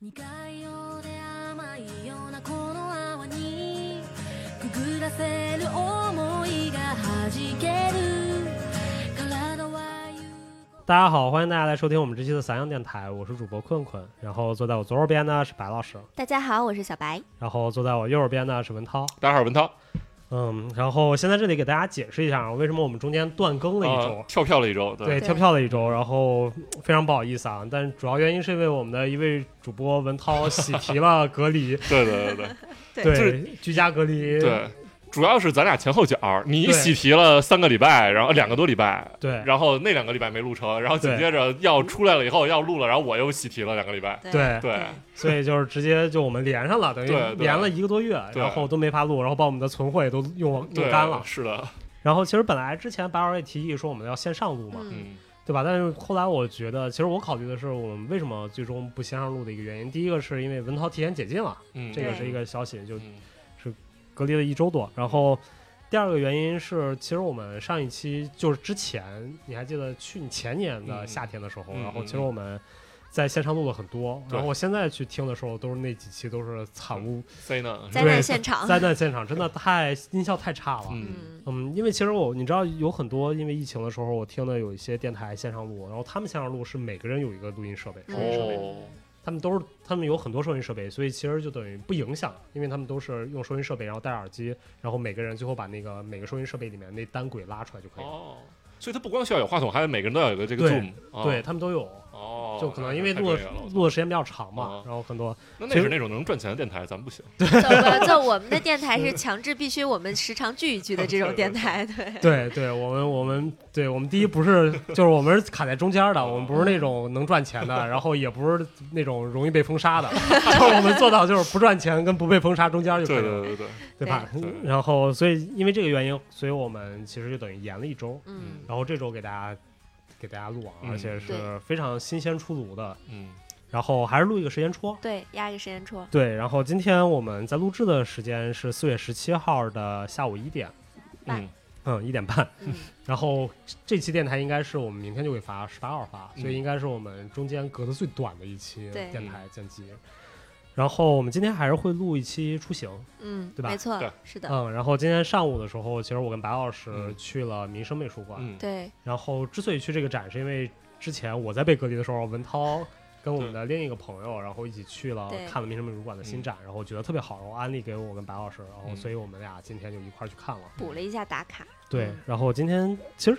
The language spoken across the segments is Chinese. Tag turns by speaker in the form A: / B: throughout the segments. A: 苦いようで甘いようなこの泡にくぐらせる思いがはじける体はゆ
B: 大家好，欢迎大家来收听我们这期的散养电台，我是主播困困。然后坐在我左手边呢是白老师，
C: 大家好，我是小白。
B: 然后坐在我右手边呢是文涛。
D: 大家好，文涛
B: 嗯，然后先在这里给大家解释一下啊，为什么我们中间断更了一周
D: 啊，，跳票了一周，
B: 对，
D: 对，
B: 跳票了一周。然后嗯非常不好意思啊，但主要原因是因为我们的一位主播文涛喜提了隔离，
D: 对对对对
C: 对
B: 对，居家隔离，
D: 对对，主要是咱俩前后脚，你
B: 对
D: 喜提了三个礼拜，然后呃两个多礼拜，
B: 对
D: 然后那两个礼拜没录成，然后紧
B: 对
D: 接着要出来了以后要录了，然后我又喜提了两个礼拜，
B: 对
D: 对
B: 所以就是直接就我们连上了，等
D: 对
B: 于
D: 对
B: 连了一个多月，
D: 对
B: 然后都没法录，然后把我们的存货也都用用
D: 对，
B: 干了。
D: 是的，
B: 然后其实本来之前白老师也提议说我们要线上录嘛，
C: 嗯，
D: 嗯，
B: 对吧？但是后来我觉得，其实我考虑的是我们为什么最终不线上录的一个原因。第一个是因为文涛提前解禁了，
D: 嗯
B: 这个
C: 对
B: 是一个消息，就
D: 嗯
B: 隔离了一周多。然后第二个原因是，其实我们上一期就是之前，你还记得去前年的
D: 嗯
B: 夏天的时候，
D: 嗯
B: 然后其实
D: 嗯嗯
B: 我们。在线上录了很多，
D: 对
B: 然后我现在去听的时候，都是那几期都是惨无
D: ，C 呢，
C: 灾
B: 对
C: 难现场。
B: 灾难现场，真的太音效太差了。
D: 嗯
C: 嗯，
B: 嗯，因为其实我你知道有很多，因为疫情的时候，我听的有一些电台线上录，然后他们线上录是每个人有一个录音设备，
C: 嗯
B: 收音设备，
D: 哦，
B: 他们都是他们有很多收音设备，所以其实就等于不影响，因为他们都是用收音设备，然后戴耳机，然后每个人最后把那个每个收音设备里面那单轨拉出来就可以了。
D: 哦，所以他不光需要有话筒，还得每个人都要有个这
B: 嗯
D: 个
B: 对
D: Zoom，哦
B: 对，他们都有，
D: 哦，
B: 就可能
D: 那
B: 因为
D: 太
B: 录
D: 专业
B: 的
D: 了我操
B: 录的时间比较长嘛
D: 哦，
B: 然后很多
D: 那那是那种能赚钱的电台，咱们不行，
C: 就不就我们的电台是强制必须我们时常聚一聚的这种电台，
B: 对
C: 对，
B: 对，我们我们对我们第一不是就是我们是卡在中间儿的，我们不是那种能赚钱的，然后也不是那种容易被封杀的， 就是我们做到就是不赚钱跟不被封杀中间儿就可以
D: 对
B: 了，
D: 对对对，
B: 对吧
D: 对？
B: 然后所以因为这个原因，所以我们其实就等于延了一周，
C: 嗯，
B: 然后这周给大家给大家录啊，
D: 嗯
B: 而且是
C: 对
B: 非常新鲜出炉的，
D: 嗯
B: 然后还是录一个时间戳。
C: 对，压个时间戳，
B: 对，然后今天我们在录制的时间是四月十七号的下午一点，
C: 拜
D: 嗯，
B: 嗯，一点半。
C: 嗯，
B: 然后这期电台应该是我们明天就会发，十八号发，
D: 嗯
B: 所以应该是我们中间隔的最短的一期
C: 对
B: 电台剪辑。然后我们今天还是会录一期出行，
C: 嗯，
B: 对吧
C: 没错
D: 对，
C: 是的，
B: 嗯，然后今天上午的时候，其实我跟白老师
D: 嗯
B: 去了民生美术馆，
D: 嗯，
C: 对，
B: 然后之所以去这个展，是因为之前我在被隔离的时候，文 涛跟我们的另一个朋友，然后一起去了
C: 对
B: 看了民生美术馆的新展，然后觉得特别好，然后安利给我跟白老师，然后
D: 嗯
B: 所以我们俩今天就一块儿去看了。
C: 补了一下打卡，
B: 对
C: 嗯，
B: 然后今天其实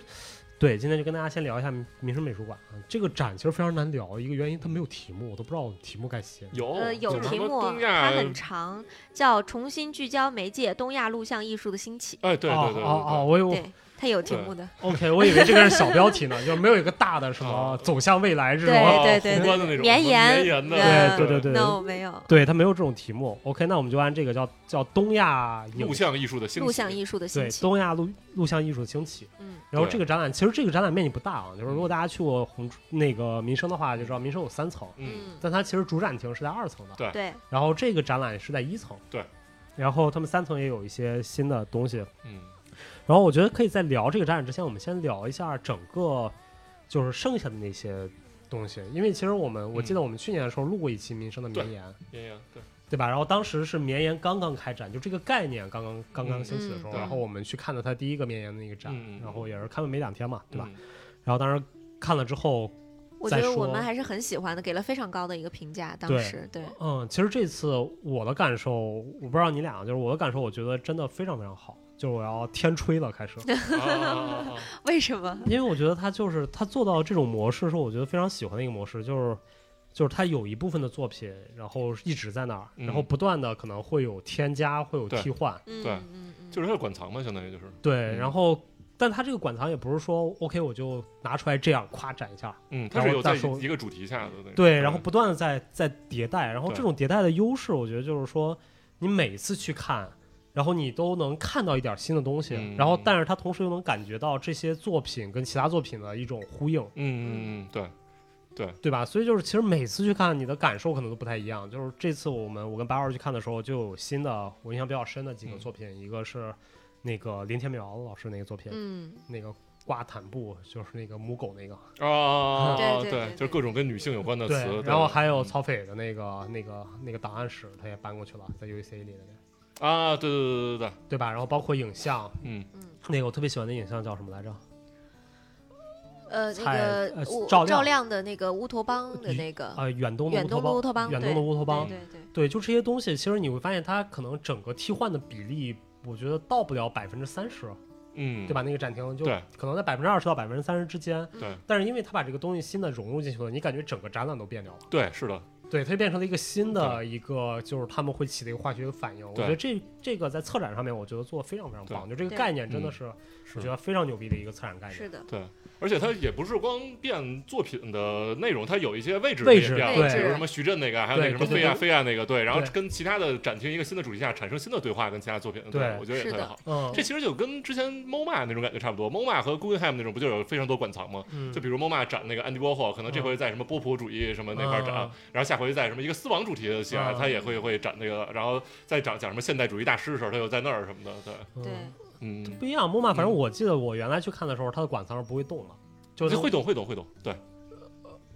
B: 对，今天就跟大家先聊一下民民生美术馆啊。这个展其实非常难聊，一个原因它没有题目，我都不知道题目该写。
D: 有
C: 呃，有
D: 就是
C: 题
D: 哦什么
C: 目，
D: 东亚
C: 它很长，叫《重新聚焦媒介：东亚录像艺术的兴起》，
D: 哎，对对对对，
B: 哦哦哦，
D: 对
B: 我以为
C: 对，它有题目的，
B: OK，我以为这个是小标题呢，就是没有一个大的什么
D: 哦
B: 走向未来这
C: 对
B: 种。啊
C: 对对
D: 红
C: 对
D: 砖哦的那种
C: 绵延
D: 绵延的，
C: 对
B: 对对对
C: ，no 没有，
B: 对，它没有这种题目。OK，那我们就按这个叫叫东亚影
D: 录像艺术的兴起
C: 录像艺术的兴
B: 对
C: 起，
B: 东亚录录像艺术的兴起。
C: 嗯，
B: 然后
D: 对
B: 这个展览其实这个展览面积不大啊，就是如果
D: 嗯
B: 大家去过红那个民生的话，就知道民生有三层，
D: 嗯，
B: 但它其实主展厅是在二层的。
C: 对，
B: 然后这个展览是在一层，
D: 对。
B: 然后他们三层也有一些新的东西。
D: 嗯
B: 然后我觉得可以在聊这个展览之前，我们先聊一下整个就是剩下的那些东西，因为其实我
D: 嗯
B: 们我记得我们去年的时候录过一期民生的绵延，
D: 绵延对，
B: 对吧？然后当时是绵延刚刚开展，就这个概念刚刚刚刚兴起的时候，
D: 嗯对
B: 然后我们去看了它第一个绵延的那个展，
D: 嗯
B: 然后也是看了没两天嘛，对吧？
D: 嗯？
B: 然后当时看了之后，
C: 我
B: 再
C: 觉得我
B: 说
C: 们还是很喜欢的，给了非常高的一个评价。当
B: 对
C: 时对，
B: 嗯，其实这次我的感受，我不知道你俩，就是我的感受，我觉得真的非常非常好，就是我要天吹了开始。
D: 啊啊啊啊
C: 为什么？
B: 因为我觉得他就是他做到这种模式，是我觉得非常喜欢的一个模式，就是就是他有一部分的作品，然后一直在那儿，
D: 嗯
B: 然后不断的可能会有添加，会有
D: 对
B: 替换，
C: 嗯
D: 对
C: 嗯嗯，
D: 就是它的馆藏嘛，相当于就是，
B: 对，
D: 嗯
B: 然后。但他这个馆藏也不是说 OK 我就拿出来这样夸展一下，
D: 嗯，它
B: 然
D: 是
B: 后
D: 有在
B: 到时候
D: 一个主题下的那种，
B: 对，然后不断的在在迭代，然后
D: 嗯对
B: 这种迭代的优势，我觉得就是说你每次去看，然后你都能看到一点新的东西，
D: 嗯
B: 然后但是它同时又能感觉到这些作品跟其他作品的一种呼应，
D: 嗯嗯嗯，对，
B: 对吧？所以就是，其实每次去看，你的感受可能都不太一样。就是这次我们我跟八二去看的时候，就有新的，我印象比较深的几个
D: 嗯
B: 作品，一个是那个林天苗老师那个作品，
C: 嗯，
B: 那个挂毯布，就是那个母狗那个，
D: 啊，
C: 对对对对
D: 就是各种跟女性有关的嗯词。
B: 对，
D: 对
B: 然后还有曹斐的那个那个那个档案室，他也搬过去了，在 UC 里的，
D: 啊，对对对对对，对
B: 对吧？然后包括影像，
D: 嗯，
B: 那个我特别喜欢的影像叫什么来着？
C: 呃，
B: 菜
C: 那个
B: 呃
C: 乌
B: 照亮
C: 照亮的那个乌托邦的那个，
B: 啊，远东的
C: 远东
B: 乌
C: 的乌
B: 托
C: 托
B: 邦，
C: 邦
B: 远东的
C: 对
B: 乌托邦，
C: 对对
B: 对，就这些东西，其实你会发现它可能整个替换的比例，我觉得到不了百分之三十，
D: 嗯，
B: 对吧？那个展厅就
D: 对
B: 可能在百分之二十到百分之三十之间。
D: 对
B: 但是因为它把这个东西新的融入进去了，你感觉整个展览都变掉了。
D: 对，是的，
B: 对，它就变成了一个新的一个，就是他们会起的一个化学反应。我
D: 对
B: 觉得这这个在策展上面，我觉得做的非常非常棒。就这个
C: 对
B: 概念真的
D: 嗯
B: 是，我
D: 是
B: 觉得非常牛逼的一个策展概念。
C: 对，是的，
D: 对，而且它也不是光变作品的内容，它有一些位置
B: 位
D: 也
B: 置
C: 对
D: 变了，比
C: 位
D: 如
C: 置
D: 什么徐震那个，还有那
B: 对
D: 个什么
B: 对对
D: 飞亚啊
B: 对
D: 飞亚那个，对，然后
B: 对
D: 跟其他的展厅一个新的主题下产生新的对话，跟其他作品，
B: 对
D: 我觉得也
C: 是
D: 特别
C: 的
D: 好。
B: 嗯
D: 这，其实就跟之前 MoMA 那种感觉差不多，MoMA 和 Guggenheim 那种不就有非常多馆藏吗？
B: 嗯
D: 就比如 MoMA 展那个 Andy Warhol，可能这回在什么波普主义什么那块儿展，
B: 嗯
D: 然后下回在什么一个丝网主题的戏啊，
B: 嗯
D: 他也会会展那个，然后再讲讲什么现代主义大师的时候，他又在那儿什么的，对，
B: 嗯
C: 对，
D: 嗯，
B: 不一样。木马，反正我记得我原来去看的时候，它的馆藏是不会动的，就是
D: 会懂会懂会懂，对。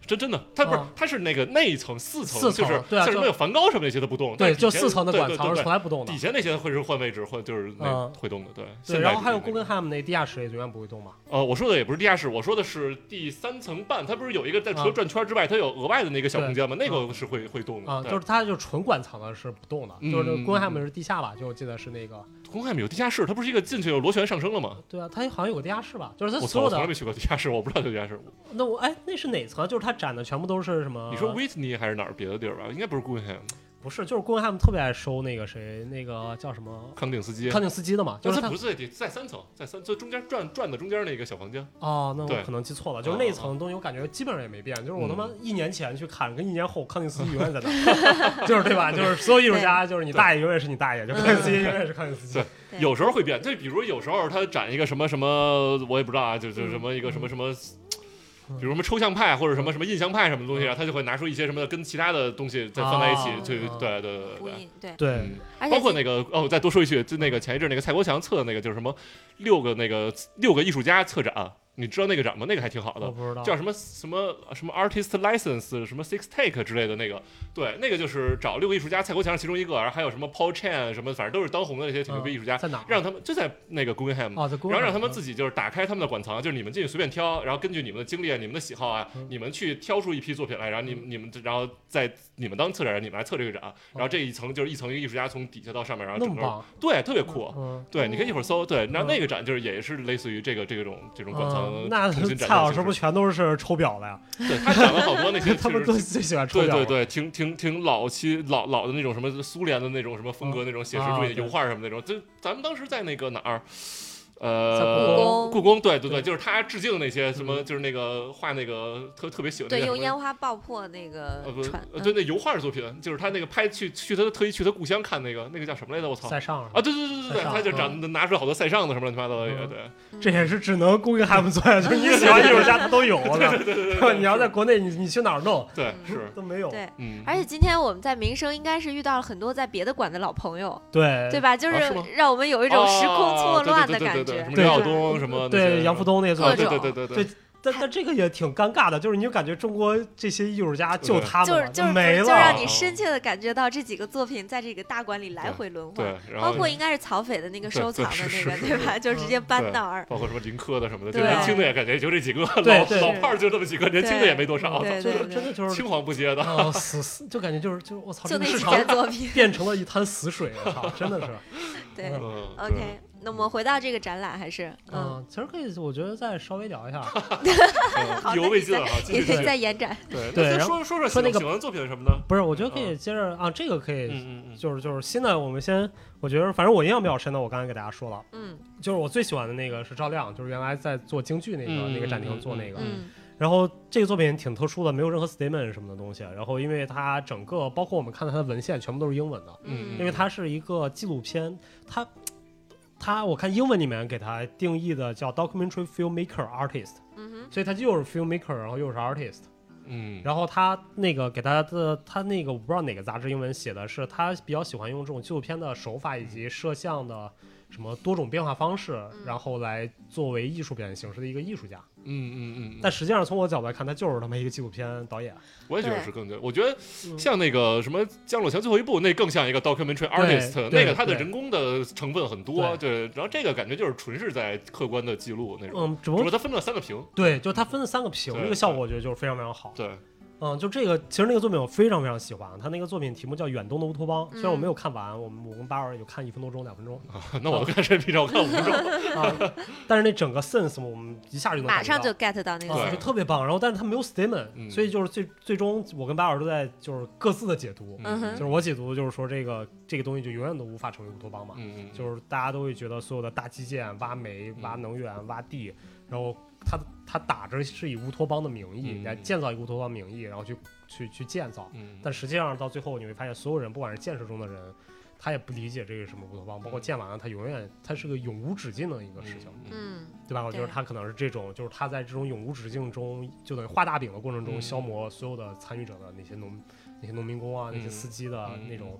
D: 真真的，他不是
B: 嗯，
D: 他是那个那一层四层，
B: 四
D: 就
B: 层
D: 是
B: 对啊
D: 像什
B: 就
D: 么有梵高什么那些都不动，
B: 对，
D: 但是底
B: 就
D: 下
B: 四层的
D: 对
B: 馆
D: 对
B: 藏
D: 对
B: 是
D: 对
B: 从来不动的
D: 底。下那些会是换位置，换就是那
B: 嗯
D: 会动的，对。
B: 对，
D: 现代
B: 然后还有
D: 主义
B: 公
D: 那
B: 根
D: 种
B: 汉姆那地下室也永远不会动嘛。
D: 呃，我说的也不是地下室，我说的是第三层半，它不是有一个在除
B: 啊
D: 了转圈之外，它有额外的那个小空间吗？
B: 对
D: 那个是会会动的
B: 啊，
D: 对
B: 就是它就纯馆藏的是不动的，
D: 嗯
B: 就是那个公汉姆是地下吧？就我记得是那个，
D: 公海没有地下室，它不是一个进去有螺旋上升了吗？
B: 对啊，它好像有个地下室吧？就是它
D: 我
B: 所
D: 操，我
B: 有
D: 从来
B: 的
D: 没去过地下室，我不知道有地下室。
B: 那我哎，那是哪层？就是它展的全部都是什么？
D: 你说 Whitney 还是哪儿别的地儿吧？应该不是公海，
B: 不是？就是公汉姆特别爱收那个谁，那个叫什么
D: 康定斯基。啊
B: 康定斯基的嘛？就
D: 但
B: 是
D: 它
B: 他
D: 不是在地，在三层，在三，就中间转转的中间那个小房间。
B: 哦，那
D: 对哦嗯
B: 我可能记错了，就是那层东西我感觉基本上也没变，就是我他妈一年前去看，跟一年后康定 斯基永远在那儿，就是对吧？就是所有艺术家，就是你大爷永远是你大爷，就康定斯基永远是康定斯基
D: 对。
C: 对
D: 有时候会变，就比如有时候他展一个什么什么，我也不知道啊，就就什么一个什么什么。比如什么抽象派或者什么什么印象派什么东西，啊然后他就会拿出一些什么跟其他的东西再放在一起
B: 啊，
D: 对对对对
C: 呼
D: 对。
C: 应对，
B: 对
D: 嗯，
C: 而且
D: 呃包括
C: 今
D: 那个哦，我再多说一句，就那个前一阵那个蔡国强策的那个就是什么六个那个六个艺术家策展，你知道那个展吗？那个还挺好
B: 我
D: 的，
B: 不知道
D: 叫什么什么什么 artist license 什么 six take 之类的那个，对，那个就是找六个艺术家，蔡国强是其中一个，然后还有什么 Paul Chan 什么，反正都是当红的那些挺牛逼艺术家，
B: 嗯在哪儿？
D: 让他们就在那个 Guggenheim
B: 哦，在公汉
D: 然后
B: 姆
D: 让他们自己就是打开他们的馆藏，就是你们进去随便挑，然后根据你们的经历啊、你们的喜好啊
B: 嗯，
D: 你们去挑出一批作品来，然后你们你们然后再你们当策展人，你们来策这个展，然后这一层就是一层一个艺术家从底下到上面，然后
B: 哦那
D: 整
B: 么
D: 个
B: 棒，
D: 对特别酷。
B: 嗯，
D: 对，你可以一会儿搜。对，然后
B: 嗯
D: 那个展就是也是类似于这个这种这种馆藏
B: 嗯那
D: 重新展现的形式。
B: 蔡老师不全都是抽表 的呀？
D: 对他展了好多那 些，
B: 他们
D: 就
B: 都
D: 是
B: 最喜欢抽
D: 对
B: 表
D: 对
B: 了。
D: 对，挺挺挺老期老老的那种什么苏联的那种什么风格那种写实
B: 啊
D: 主义
B: 对
D: 油画什么那种，就咱们当时在那个哪儿。
B: 在
D: 呃，
B: 故
C: 宫
D: 故宫，对对对，
B: 对
D: 就是他致敬那些什么，
B: 嗯
D: 就是那个画那个特特别喜欢那
C: 对
D: 个
C: 用
D: 什么
C: 烟花爆破那个
D: 呃不
C: 船，
D: 呃
C: 嗯
D: 对那油画作品，就是他那个拍去去他特意去他故乡看那个那个叫什么来着？我操
B: 在上
D: 啊！对对对对对，
B: 塞尚
D: 他就长拿出好多塞尚的什么乱七八糟的也
B: 嗯
D: 对，
B: 这也是只能公益汉姆做呀， 就是你喜欢艺术家他都有，我操你要在国内，你你去哪儿弄
D: 对
C: 嗯
D: 是
B: 都没有。
C: 对。
D: 嗯，
C: 而且今天我们在民生应该是遇到了很多在别的馆的老朋友，
B: 对
C: 对吧？就
D: 啊是吗
C: 让我们有一种时空错
D: 哦对对
C: 乱
D: 对
C: 的
D: 对
C: 感
D: 对
C: 觉
D: 对什。么
B: 对
D: 刘晓东什么那些
B: 对，杨福东那些作
D: 啊
B: 品，
C: 各
D: 对对
C: 种
D: 对对
B: 对但但这个也挺尴尬的，就是你就感觉中国这些艺术家就他们
C: 就是
B: 了
C: 就是
B: 没
C: 就让
B: 了，啊
C: 你深切的感觉到这几个作品在这个大馆里来回轮换，
D: 对，然后
C: 包括应该是曹斐的那个
D: 对
C: 收
D: 对
C: 藏的
D: 是
C: 那
D: 是
C: 个，
D: 是
C: 对吧？就直接
B: 嗯
C: 搬到那儿。
D: 包括什么林科的什么的，就
C: 对
D: 年轻的也感觉也就这几个，
B: 对
D: 老
B: 对
D: 老炮儿就这么几个，年轻的也没多少，
C: 对
B: 就是
C: 对
B: 真
C: 对，
B: 的就是
D: 青黄不接的。
B: 啊死死，就感觉就是就是我操，
C: 就
B: 这
C: 那
B: 个
C: 几
B: 市场
C: 件作品。
B: 变成了一滩死水，我操，真 的是。
C: 对
B: 嗯
D: 嗯对
C: ，OK，那我们回到这个展览，还是嗯，
B: 嗯，其实可以，我觉得再稍微聊一下，
D: 嗯意犹未尽啊，继
C: 也可
D: 续继
C: 以
D: 续。
C: 再延展。
D: 对
B: 对
D: 那
B: 然
D: 先
B: 后
D: 说说说喜
B: 说那
D: 欢
B: 个
D: 喜欢作品什么的。
B: 不是，我觉得可以接着啊，这个可以
D: 嗯嗯嗯，
B: 就是就是新的，我们先，我觉得反正我印象比较深的，我刚才给大家说了，
C: 嗯
B: 就是我最喜欢的那个是赵亮，就是原来在做京剧那个、
D: 嗯
B: 那个展厅做那个，
C: 嗯
B: 然后这个作品挺特殊的，没有任何 statement 什么的东西，然后因为它整个包括我们看它的文献全部都是英文的，
D: 嗯
B: 因为它是一个纪录片，它它我看英文里面给它定义的叫 documentary filmmaker artist，
C: 嗯哼
B: 所以它又是 filmmaker，然后又是 artist。
D: 嗯，
B: 然后他那个给他的他那个我不知道哪个杂志英文写的是他比较喜欢用这种纪录片的手法以及摄像的什么多种变化方式，
C: 嗯
B: 然后来作为艺术表现形式的一个艺术家。
D: 嗯嗯嗯
B: 但
D: 嗯，
B: 实际上从我角度来看，他就是他妈一个纪录片导演。
D: 我也觉得
C: 对
D: 是更加，我觉得像那个什么江若强最后一部那更像一个 documentary
B: 嗯对
D: artist，
B: 对
D: 那个他的
B: 对
D: 人工的成分很多，对，然后这个感觉就是纯是在客观的记录那种，
B: 嗯，只
D: 只
B: 不
D: 不过
B: 过
D: 他分了三个屏，
B: 对，就是他分了三个屏，
D: 对
B: 这个效果我觉得就是非常非常好。
D: 对，
B: 嗯，就这个，其实那个作品我非常非常喜欢，他那个作品题目叫《远东的乌托邦》，虽然我
C: 嗯
B: 没有看完，我们我跟巴尔有看一分多钟、两 分钟
D: 那我看视频上我看五分钟，
B: 啊，但是那整个 sense 我们一下就能
C: 马
B: 感觉
C: 上
B: 到
C: 就 get 到那
B: 啊，就
D: 对
C: 个
B: 特别棒。然后，但是他没有 statement，、
D: 嗯
B: 所以就是最最终，我跟巴尔都在就是各自的解读。
C: 嗯哼
B: 就是我解读就是说，这个这个东西就永远都无法成为乌托邦嘛。
D: 嗯嗯，
B: 就是大家都会觉得所有的大基建、挖煤、挖能源、挖地，然后他他打着是以乌托邦的名义
D: 嗯
B: 来建造一个乌托邦名义，然后去去去建造。
D: 嗯，
B: 但实际上到最后你会发现，所有人不管是建设中的人，他也不理解这个什么乌托邦，包括建完了，他永远他是个永无止境的一个事情。
D: 嗯
C: 嗯，
B: 对吧？我觉得
C: 对
B: 他可能是这种，就是他在这种永无止境中，就等于画大饼的过程中，
D: 嗯
B: 消磨所有的参与者的那些农、那些农民工啊，
D: 嗯
B: 那些司机的
D: 嗯
B: 那种、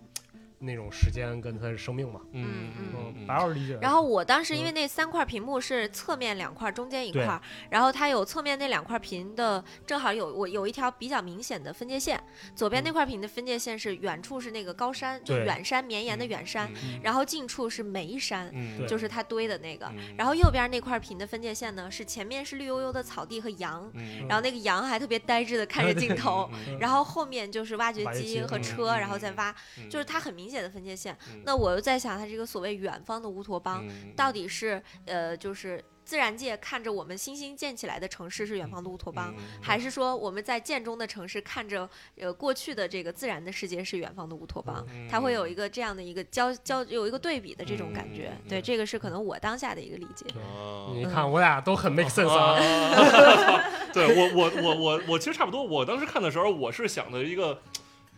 B: 那种时间跟他的生命嘛。
D: 嗯
C: 呃
B: 嗯，
D: 嗯
B: 白老师理解。
C: 然后我当时因为那三块屏幕是侧面两块，中间一块，然后它有侧面那两块屏的，正好有我有一条比较明显的分界线，左边那块屏的分界线是远处是那个高山，就
B: 对
C: 远山绵延的远山，
D: 嗯
C: 然后近处是眉山，
D: 嗯，
C: 就是它堆的那个。
D: 嗯
C: 然后右边那块屏的分界线呢，是前面是绿油油的草地和羊，
D: 嗯
C: 然后那个羊还特别呆滞的看 着镜头，
D: 嗯嗯
C: 然后后面就是挖掘
B: 挖掘
C: 机
B: 机
C: 和
D: 嗯
C: 车，
D: 嗯
C: 然后再
D: 嗯
C: 挖，
D: 嗯
C: 就是它很明显的分界线。
D: 嗯
C: 那我又在想，它这个所谓远方的乌托邦，
D: 嗯
C: 到底是呃，就是自然界看着我们新兴建起来的城市是远方的乌托邦，
D: 嗯
C: 还是说我们在建中的城市看着呃过去的这个自然的世界是远方的乌托邦？
D: 嗯
C: 它会有一个这样的一个交交有一个对比的这种感觉，
D: 嗯嗯嗯
C: 对，这个是可能我当下的一个理解。哦
D: 啊
B: 你看，我俩都 很 make sense 啊。
D: 啊 对我我我我我其实差不多，我当时看的时候，我是想的一个。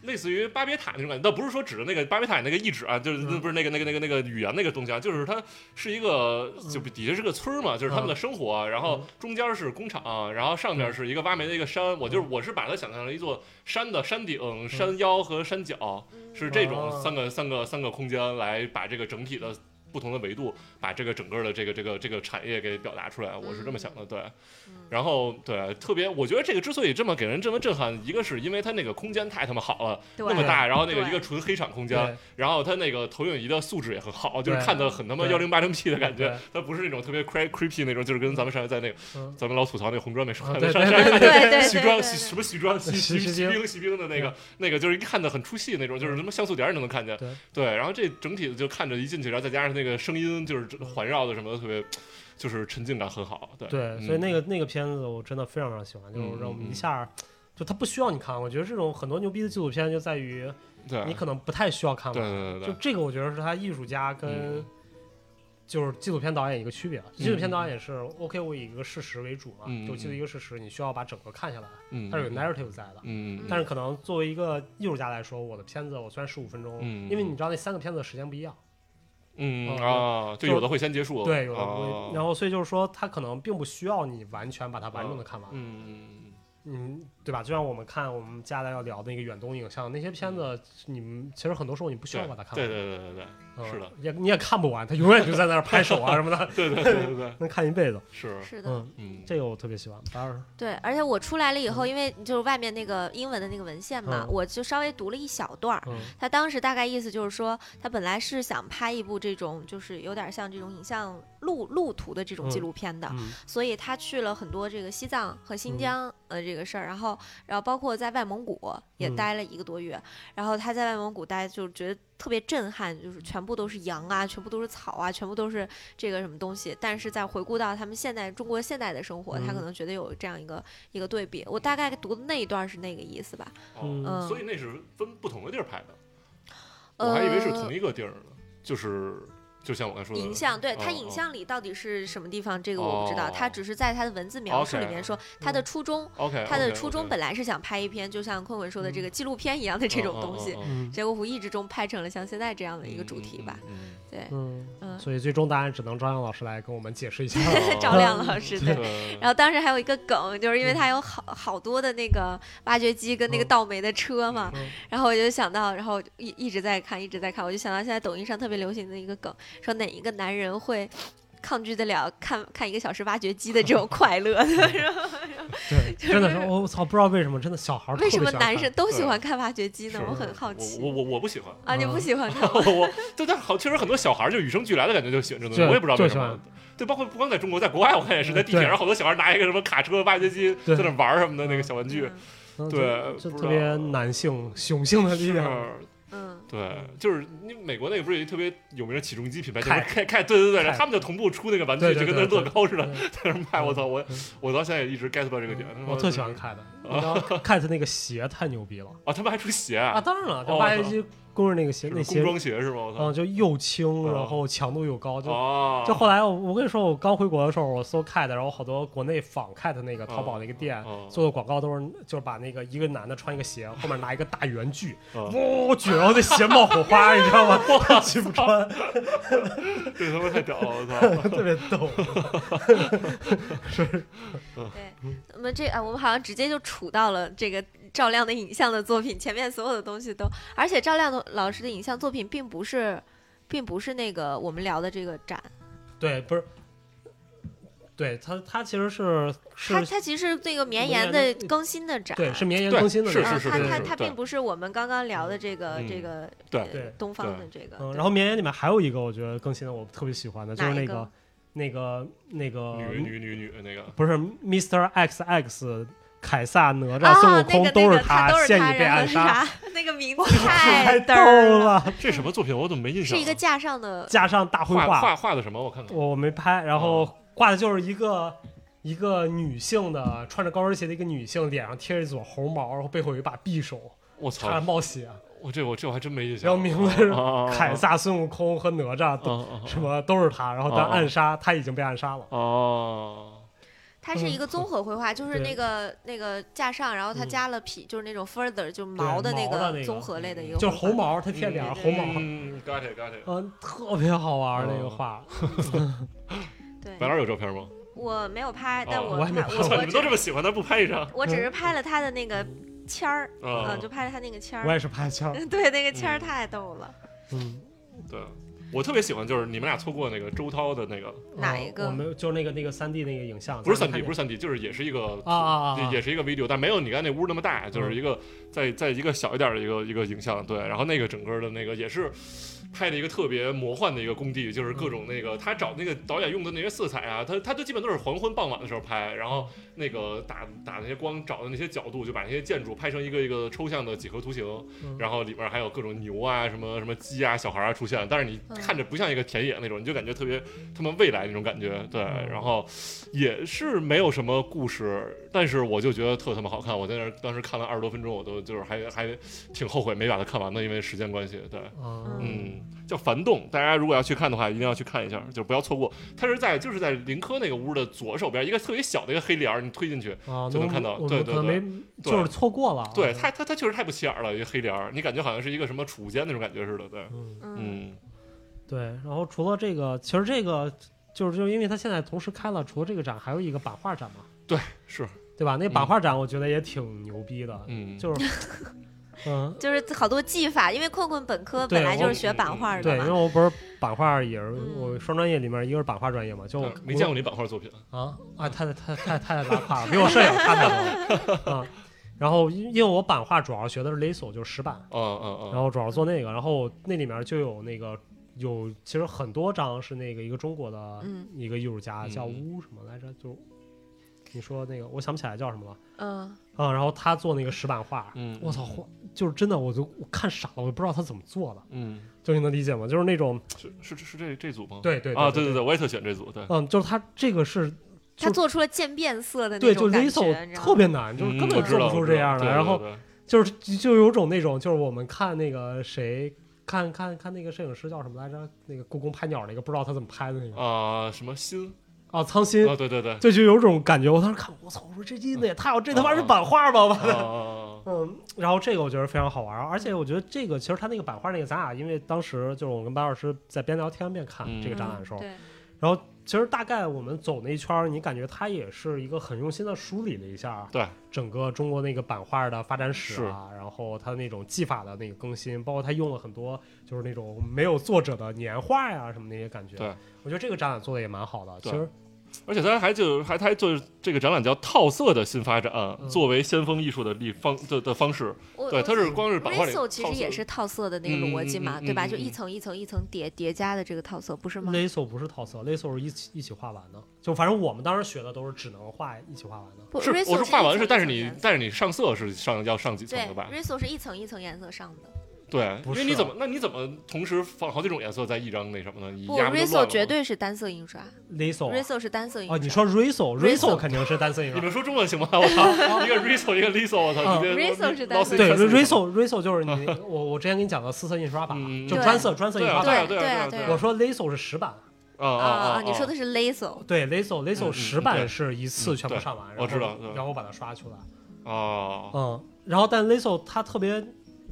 D: 类似于巴别塔那种感觉，倒不是说指的那个巴别塔那个意志啊，就是、
B: 嗯
D: 不是那个那个那个那个语言那个东西啊，就是它是一个
B: 嗯
D: 就底下是个村儿嘛，就是他们的生活，啊然后中间是工厂，然后
B: 嗯
D: 上面是一个挖煤的一个山，我就是我是把它想象成一座山的山
B: 嗯
D: 顶、山腰和山脚，是这种
B: 哦
D: 三个三个三个空间来把这个整体的不同的维度，把这个整个的这个这个这个产业给表达出来，我是这
C: 嗯
D: 么想的，对。然后对，特别我觉得这个之所以这么给人这么震撼，一个是因为它那个空间太他妈好了，
C: 对
D: 那么大，然后那个
C: 对
D: 一个纯黑场空间
B: 对，
D: 然后它那个投影仪的素质也很好，就是
B: 对
D: 看的很他妈幺
B: 对
D: 零八零 P 的感觉
B: 对，
D: 它不是那种特别 cre- creepy 那种，就是跟咱们上回在那个
B: 嗯
D: 咱们老吐槽那个红砖美术
B: 啊
D: 馆
B: 对
D: 上
B: 对
D: 上
B: 对
C: 对对对
D: 西装
C: 对
D: 西
C: 对
D: 什么西 装西
B: 西
D: 西
B: 西
D: 西
B: 兵
D: 兵西兵的那个那个，就是一看的很出戏那种，就是什么像素点儿你都能看见
B: 嗯对。
D: 对，然后这整体就看着一进去，然后再加上那个声音就是环绕的什么的特别，就是沉浸感很好。对
B: 嗯对，所以那个那个片子我真的非常非常喜欢，就
D: 嗯嗯嗯
B: 是让我们
D: 嗯
B: 一下，就他不需要你看。我觉得这种很多牛逼的纪录片就在于
D: 对
B: 你可能不太需要看
D: 对
B: 完，
D: 对对
B: 就
D: 对，
B: 这个，我觉得是他艺术家跟
D: 嗯
B: 就是纪录片导演一个区别。纪录片导演是 OK，我以一个事实为主嘛
D: 嗯，
B: 就记录一个事实，你需要把整个看下来，
D: 嗯，
B: 它是有 narrative 在的。
D: 嗯，嗯
B: 但是可能作为一个艺术家来说，我的片子我虽然十五分钟，
D: 嗯
B: 因为你知道那三个片子的时间不一样，
D: 嗯
B: 哦
D: 啊，就有的会先结束，
B: 对，有的不
D: 啊
B: 会。然后所以就是说，他可能并不需要你完全把它完整的看完，
D: 哦嗯
B: 嗯，对吧？就像我们看我们接下来要聊的那个远东影像那些片子，你们其实很多时候你不需
D: 嗯对
B: 要把它看
D: 对
B: 完，
D: 对对 对对
B: 嗯
D: 是的，
B: 也你也看不完，他永远就在那儿拍手啊什么的，
D: 对对对对对，
B: 能看一辈子。
D: 是
C: 是 的，
B: 嗯，
D: 嗯
B: 这个我特别喜欢。八二，
C: 对，而且我出来了以后，因为就是外面那个英文的那个文献嘛，
B: 嗯
C: 我就稍微读了一小段儿，
B: 嗯
C: 他当时大概意思就是说，他本来是想拍一部这种就是有点像这种影像路路途的这种纪录片的，
B: 嗯
C: 所以他去了很多这个西藏和
D: 嗯
C: 新疆、呃这个事儿，然后然后包括在外蒙古也
B: 嗯
C: 待了一个多月，然后他在外蒙古待就是觉得特别震撼，就是全部都是羊啊，全部都是草啊，全部都是这个什么东西，但是在回顾到他们现代中国现代的生活，他
B: 嗯
C: 可能觉得有这样一个一个对比。我大概读的那一段是那个意思吧，
D: 哦
C: 嗯
D: 所以那是分不同的地儿拍的，
C: 呃，
D: 我还以为是同一个地儿呢，就是就像我刚才说的
C: 影像，对它
D: 哦
C: 影
D: 哦
C: 像里到底是什么地方，这个我不知道。它
D: 哦
C: 只是在它的文字描述里
D: OK 嗯
C: 面说它的初衷，
D: ，OK，
C: 它的初衷本来是想拍一篇就像坤坤说的这个纪录片一样的这种东西，
B: 嗯
C: 结果无意之中拍成了像现在这样的一个主题吧。，对，
B: 嗯，
C: 嗯，嗯
B: 所以最终答案只能张亮老师来跟我们解释 一下。
C: 赵亮
B: 哦
C: 老
D: 嗯
C: 师对。
D: 对
C: 然后当时还有一个梗，就是因为他有好好多的那个挖掘机跟那个
B: 嗯
C: 倒霉的车 嘛，
B: 嗯
C: 然后我就想到，然后一一直在看，一直在看，我就想到现在抖音上特别流行的一个梗，说哪一个男人会抗拒得了看看一个小时挖掘机的这 种快乐？然后
B: 对，真的是哦我我操，不知道为什么，真的小孩儿
C: 为
B: 特
C: 什
B: 别
C: 么
B: 喜欢
C: 男
B: 看
C: 生都喜
D: 对
C: 欢看挖掘机呢？
B: 是
C: 我很好奇
D: 我我我不喜欢，？
C: 啊，你不
B: 嗯
C: 喜欢看
D: 我就但是好，确实很多小孩就与生俱来的感觉就喜欢这东西，
B: 对
D: 我也不知道为什
B: 就喜
D: 么
B: 欢。呃
D: 对，包括不光在中国，在国外我看也是，在地铁
B: 对
D: 上好多小孩拿一个什么卡车、挖掘机
B: 对
D: 在那玩儿什么的那个小玩具
C: 嗯，
B: 嗯
D: 对
B: 就就
D: 不知
B: 特别
D: 道
B: 男性雄性的力
D: 是
B: 量，
C: 嗯，
D: 对，就是你美国那个不是有一特别有名的起重机品牌，就是
B: 凯
D: 凯凯，对对对，然后
B: 凯
D: 他们就同步出那个玩具，
B: 对
D: 就
B: 对
D: 跟那
B: 对
D: 乐高似的
B: 对
D: 在那儿卖。我操，我
B: 嗯
D: 我到现在也一直 get 不到这个点。
B: 我特喜欢凯的，然后凯的那个鞋太牛逼了
D: 啊，他们还出鞋
B: 啊！
D: 嗯 啊，
B: 当然了，这
D: 哦
B: 挖掘机工人那个鞋，
D: 是
B: 那
D: 不是
B: 鞋
D: 工装鞋是吗？我操
B: 嗯，就又轻，
D: 嗯
B: 然后强度又高，就
D: 哦，
B: 就后来我我跟你说，我刚回国的时候，我搜 Cat，然后好多国内仿 Cat 那
D: 嗯
B: 个淘宝那个店
D: 哦
B: 做的广告都是，就是把那个一个男的穿一个鞋，后面拿一个大圆锯，
D: 哦
B: 哇举，然后那鞋冒火花，你知 道吗？我举不穿，
D: 这他妈太屌了，我操！
B: 特 别逗。
C: 对。那么这啊，我们好像直接就杵到了这个赵亮的影像的作品前面所有的东西都，而且赵亮的老师的影像作品并不是，并不是那个我们聊的这个展，
B: 对，不是，对他他其实是
C: 它
B: 是，
C: 它其实是那个绵
B: 绵
C: 延的
B: 延
C: 更新的展。
B: 对是绵延
D: 对
B: 更新的
D: 是
B: 那
C: 啊
B: 个，
D: 是
C: 它
D: 是
C: 它
D: 是
C: 它
D: 对
C: 并不是我们刚刚聊的这个、
D: 嗯
C: 这个
D: 对
C: 呃
B: 对
C: 东方的这个，
B: 嗯，
C: 对
B: 然后绵延里面还有一个我觉得更新的我特别喜欢的，就是
C: 哪一
B: 那
C: 个
B: 个那个那个
D: 女女女女那个，
B: 不是 Mr. X X 凯撒哪
C: 啊
B: 吒孙悟
C: 那
B: 空
C: 个那
B: 是
C: 个他都是
B: 现
C: 他哎
B: 已被
C: 然后
B: 暗
C: 是
B: 杀，
C: 啥， 那个名字太
B: 逗
C: 嘚儿了，
B: 了。
D: 这什么作品？我怎么没印象
C: 是
D: 啊？
C: 一个架上的
B: 加上大绘
D: 画画哦画的什么？我看看。
B: 我我没拍，然后挂的就是一个一个女性的穿着高跟鞋的一个女性，脸上贴着一撮红毛，然后背后有一把匕首，
D: 我
B: 差点
D: 操！
B: 冒血。
D: 我这我这我还真没印象。
B: 然后名字是
D: 啊啊啊啊
B: 凯撒、孙悟空和哪吒都
D: 啊
B: 什么都是他，然后但暗杀他已经被暗杀了。
D: 哦，
C: 它是一个综合绘画，就是
B: 嗯对
C: 那个那个架上，然后它
B: 嗯
C: 加了匹，就是那种 further，就是毛的那
B: 毛的那
C: 个
B: 个嗯
C: 综合类的一个，
B: 就是红。毛，他贴脸上红毛，
D: 嗯，got it got it。
B: 嗯，特别好玩
D: 哦
B: 那个画，
C: 对
D: 白，老师有照片吗？
C: 我没有拍，但
D: 哦
C: 我
B: 我还没
C: 拍
B: 拍
C: 我
D: 操，
C: 我
D: 你们都这
C: 只
D: 么喜欢，但不拍一张？
C: 我
B: 嗯
C: 只是拍了它的那个签儿，
D: 嗯
C: 啊，就拍了它那个签
B: 哦我
C: 儿。
B: 也是拍圈儿，
C: 对，那个签儿
D: 嗯
C: 太逗了。
B: 嗯，
D: 对，我特别喜欢，就是你们俩错过那个周涛的那个，
C: 哪一
B: 哦
C: 个
B: 我们就是那个那个三 D 那个影像，
D: 不是
B: 咱
D: 三
B: 们
D: D，
B: 看
D: 不是三 D，就是也是一个
B: 见啊啊嗯啊啊！
D: 也是一个 video，但没有你刚才那屋那么大，就是一个在在一个小一点的一个一个影像，对，然后那个整个的那个也是拍的一个特别魔幻的一个工地，就是各种那
B: 嗯
D: 个他找那个导演用的那些色彩啊，他他都基本都是黄昏傍晚的时候拍，然后那个打打那些光找的那些角度，就把那些建筑拍成一个一个抽象的几何图形，
B: 嗯
D: 然后里面还有各种牛啊、什么什么鸡啊、小孩啊出现，但是你
C: 嗯
D: 看着不像一个田野那种，你就感觉特别他们未来那种感觉，对，
B: 嗯
D: 然后也是没有什么故事，但是我就觉得特他妈好看，我在那儿当时看了二十多分钟，我都就是还还挺后悔没把它看完的，因为时间关系，对。
B: 啊
D: 嗯，叫樊洞，大家如果要去看的话，一定要去看一下，就不要错过。它是在就是在林科那个屋的左手边，一个特别小的一个黑帘儿，你推进去，
B: 啊，
D: 就能
B: 那
D: 看到
B: 我
D: 对
B: 们
D: 对
B: 可能
D: 对
B: 没就是错过了啊，
D: 对它它它确实太不起眼了，一个黑帘儿，你感觉好像是一个什么储物间那种感觉似的，对，
B: 嗯，
C: 嗯，
D: 嗯，
B: 对。然后除了这个，其实这个就是就是因为它现在同时开了，除了这个展，还有一个版画展嘛，
D: 是，
B: 对吧？那版画展我觉得也挺牛逼的，
D: 嗯，
B: 就是 嗯，
C: 就是好多技法，因为困困本科
B: 对
C: 本来就是
D: 我
C: 学版画的
B: 对，因为
C: 嘛。
B: 我不是版画也是
C: 嗯
B: 我双专业里面一个是版画专业嘛，就我
D: 对嗯没见过你版画作品，
B: 啊啊，太太太太拉胯了，比我舍友看太多了啊。然后因因为我版画主要学的是雷索，就是石板。
D: 嗯嗯
B: 然
D: 嗯，
B: 后主要做那个，然后那里面就有那个有，其实很多张是那个一个中国的
C: 嗯
B: 一个艺术家、
D: 嗯
B: 叫乌什么来着，就你说那个我想不起来叫什么了
C: 嗯，
B: 啊、然后他做那个石板画，
D: 嗯
B: 我操，画就是真的，我都我看傻了，我不知道他怎么做的，
D: 嗯，
B: 就你能理解吗？就是那种
D: 是是是这这组吗？
B: 对对对
D: 啊，对哦对对，我也特喜欢这组，对，
B: 嗯，就是他这个是
C: 他做出了渐变色的那
B: 对，就
C: 种感
B: l i
C: 觉，你知道
B: 特
C: 吗？
B: 别难，就是根
D: 嗯我
B: 本
D: 知
B: 做
D: 道
B: 不出
D: 我
B: 这
D: 知道
B: 样
D: 对
B: 来，
D: 对
B: 然后
D: 对
B: 就是就就有种那种，就是我们看那个谁，看看看那个摄影师叫什么来着？那个故宫拍鸟那个，不知道他怎么拍的那个
D: 啊什么心
B: 啊，苍心，
D: 啊，对对对，啊
B: 这就有种感觉。我当时看，我操，我说这意思也太好，这他妈是版画吧？我
D: 啊啊啊啊
B: 嗯，然后这个我觉得非常好玩儿，而且我觉得这个其实他那个版画那个，咱俩因为当时就是我跟白老师在边聊天边看
D: 嗯
B: 这个展览的时候，
C: 对，
B: 其实大概我们走那一圈儿，你感觉他也是一个很用心的梳理了一下，
D: 对
B: 整个中国那个版画的发展史啊，然后他那种技法的那个更新，包括他用了很多就是那种没有作者的年画呀、什么那些感觉，
D: 对
B: 我觉得这个展览做的也蛮好的，其
D: 对
B: 实
D: 而且他还就还他还做这个展览叫“套色的新发展”，
B: 嗯
D: 作为先锋艺术的立方的的方式。
C: 我
D: 对，
C: 我
D: 它是光是版画里
C: Riso 其实
D: 套色
C: 也是套色的那个逻辑嘛，
D: 嗯嗯嗯
C: 对吧？
D: 嗯
C: 就
D: 嗯
C: 一层一层一层叠叠加的这个套色，不是吗？
B: Lasso 不是套色，Lasso 是一起一起画完的，就反正我们当时学的都是只能画一起画完的。
C: 不
D: 是
C: Riso
D: 我
C: 一
D: 画完
C: 层
D: 是，
C: 一
D: 但是
C: 层
D: 你
C: 颜色
D: 但是你上色是上要上几层
C: 对
D: 的吧？
C: ，Riso 是一层一层颜色上的。
D: 对，
B: 不
D: 因
B: 是
D: 为你怎么那你怎么同时放好几种颜色在一张那什么呢？你
C: 不
D: 压就乱
C: ，Riso
D: 了
C: 绝
D: 吗。
C: 对是单色印刷
B: Lasso 啊
C: ，Riso 是单色印刷。
B: 哦，你说 Riso，Riso
C: Riso
B: 肯定是单色印
D: 你
B: 刷。
D: 们说中文行吗？我操， 一个 riso 一个 liso，我
B: 啊
D: 操，直接
C: Riso 是单
D: 捞
C: 色
D: 死
B: 对
D: 一圈死
B: ，Riso Riso 就是你 我我之前给你讲的四色印刷法，
D: 嗯
B: 就
C: 对
B: 专色专色印
D: 对
B: 刷
D: 啊，
B: 法。
D: 对啊，
C: 对
D: 啊，
C: 对
D: 啊，
C: 对
D: 对
B: 我说 Lasso 是十版，
D: 啊
C: 啊
D: 啊啊！
C: 你说的是 Laso，
B: 对，Lasso
D: 嗯
B: Lasso
D: 嗯
B: 十版是一次全部
D: 对
B: 上完，然后
D: 我知道嗯对
B: 然后我把它刷出来。
D: 啊，
B: 嗯，然后但 Lasso 它特别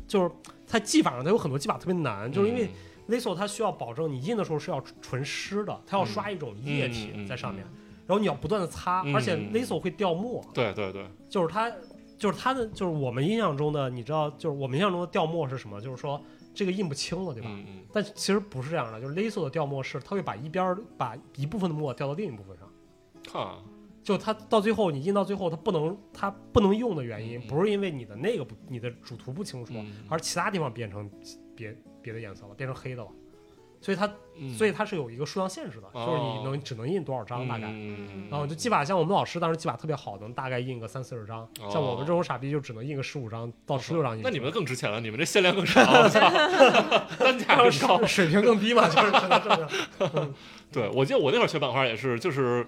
B: 就是。它技法上它有很多技法特别难，嗯就是因为
D: 嗯
B: Lasso 它需要保证你印的时候是要纯湿的，它要刷一种液体在上面，然后你要不断的擦，
D: 嗯
B: 而且
D: 嗯
B: Lasso 会掉墨，
D: 对对对，
B: 就是它，就是它的，就是我们印象中的，你知道，就是我们印象中的掉墨是什么？就是说这个印不清了，对吧？
D: 嗯嗯，
B: 但其实不是这样的，就是 Lasso 的掉墨是，它会把一边儿把一部分的墨掉到另一部分上，
D: 看啊
B: 就它到最后你印到最后，它不能它不能用的原因，
D: 嗯
B: 不是因为你的那个不你的主图不清楚，
D: 嗯
B: 而其他地方变成别别的颜色了，变成黑的了。所以它，
D: 嗯哦
B: 所以它是有一个数量限制的，就是你能只能印多少张大概。
D: 嗯
B: 然后就技法，像我们老师当时技法特别好，能大概印个三四十张。
D: 哦
B: 像我们这种傻逼，就只能印个十五张到十六张印出
D: 那
B: 来。
D: 你们更值钱了，你们这限量更少，我 操单价更高。
B: 水平更低嘛，就是只能这 么着。
D: 对，我记得我那会儿学版画也是，就是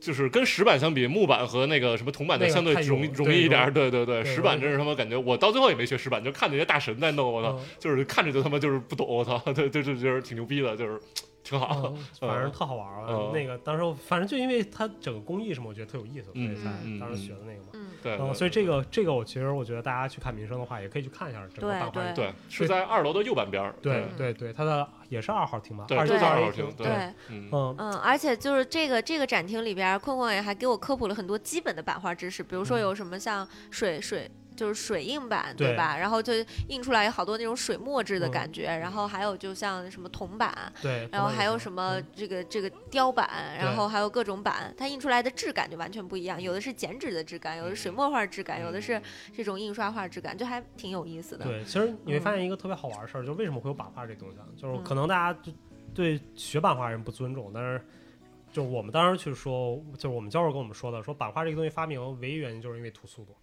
D: 就是跟石板相比，木板和那个什么铜板就
B: 那个
D: 相对
B: 太
D: 容易
B: 有
D: 容易一点儿。对对对，
B: 对
D: 石板真是他妈感觉，我到最后也没学石板，就看那些大神在弄，我操，
B: 嗯
D: 就是看着就他妈就是不懂，我操，对，对对，就是挺牛逼的，就是挺好。
B: 嗯反正特好玩儿啊
D: 嗯。
B: 那个当时我反正就因为它整个工艺什么，我觉得特有意思，所以
D: 嗯
B: 才
D: 嗯
B: 当时学
D: 嗯
B: 的那个嘛。
C: 嗯，
D: 对，
B: 嗯，
D: 对
B: 所以这个这个我其实我觉得大家去看民生的话，也可以去看一下整个
C: 对
B: 版画。
C: 对
D: 对是在二楼的右半边儿。
B: 对
C: 嗯
B: 对对，它的也是二号厅吧？
D: 对，
B: 二
D: 就
B: 六
D: 在
B: 到
D: 二
B: 二
D: 楼厅。
B: 对，
C: 对，
D: 嗯，
B: 嗯
C: 嗯，而且就是这个这个展厅里边儿，困困也还给我科普了很多基本的版画知识，比如说
B: 嗯
C: 有什么像水水。就是水印版
B: 对
C: 对吧？然后就印出来有好多那种水墨制的
B: 嗯
C: 感觉，然后还有就像什么铜版，
B: 对。
C: 然后还有什么
B: 嗯
C: 这个这个雕版，然
B: 对
C: 后还有各种版，它印出来的质感就完全不一样，有的是剪纸的质感，有的是水墨画质感，有的是
D: 嗯
C: 这种印刷画质感，就还挺有意思的。
B: 对，其实你会发现一个特别好玩的事儿，就是为什么会有版画这东西啊？就是
C: 嗯
B: 可能大家就对学版画人不尊重，但是就是我们当时去说，就是我们教授跟我们说的，说版画这个东西发明唯一原因就是因为图速度，
D: 嗯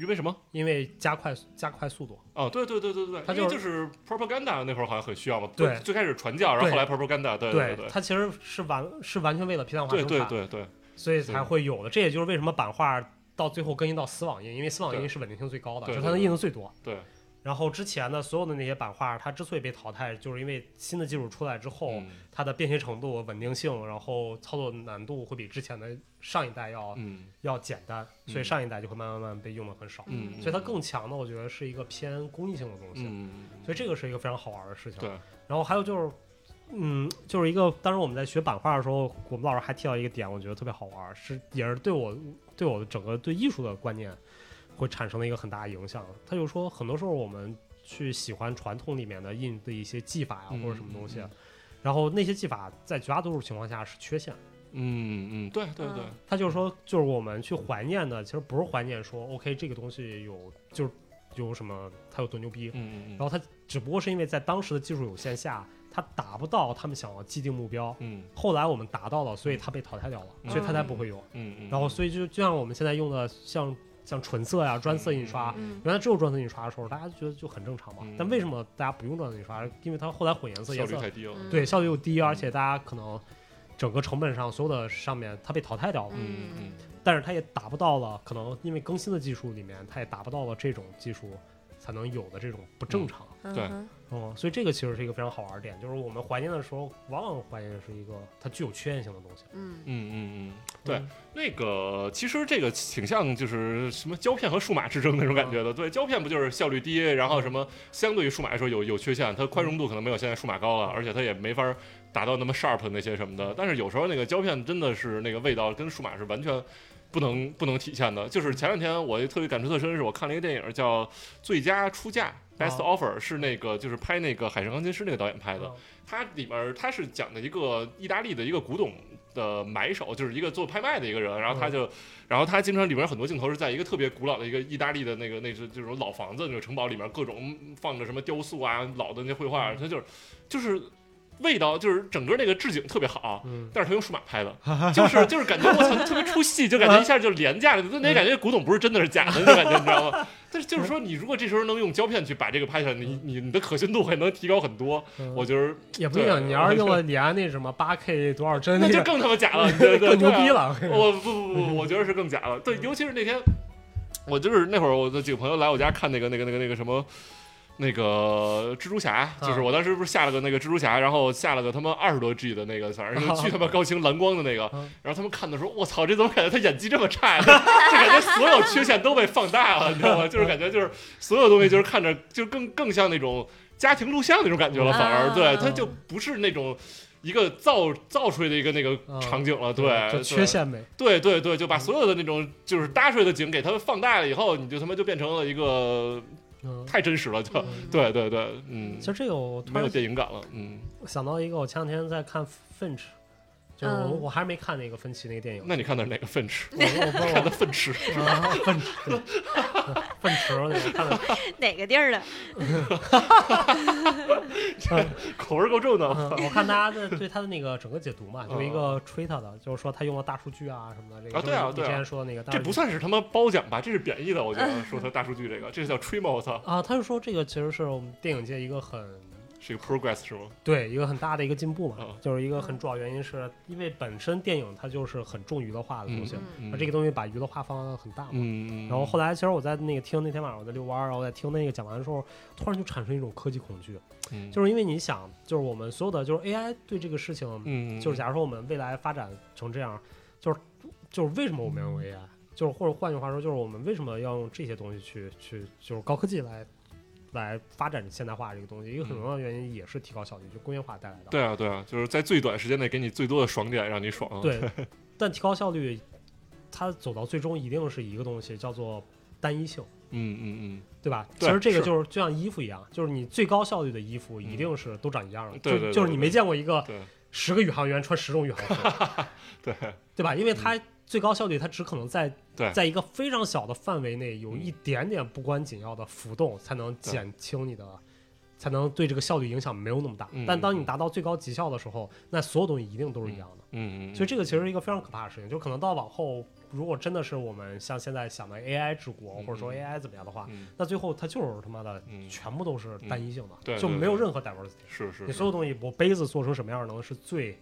D: 因为什么？
B: 因为加快加快速度。
D: 哦，对对对对对，
B: 它
D: 因为
B: 就
D: 就是 propaganda 那会儿好像很需要嘛。
B: 对
D: 最开始传教，然后
B: 对
D: 后来 propaganda，对对对
B: 它其实是完是完全为了批量化
D: 对
B: 生
D: 对
B: 产，
D: 对对，
B: 所以才会有的。这也就是为什么版画到最后更新到丝网印，因为丝网
D: 对
B: 印是稳定性最高的，
D: 对
B: 就
D: 对
B: 它能印的最多。
D: 对
B: 然后之前的所有的那些版画，它之所以被淘汰，就是因为新的技术出来之后，
D: 嗯
B: 它的便携程度、稳定性，然后操作难度会比之前的上一代要、
D: 嗯
B: 要简单，所以
D: 嗯
B: 上一代就会慢慢慢慢被用的很少。
D: 嗯，
B: 所以它更强的，我觉得是一个偏公益性的东西，
D: 嗯
B: 所以这个是一个非常好玩的事情。
D: 对，
B: 然后还有就是，嗯，就是一个当时我们在学版画的时候，我们老师还提到一个点，我觉得特别好玩，是也是对我对我整个对艺术的观念会产生了一个很大的影响。他就说，很多时候我们去喜欢传统里面的印的一些技法呀、
D: 嗯
B: 或者什么东西
D: 嗯，
B: 然后那些技法在绝大多数情况下是缺陷的。
D: 嗯嗯，对对对，
B: 他就是说，就是我们去怀念的，其实不是怀念说，OK，这个东西有就是有什么，它有多牛逼，
D: 嗯嗯
B: 然后它只不过是因为在当时的技术有限下，它达不到他们想要既定目标。
D: 嗯
B: 后来我们达到了，所以它被淘汰掉了，
D: 嗯
B: 所以它才不会有。
D: 嗯嗯，
B: 然后所以就就像我们现在用的像像纯色呀、专色印刷，
C: 嗯，
B: 原来只有专色印刷的时候，大家觉得就很正常嘛。
D: 嗯
B: 但为什么大家不用专色印刷？因为它后来混颜色，
D: 效
B: 颜
D: 率
B: 色
D: 太低了，
B: 对效率又低，
D: 嗯
B: 而且大家可能整个成本上所有的上面它被淘汰掉了。
D: 嗯嗯
B: 但是它也达不到了，可能因为更新的技术里面，它也达不到了这种技术才能有的这种不正常。
D: 对
C: 嗯哼，
B: 嗯，所以这个其实是一个非常好玩的点，就是我们怀念的时候，往往怀念的是一个它具有缺陷性的东西。
C: 嗯，
D: 嗯嗯嗯，对，那个其实这个挺像就是什么胶片和数码之争那种感觉的。对，胶片不就是效率低，然后什么相对于数码来说有有缺陷，它宽容度可能没有现在数码高了，而且它也没法达到那么 sharp 那些什么的。但是有时候那个胶片真的是那个味道跟数码是完全。不能不能体现的，就是前两天我特别感触特深，是我看了一个电影叫《最佳出价》（Best Offer），是那个就是拍那个《海上钢琴师》那个导演拍的。它里面它是讲的一个意大利的一个古董的买手，就是一个做拍卖的一个人，然后他就，然后他经常里面很多镜头是在一个特别古老的一个意大利的那个那是这种老房子那种城堡里面各种放着什么雕塑啊、老的那些绘画，他就是就是味道就是整个那个置景特别好，
B: 嗯，
D: 但是他用数码拍的，就是就是感觉我操特别出戏，就感觉一下就廉价了，就那感觉古董不是真的是假的那感觉，你知道吗？但是就是说你如果这时候能用胶片去把这个拍下来，你你你的可信度还能提高很多，
B: 嗯
D: 我觉得。
B: 也不一定，
D: 对
B: 你要是用了李安那什么八 K 多少帧
D: 那就
B: 个，
D: 更他妈假 了，对对
B: 更牛
D: 对啊
B: 逼 了。
D: 我不不不，我觉得是更假了。对，尤其是那天，我就是那会儿我的几个朋友来我家看那个那个那个那个什么。那个蜘蛛侠，
B: 嗯
D: 就是我当时不是下了个那个蜘蛛侠，然后下了个他妈二十多 G 的那个，反正就巨他妈高清蓝光的那个
B: 嗯，
D: 然后他们看的时候，我操，这怎么感觉他演技这么差呀？ 就感觉所有缺陷都被放大了，你知道吗？就是感觉就是所有东西就是看着就更更像那种家庭录像那种感觉了，反而
C: 啊
D: 对，他就不是那种一个造造出来的一个那个
B: 嗯
D: 场景了，
B: 就
D: 对，
B: 缺
D: 陷。
B: 陷美。
D: 对对对，
B: 嗯
D: 就把所有的那种就是搭出来的景给它们放大了以后，你就他妈就变成了一个
B: 嗯，
D: 太真实了，就、
C: 嗯
D: 对对对，嗯
B: 其，实这个我突
D: 没有
B: 然
D: 电影感了，嗯，
B: 想到一个，我前两天在看《Finch》，就是我
C: 嗯
B: 我还没看那个芬奇那个 电影。
D: 那你看的是哪个粪池？
B: 我我帮
D: 看的
B: 我
D: 粪池，
B: 啊，粪池，对 粪池那个看了，
C: 哪个地儿的？
D: 口味够重 的。
B: 嗯我看大家的对他的那个整个解读嘛，
D: 嗯
B: 有一个吹他的，就是说他用了大数据啊什么的，这个
D: 啊对啊
B: 就是
D: 对啊
B: 你之前说的那个大数
D: 这
B: 据，
D: 不算是他妈褒奖吧？这是贬义的，我觉得说它大数据这个，这是叫吹吗？我操，
B: 啊，他是说这个其实是我们电影界一个很
D: 是一个 progress 是吗？
B: 对一个很大的一个进步嘛
D: 嗯，
B: 就是一个很主要原因是因为本身电影它就是很重娱乐化的东西，
D: 嗯
B: 而这个东西把娱乐化放得很大嘛。
D: 嗯，
B: 然后后来，其实我在那个听那天晚上我在遛弯儿，然后我在听那个讲完的时候，突然就产生一种科技恐惧，
D: 嗯
B: 就是因为你想，就是我们所有的就是 AI 对这个事情，
D: 嗯，
B: 就是假如说我们未来发展成这样，就是就是为什么我们要
D: 嗯
B: 用 AI，就是或者换句话说，就是我们为什么要用这些东西去去就是高科技来来发展现代化这个东西，一个很
D: 嗯
B: 重要的原因也是提高效率，就工业化带来的。
D: 对啊对啊，就是在最短时间内给你最多的爽点，让你爽啊。
B: 对，但提高效率，它走到最终一定是一个东西，叫做单一性。
D: 嗯嗯
B: 对吧？其
D: 对
B: 实这个
D: 是
B: 就是就像衣服一样，就是你最高效率的衣服一
D: 嗯
B: 定是都长一样的，
D: 对对
B: 就
D: 对
B: 就是你
D: 对
B: 没见过一个
D: 嗯，对
B: 十个宇航员穿十种宇航服，
D: 对，
B: 对吧？因为它最高效率，它只可能在
D: 嗯对
B: 在一个非常小的范围内有
D: 嗯
B: 一点点不关紧要的浮动，才能减轻你的。才能对这个效率影响没有那么大，
D: 嗯
B: 但当
D: 嗯
B: 你
D: 嗯
B: 达到最高极效的时候，那所有东西一定都是一样的。
D: 嗯嗯，
B: 所以这个其实是一个非常可怕的事情，就可能到往后，如果真的是我们像现在想的 AI 之国，
D: 嗯
B: 或者说
D: 嗯
B: AI 怎么样的话，
D: 嗯
B: 那最后它就是他妈的
D: 嗯
B: 全部都是单一性的，
D: 对
B: 就
D: 对
B: 没有
D: 对
B: 任何 diversity。
D: 是是
B: 你
D: 是
B: 所有东西，我杯子做成什么样能是最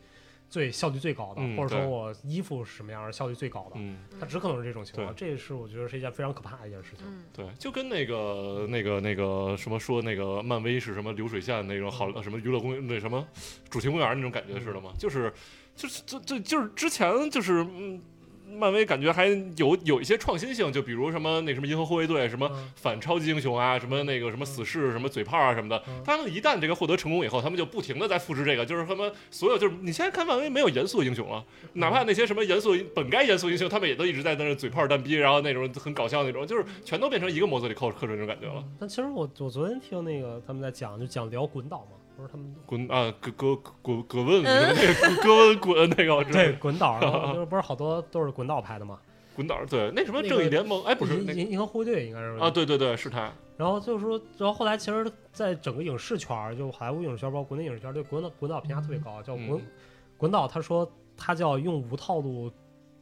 B: 最效率最高的，
D: 嗯
B: 或者说
D: 对
B: 我衣服是什么样效率最高的，
D: 嗯。
B: 它只可能是这种情况。这是我觉得是一件非常可怕的一件事情。
C: 嗯
D: 对，就跟那个、那个、那个什么说那个漫威是什么流水线那种好什么娱乐公那什么主题公园那种感觉似的嘛，就是就是这这就是之前就是嗯。漫威感觉还有有一些创新性，就比如什么那什么银河护卫队，什么
B: 嗯
D: 反超级英雄啊，什么那个什么死侍，什么嘴炮啊什么的
B: 嗯。
D: 他们一旦这个获得成功以后，他们就不停的在复制这个，就是他们所有就是你现在看漫威没有严肃的英雄了，哪怕那些什么严肃本该严肃英雄，他们也都一直在那儿嘴炮蛋逼，然后那种很搞笑那种，就是全都变成一个模子里扣刻出那种感觉了。
B: 嗯但其实我我昨天听那个他们在讲，就讲聊滚岛嘛，不是他们
D: 滚啊，葛葛葛葛问，
B: 嗯
D: 那个 葛问滚那个，我知道
B: 对滚岛，然 后就是不是好多都是滚岛拍的嘛？
D: 滚倒对，那什么
B: 那个
D: 正义联盟，哎，不是
B: 银
D: 那个
B: 银银河护卫队应该是
D: 啊，对对对，是他，
B: 然后就是说，然后后来其实，在整个影视圈儿，就好莱坞影视圈儿，包括国内影视圈儿，对滚岛滚岛评价特别高，叫滚、
D: 嗯
B: 滚岛。他说他叫用无套路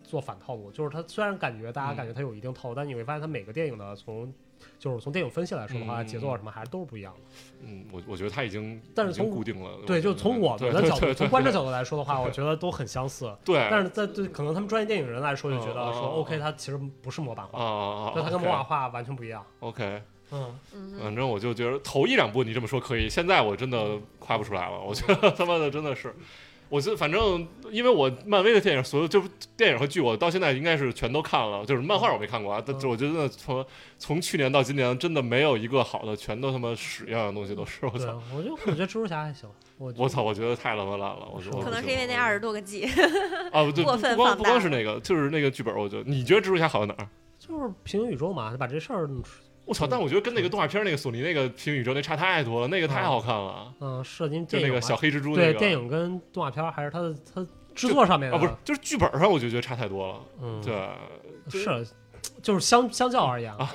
B: 做反套路，就是他虽然感觉大家
D: 嗯
B: 感觉他有一定套路，但你会发现他每个电影的从就是从电影分析来说的话，
D: 嗯
B: 节奏啊什么还是都是不一样的。
D: 嗯，我我觉得他已经
B: 但是
D: 已经
B: 从
D: 固定了，
B: 对，就从我
D: 嗯对
B: 们的角
D: 对
B: 度，
D: 对
B: 从
D: 对哎
B: 观众角度来说的话，我觉得都很相似。
D: 对，
B: 但是在对可能他们专业电影人来说，就觉
D: 哦
B: 得
D: 哦
B: 说
D: 哦
B: OK，它其实不是模板
D: 啊
B: 化，
D: 啊啊，
B: 就它跟模板化完全不一样。
D: OK，
B: 嗯，
C: 嗯哼，
D: 反正我就觉得头一两部你这么说可以，现在我真的
C: 嗯
D: 夸不出来了。我觉得他妈的真的是，我觉得反正因为我漫威的电影所有就是电影和剧，我到现在应该是全都看了，就是漫
C: 嗯
D: 画我没看过啊，但是我觉得真的从从去年到今年真的没有一个好的，全都他妈屎一样的东西都是。我
B: 对
D: 操！，
B: 我就我觉得蜘蛛侠还行，我
D: 我操！我觉得太他妈烂了，我说
C: 可能是因为那二十多个 G，
D: 啊，不对，
C: 过
D: 不
C: 分
D: 不光
C: 放
D: 不
C: 大
D: 光是那个，就是那个剧本，我觉得你觉得蜘蛛侠好在哪儿？
B: 就是平行宇宙嘛，把这事儿，
D: 我操！
B: 嗯
D: 但我觉得跟那个动画片那个索尼那个平行宇宙那差太多了，那个太好看了，
B: 嗯，射进
D: 就
B: 电
D: 那
B: 影嘛
D: 个小黑蜘蛛那
B: 对
D: 个
B: 电影跟动画片儿还是它的它制作上面的
D: 啊，不是，就是剧本上我就觉得差太多了。
B: 嗯，
D: 对，就是
B: 就是相相较而 言啊，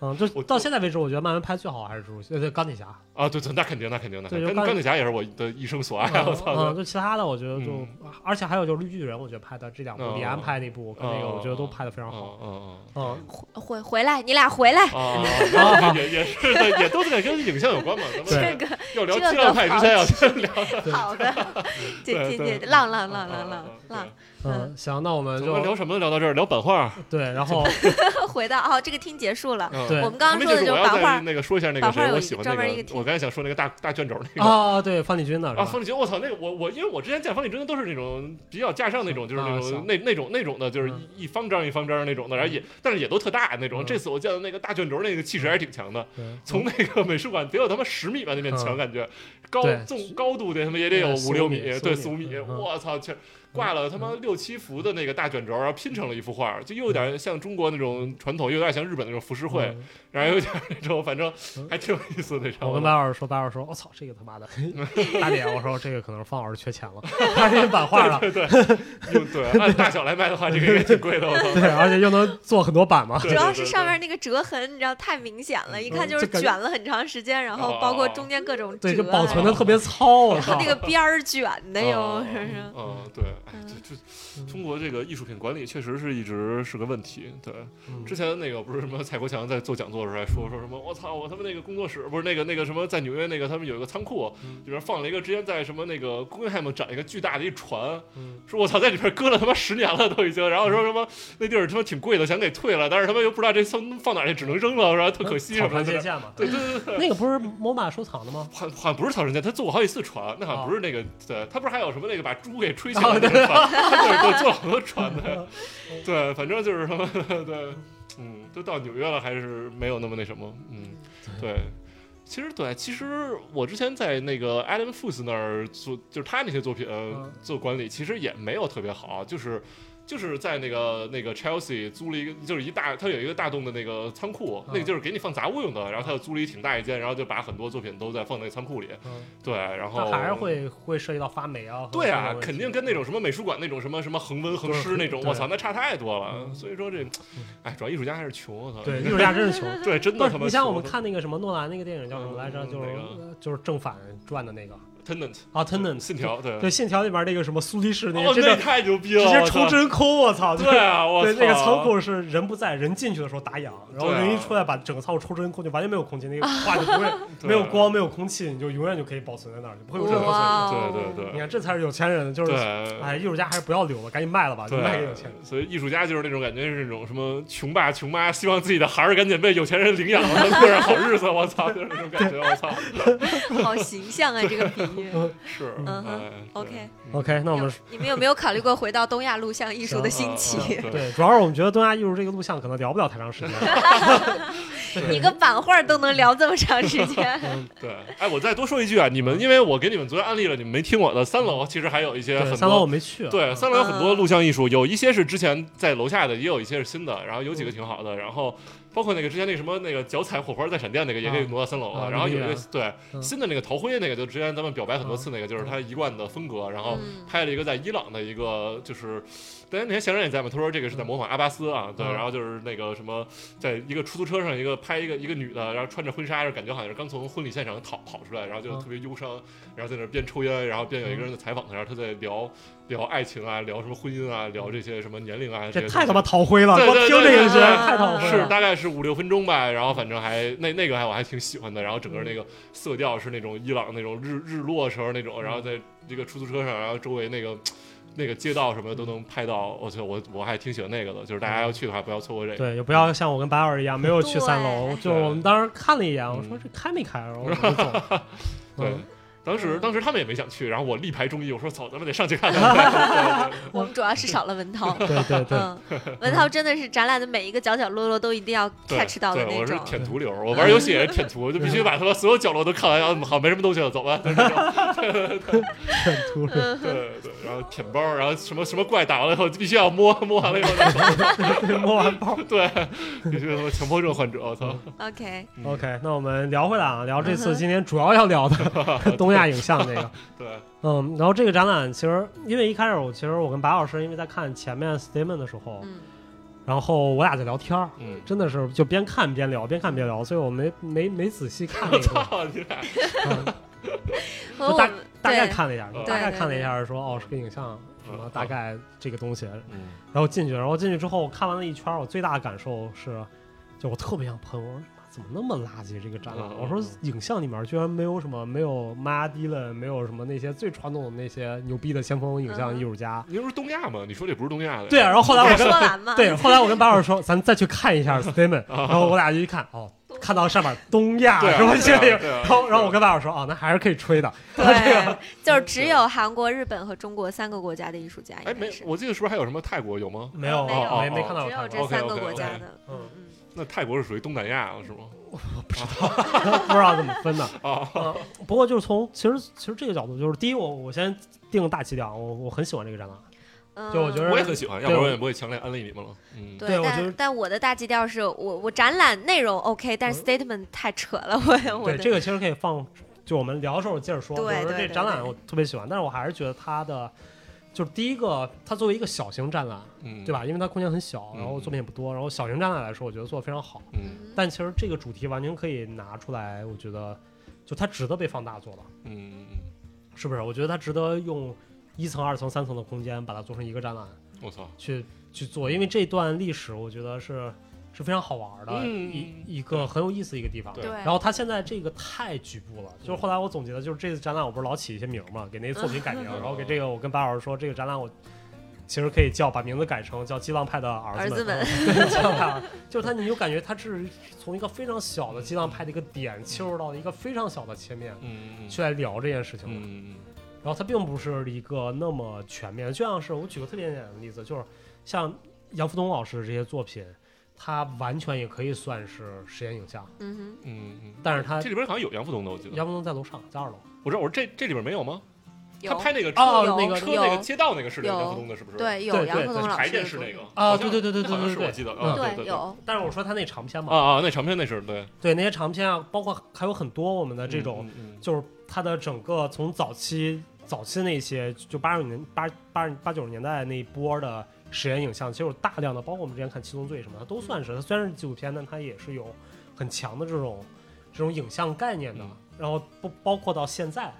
B: 嗯，就
D: 我
B: 到现在为止，我觉得漫威拍最好还是蜘蛛侠，呃对钢铁侠，
D: 啊，对对，那肯定，那肯定，那肯
B: 对
D: 定。
B: 就
D: 钢
B: 钢
D: 钢铁侠也是我的一生所爱，
B: 嗯
D: 我操！
B: 嗯，
D: 对
B: 就其他的我觉得就
D: 嗯，
B: 而且还有就是绿巨人，我觉得拍的这两部，
D: 嗯
B: 李安拍那部跟那个，
D: 嗯
B: 我觉得都拍的非常好，
D: 嗯嗯嗯。
B: 嗯，
C: 回回来，你俩 回来，
D: 啊，
B: 啊
D: 也也是的，也都在跟影像有关嘛。咱
B: 对
D: 们
C: 这个
D: 要聊
C: 这个
D: 激浪派之前要先聊
B: 对
C: 好的，这这
D: 对对
C: 这浪浪浪
D: 啊
C: 浪
D: 啊啊
C: 浪浪，
B: 嗯，行，那我们
D: 咱
B: 就
D: 们聊什么？聊到这儿，聊版画。
B: 对，然后
C: 回到哦，这个厅结束了。
D: 嗯
B: 对
C: 我们刚刚
D: 没
C: 说的
D: 记
C: 就
D: 住
C: 是
D: 我要
C: 版
D: 再
C: 画，
D: 那个说一下那个
C: 版画
D: 谁，
C: 有
D: 我
C: 一
D: 喜欢那
C: 专门一个
D: 个，
C: 题
D: 我刚才想说那个大大卷轴那个。
B: 啊，对，方力钧的
D: 啊，
B: 是吧？
D: 方力钧，我操，那个我我，因为我之前见方力钧都是那种比较架上那种，就是那
B: 啊
D: 种
B: 行
D: 那那种那种的，就是
B: 嗯
D: 一一方张一方张那种的，然后也但是也都特大那种。
B: 嗯
D: 这次我见到那个大卷轴那个气势还是挺强的，
B: 对
D: 从那个美术馆得有他妈十米吧那面
B: 嗯
D: 墙，感觉高
B: 对
D: 纵高度得他妈也得有
B: 对
D: 五
B: 四
D: 六
B: 五米
D: 对四
B: 四
D: 五
B: 五米
D: 米，
B: 嗯嗯嗯
D: 我操，全挂了他妈六七幅的那个大卷轴，然后拼成了一幅画，就又有点像中国那种传统，又有点像日本那种浮世绘，
B: 嗯
D: 然后有点那种反正
B: 嗯
D: 还挺有意思的那
B: 我跟
D: 种。
B: 白老师说，白老师说，我、操，这个他 妈的大脸，我说这个可能是方老师缺钱了，他这版画了，
D: 对对 对，用对按大小来卖的话，这个也挺贵的，我操。
B: 对，而且又能做很多版嘛，
D: 对
C: 主要
D: 对
C: 是
D: 对
C: 上面那个折痕，你知道太明显了，一看就是
B: 嗯这感觉哦
C: 卷了很长时间，然后包括中间各种折
B: 对，
C: 啊，
B: 就保存的特别糙，我
C: 然后
B: 操
C: 那，个边儿卷的哟，
B: 哦
D: 嗯
C: 是不 是？
D: 嗯，对，哎，
C: 嗯
D: 这这中国这个艺术品管理确实是一直是个问题。对，
B: 嗯
D: 之前那个不是什么蔡国强在做讲座的时候还说说什么我操我他们那个工作室不是那个那个什么在纽约那个他们有一个仓库
B: 嗯
D: 里面放了一个之前在什么那个古根海姆展一个巨大的一船，
B: 嗯
D: 说我操在里边搁了他妈十年了都已经，然后说什么那地儿他妈挺贵的想给退了，但是他们又不知道这放放哪儿去，只能扔了，然后特可惜什
B: 嗯草
D: 么
B: 船借
D: 的。
B: 箭嘛，
D: 对对对对，
B: 那个不是某马收藏的吗？
D: 好好像不是草船借，他做过好几次船，那好像
B: 哦
D: 不是那个，对，他不是还有什么那个把猪给吹起来的那个船，他哦对对做了好多船 的，对，反正就是什么， 对，嗯，都到纽约了，还是没有那么那什么，嗯，对。其实对，其实我之前在那个 Adam Foots 那儿做，就是他那些作品、呃
B: 嗯
D: 做管理，其实也没有特别好，就是就是在那个那个 Chelsea 租了一个，就是一大，他有一个大栋的那个仓库，那个
B: 嗯
D: 就是给你放杂物用的，然后他就租了一挺大一间，然后就把很多作品都在放在仓库里，
B: 嗯，
D: 对，然后
B: 但还是会会涉及到发霉啊，和
D: 哦对
B: 各
D: 啊，
B: 种问题
D: 肯定跟那种什么美术馆那种什么什么恒温恒湿那种，
B: 对
D: 我操，那差太多了。
B: 嗯
D: 所以说这，哎，主要艺术家还是穷，我操。
B: 对艺术家真是穷。
D: 对，真
B: 不
D: 的
B: 是
D: 他妈。
B: 你像我们看那个什么诺兰那个电影叫什么来着？
D: 嗯
B: 就是、
D: 那个
B: 就是正反转的那个
D: Tenant
B: 啊，Tenant
D: 信条，对，
B: 对《信条》里面那个什么苏黎世那个，
D: 哦，
B: 真
D: 那
B: 的
D: 太牛逼
B: 直
D: 了，
B: 接
D: 我操
B: 抽。真空，我操！就是
D: 对啊，我
B: 对，
D: 操
B: 那个仓库是人不在，人进去的时候打氧，然后
D: 对啊
B: 人一出来把整个仓库抽真空，就完全没有空气， 那个画就不会没有光，没有空气，你就永远就可以保存在那儿，就不会有任何损
C: 哇
B: 失。
D: 对
C: 哦
D: 对对
B: 你看，这才是有钱人，就是
D: 对嗯
B: 哎，艺术家还是不要留了，赶紧卖了吧，就卖给有钱人。
D: 对，所以艺术家就是那种感觉，是那种什么穷爸穷妈，希望自己的孩儿赶紧被有钱人领养了，能 过上好日子。我操，就是那种感觉，我操，
C: 好形象啊，这个比 喻。
D: 是，
C: 嗯哼
D: 哎对
C: OK
D: 嗯
B: OK，那我们
C: 有你们有没有考虑过回到东亚录像艺术的兴起？
D: 嗯嗯嗯
B: 对，主要是我们觉得东亚艺术这个录像可能聊不了太长时间。嗯
C: 一个版画都能聊这么长时 间，
D: 对，哎，我再多说一句啊，你们因为我给你们昨天安利了，你们没听我的。三楼其实还有一些
B: 对，
D: 很
B: 三楼我
D: 多，
B: 没去。嗯
D: 对，三楼有很多录像艺术，有一些是之前在楼下的，也有一些是新的，然后有
B: 嗯
D: 几个挺好的，然后包括那个之前那个什么那个脚踩火花在闪电那个也可以挪到三楼了，
B: 啊
D: 然后有一个
B: 啊
D: 对
B: 嗯
D: 新的那个陶辉那个，就之前咱们表白很多次那个，就是他一贯的风格，然后
C: 嗯
D: 拍了一个在伊朗的一个就是。当然，那天闲人也在嘛，他说这个是在模仿阿巴斯啊，对，
B: 嗯
D: 然后就是那个什么，在一个出租车上，一个拍一个一个女的，然后穿着婚纱，就感觉好像是刚从婚礼现场逃跑出来，然后就
B: 嗯
D: 特别忧伤，然后在那边抽烟，然后边有一个人在采访他，然后他在聊聊爱情啊，聊什么婚姻啊，聊这些什么年龄啊，
B: 这
D: 些
B: 太他
D: 东
B: 妈
D: 西
B: 陶灰了，
D: 对
B: 光
D: 对
B: 听这
D: 对
B: 个就觉得
D: 对
B: 太陶灰
D: 是
B: 了。
D: 大概是五六分钟吧，然后反正还那那个还我还挺喜欢的，然后整
B: 嗯
D: 个那个
B: 嗯
D: 色调是那种伊朗那种日日落时候那种，然后在这个出租车上，然后周围那个。那个街道什
B: 嗯
D: 么的都能拍到。我去，我我还挺喜欢那个的，就是大家要去的话不要错过这个。
B: 对，也不要像我跟白老师一样没有去三楼，
C: 对
B: 就是我们当时看了一眼，我说
D: 嗯
B: 这开没开，然后我们就走了。
D: 对
B: 嗯，。
D: 当时当时他们也没想去，然后我力排众议，我说走，咱们得上去看看。
C: 我们主要是少了文涛
B: 对 对对，
C: 嗯，文涛真的是展览的每一个角角落落都一定要
D: 对
C: catch 到的
D: 对，
C: 那
D: 我是
C: 种。
D: 舔图流，我玩游戏也是舔图，就必须把他妈所有角落都看完。然后好，没什么东西 了，走吧。就这种
B: 很突然。
C: 嗯
D: 对对，然后舔包，然后什么什么怪打完了以后，必须要摸，摸完了以后 再走。
B: 摸完包。
D: 对，你是他妈强迫症患者，我操！
C: OK，
B: OK，那我们聊回来啊，聊这
C: 嗯
B: 次今天主要要聊 的东亚影像这个。
D: 对，
B: 嗯，然后这个展览其实，因为一开始我其实我跟白老师，因为在看前面 statement 的时候，
C: 嗯，
B: 然后我俩在聊天儿，
D: 嗯，
B: 真的是就边看边聊，边看边聊，所以我没没没仔细看那
D: 我
B: 个，
D: 操你俩！
B: 嗯
C: 和
B: 就
C: 我们
B: 大概
C: 对
B: 看了一下，
D: 对
B: 大概看了一下，说哦是个影像什么
D: 嗯
B: 大概这个东西，然
D: 嗯，
B: 后进去，然后进去之后看完了一圈儿，我最大的感受是，就我特别想喷，我说妈怎么那么垃圾这个展览？
D: 嗯嗯
B: 我说
D: 嗯
B: 影像里面居然没有什么没有 m a d i l a n 没有什么那些最传统的那些牛逼的先锋影像
C: 嗯
B: 艺术家。
D: 你不是东亚吗？你说这不是东亚的呀？
B: 对啊，然后后来我
C: 不是
B: 跟
C: 说完嘛，
B: 对，后来我跟白老师说，咱再去看一下 statement，然后我俩就一看，哦，看到上面东亚
D: 对啊
B: 什么
D: 对
B: 这
D: 啊
B: 些，
D: 对啊
B: 然后然后我
D: 对
B: 跟白老师说，哦，那还是可以吹的，
C: 对，
B: 啊
C: 就是只有韩国、日本和中国三个国家的艺术家，
D: 哎
C: 应
D: 没
C: 该，是
D: 我记得是不是还有什么泰国有吗？
B: 没有
C: 嗯没有
B: 没没
D: 哦
B: 看到
C: 只有
B: 过
C: 这
B: 台
D: ，OK，OK，OK
C: 三个国家的，
B: 嗯
C: 嗯
D: 那泰国是属于东南亚了是吗？
B: 湾，不知道怎么分 的。
C: 哦
D: 啊，
B: 嗯不过就是从其实其实这个角度，就是第一，我我先定个大基调，我我很喜欢这个展览，
C: 嗯，
B: 就我觉得
D: 我也很喜欢，要
B: 对
D: 不然
B: 我
D: 我也不会强烈安利你们了。嗯，
C: 对，
B: 对我觉得
C: 但但我的大基调是我我展览内容 OK，但
B: 嗯
C: 是 statement 太扯了，我我
B: 对
C: 的
B: 这个其实可以放，就我们聊的时候接着说。
C: 对
B: 就是说
C: 对
B: 这
C: 对
B: 展览
C: 对
B: 我特别喜欢，但是我还是觉得它的就是第一个，它作为一个小型展览，
D: 嗯，
B: 对？吧？因为它空间很小，
D: 嗯
B: 然后作品也不多，然后小型展览来说，我觉得做的非常好。
D: 嗯
B: 但其实这个主题完全可以拿出来，我觉得就它值得被放大做的，
D: 嗯，
B: 是不是？我觉得它值得用一层、二层、三层的空间把它做成一个展览
D: 我操，
B: 去去做，因为这段历史我觉得是是非常好玩的，
D: 嗯
B: 一一个很有意思的一个地方。
D: 对
C: 对，
B: 然后它现在这个太局部了，就是后来我总结的，就是这次展览我不是老起一些名嘛，给那些作品改名，然后给这个我跟巴老师说，这个展览我其实可以叫把名字改成叫激浪派的儿子们，
C: 儿
B: 对，激浪派儿，就是它你就感觉它是从一个非常小的激浪派的一个点切入到一个非常小的切面。
D: 嗯嗯
B: 去来聊这件事情的，
D: 嗯
B: 然后它并不是一个那么全面，就像是我举个特别简单的例子，就是像杨福东老师的这些作品，它完全也可以算是实验影像，
C: 嗯哼，
D: 嗯嗯，
B: 但是它
D: 这里边好像有杨福东的，我记得。
B: 杨福东在楼上，在二楼。
D: 我知道，我说这这里边没有吗？他
C: 有
D: 拍那个车
B: 哦
C: 有
B: 那个
D: 车那个
C: 有
D: 街道那个是
C: 有
D: 杨福东的，是不是？
C: 对有
B: 对
C: 杨
B: 对
C: 鹤
B: 对
C: 东老
D: 排
C: 师的
D: 练室
C: 作
D: 那
C: 品
D: 个
B: 啊
D: 好像
B: 对对对对
D: 好像
B: 对
D: 是
B: 对
D: 我记得
B: 嗯
D: 啊，对
C: 对
D: 对
C: 有
B: 但是我说他那长篇嘛，
D: 啊啊，那长篇那是对
B: 对那些长篇啊，包括还有很多我们的这种，，
D: 嗯嗯
B: 就是他的整个从早期早期那些就八九年八八八九十年代那一波的实验影像，其实有大量的，包括我们之前看《七宗罪》什么的，它都算是它虽然是纪录片，但它也是有很强的这种这种影像概念的
D: 嗯。
B: 然后不包括到现在，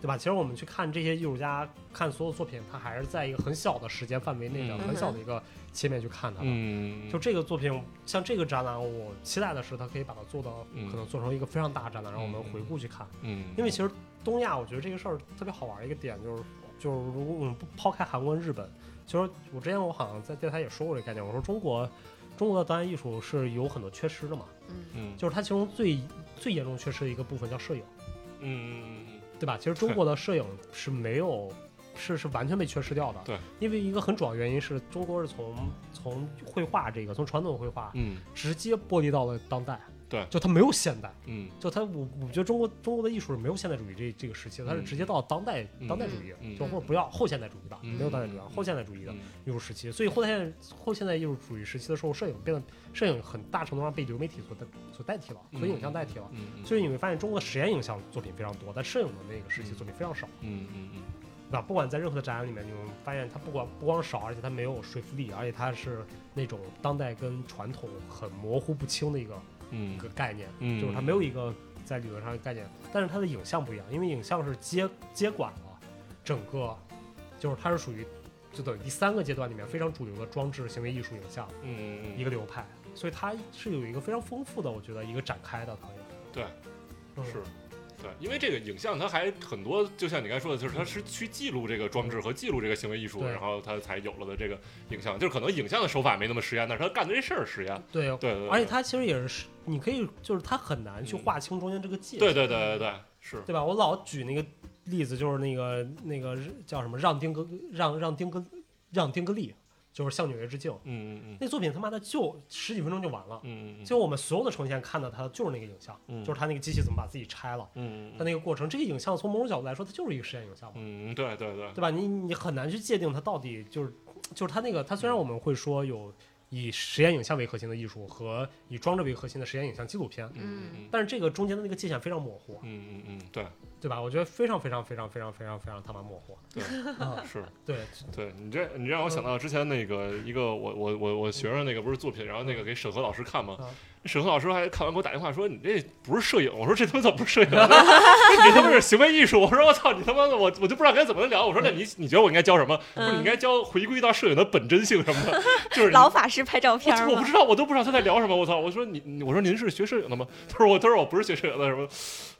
B: 对吧？其实我们去看这些艺术家看所有作品，他还是在一个很小的时间范围内的、
D: 嗯
B: 很小的一个切面去看它的。
D: 嗯，嗯
B: 就这个作品，像这个展览，我期待的是它可以把它做到，
D: 嗯
B: 可能做成一个非常大的展览，让我们
D: 嗯
B: 回顾去看。
D: 嗯，
B: 因为其实东亚，我觉得这个事儿特别好玩的一个点就是，就是如果我们不抛开韩国、日本，其实我之前我好像在电台也说过这个概念，我说中国中国的当代艺术是有很多缺失的嘛，
C: 嗯
D: 嗯
B: 就是它其中最最严重缺失的一个部分叫摄影，
D: 嗯嗯嗯
B: 对吧？其实中国的摄影是没有。是是完全被缺失掉的，
D: 对，
B: 因为一个很主要原因是中国是从从绘画这个从传统绘画，
D: 嗯
B: 直接剥离到了当代。
D: 对
B: 就它没有现代，
D: 嗯
B: 就它我我觉得中国中国的艺术是没有现代主义这这个时期的，它是
D: 嗯
B: 直接到当代、
D: 嗯
B: 当代主义，
D: 嗯
B: 就或者不要后现代主义吧，
D: 嗯
B: 没有当代主义，
D: 嗯
B: 后现代主义的
D: 嗯
B: 艺术时期。所以后现代后现代艺术主义时期的时候，摄影变得摄影很大程度上被流媒体所代所代替了，
D: 嗯
B: 所以影像代替了。
D: 嗯，
B: 所以你会发现，中国的实验影像作品非常多，但摄影的那个时期
D: 嗯
B: 作品非常少，
D: 嗯嗯嗯
B: 对吧？不管在任何的展览里面，你会发现它不光不光少，而且它没有说服力，而且它是那种当代跟传统很模糊不清的一个一
D: 嗯
B: 个概念，
D: 嗯
B: 就是它没有一个在理论上的概念，但是它的影像不一样，因为影像是接接管了整个，就是它是属于就等于第三个阶段里面非常主流的装置行为艺术影像
D: 嗯
B: 一个流派，所以它是有一个非常丰富的，我觉得一个展开的行业。
D: 对
B: 嗯，
D: 是对，因为这个影像它还很多，就像你刚才说的，就是它是去记录这个装置和记录这个行为艺术，
B: 对
D: 然后它才有了的这个影像，就是可能影像的手法没那么实验，但是他干的这事儿实验。
B: 对，
D: 对对，
B: 而且它其实也是，你可以就是它很难去
D: 嗯
B: 划清中间这个界限，
D: 对对对对
B: 嗯
D: 对是，
B: 对吧？我老举那个例子，就是那个那个叫什么让丁格让让丁格让丁格利，就是向纽约致敬
D: 嗯嗯嗯
B: 那作品，他妈的就十几分钟就完了。
D: 嗯嗯，
B: 就我们所有的呈现看到它就是那个影像，
D: 嗯
B: 就是它那个机器怎么把自己拆了，
D: 嗯
B: 它
D: 嗯
B: 那个过程。这个影像从某种角度来说，它就是一个实验影像嘛，
D: 嗯对对对，
B: 对吧？你你很难去界定它到底就是就是它那个它
D: 嗯
B: 虽然我们会说有以实验影像为核心的艺术和以装置为核心的实验影像纪录片，
D: 嗯嗯
B: 但是这个中间的那个界限非常模糊，
D: 嗯嗯嗯对
B: 对吧？我觉得非常非常非常非常非常非常他妈模糊。
D: 对
B: 啊，
D: 是。
B: 对，
D: 对你这，你这让我想到之前那个一个我我我我学生那个不是作品，然后那个给沈河老师看嘛
B: 嗯，
D: 沈河老师还看完给我打电话说你这不是摄影，我说这他妈怎么不是摄影？他说 你他妈是行为艺术！我说我操你他妈的我我就不知道该怎么聊。我说那
B: 嗯
D: 你你觉得我应该教什么？我说你应该教回归到摄影的本真性什么 的，就是你
C: 老法师拍照片
D: 我
C: 儿
D: 我不
C: 嘛，
D: 知道，我都不知道他在聊什么。我操！我说你，你我说您是学摄影的吗？他说我，他说我不是学摄影的。什么？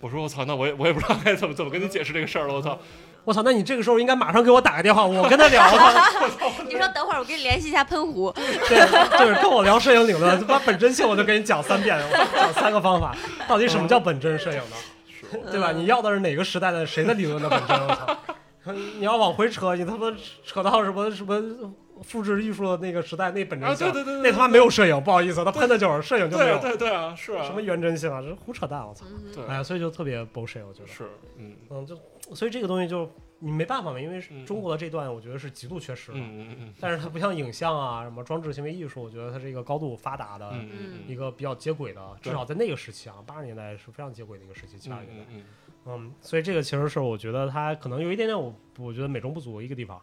D: 我说我操，那我也我也不知道该怎么怎么跟你解释这个事儿了。我操！
B: 我操，那你这个时候应该马上给我打个电话，我跟他聊他，
C: 你说等会儿我给你联系一下喷壶，
B: 对，就是跟我聊摄影理论，把本真性我就给你讲三遍，我讲三个方法，到底什么叫本真摄影呢？
D: 是
B: 对吧？你要的是哪个时代的谁的理论的本真？我操！嗯你要往回扯，你他妈扯到什么什么复制艺术的那个时代，那本真性，
D: 啊对对对对
B: 那他妈没有摄影，不好意思，他喷的就是摄影就没
D: 对嗯
B: 有
D: 啊对啊对啊，是啊，
B: 什么原真性啊，这胡扯淡，我操！
D: 对
B: 哎呀，所以就特别 bullshit，我觉得。
D: 是嗯
B: 嗯，就所以这个东西就你没办法嘛，因为是
D: 嗯
B: 中国的这段我觉得是极度缺失的。
D: 嗯嗯嗯
B: 但是它不像影像啊，什么装置行为艺术，我觉得它是一个高度发达的、
D: 嗯
B: 一
D: 嗯
B: 个比较接轨的，至
D: 对
B: 少在那个时期啊，八十年代是非常接轨的一个时期，七八十年代
D: 嗯，嗯
B: 嗯，所以这个其实是我觉得它可能有一点点我我觉得美中不足的一个地方，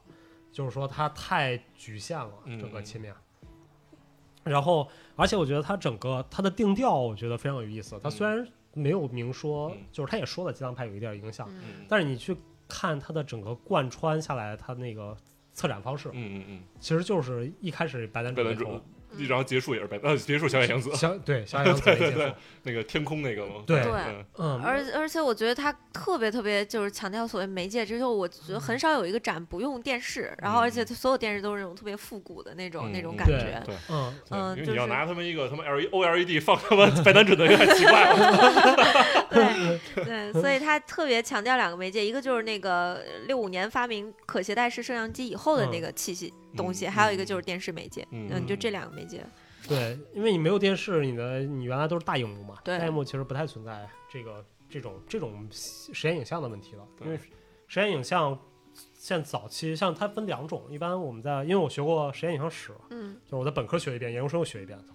B: 就是说它太局限了
D: 嗯
B: 整个切面。然后，而且我觉得它整个它的定调，我觉得非常有意思。它虽然没有明说，
D: 嗯
B: 就是它也说了鸡汤派有一点影响，
D: 嗯
B: 但是你去看它的整个贯穿下来，它那个策展方式，
D: 嗯嗯
B: 其实就是一开始白南
D: 嗯，
B: 准
D: 本
B: 没
D: 来
B: 头
D: 主，然后结束也是本呃结束小野洋子，
B: 小 对小野洋子没
D: 对
B: 接
D: 对
B: 触，，
D: 那个天空那个吗？
B: 对
D: 嗯
B: 嗯，
C: 而而且我觉得他特别特别就是强调所谓媒介，这就我觉得很
D: 嗯
C: 少有一个展不用电视，然后而且它所有电视都是那种特别复古的那种、那种
D: 嗯
C: 感
B: 对
C: 觉。
D: 对。
B: 嗯，
D: 对
C: 嗯
D: 因为
C: 就
D: 你要
C: 是
D: 拿他们一个他们 L E O L E D 放他妈白男准的有点奇怪 啊了，
C: 对 对，所以他特别强调两个媒介，一个就是那个六五年发明可携带式摄像机以后的那个气息东西，
D: 嗯
C: 还有一个就是电视媒介。
D: 嗯
C: 就这两个媒介。
B: 对，因为你没有电视，你的你原来都是大荧幕嘛，
C: 对
B: 大荧幕其实不太存在这个这种这种实验影像的问题了，
D: 对
B: 因为实验影像现早期像它分两种，一般我们在因为我学过实验影像史，
C: 嗯
B: 就是我在本科学一遍，研究生又学一遍，操。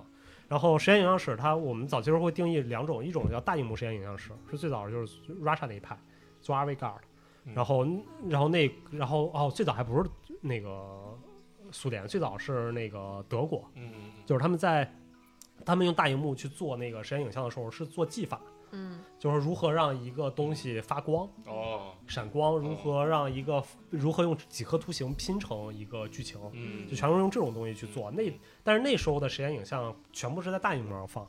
B: 然后实验影像史它我们早期时候会定义两种，一种叫大荧幕实验影像史，是最早就是 Russia 那一派做 r v g a r d
D: 嗯
B: 然后然后那然后哦最早还不是那个苏联，最早是那个德国。
D: 嗯
B: 就是他们在他们用大荧幕去做那个实验影像的时候，是做技法，
C: 嗯
B: 就是如何让一个东西发光、
D: 嗯哦
B: 闪光，如何让一个如何用几何图形拼成一个剧情，
D: 嗯
B: 就全都是用这种东西去做。那但是那时候的实验影像全部是在大荧幕上放。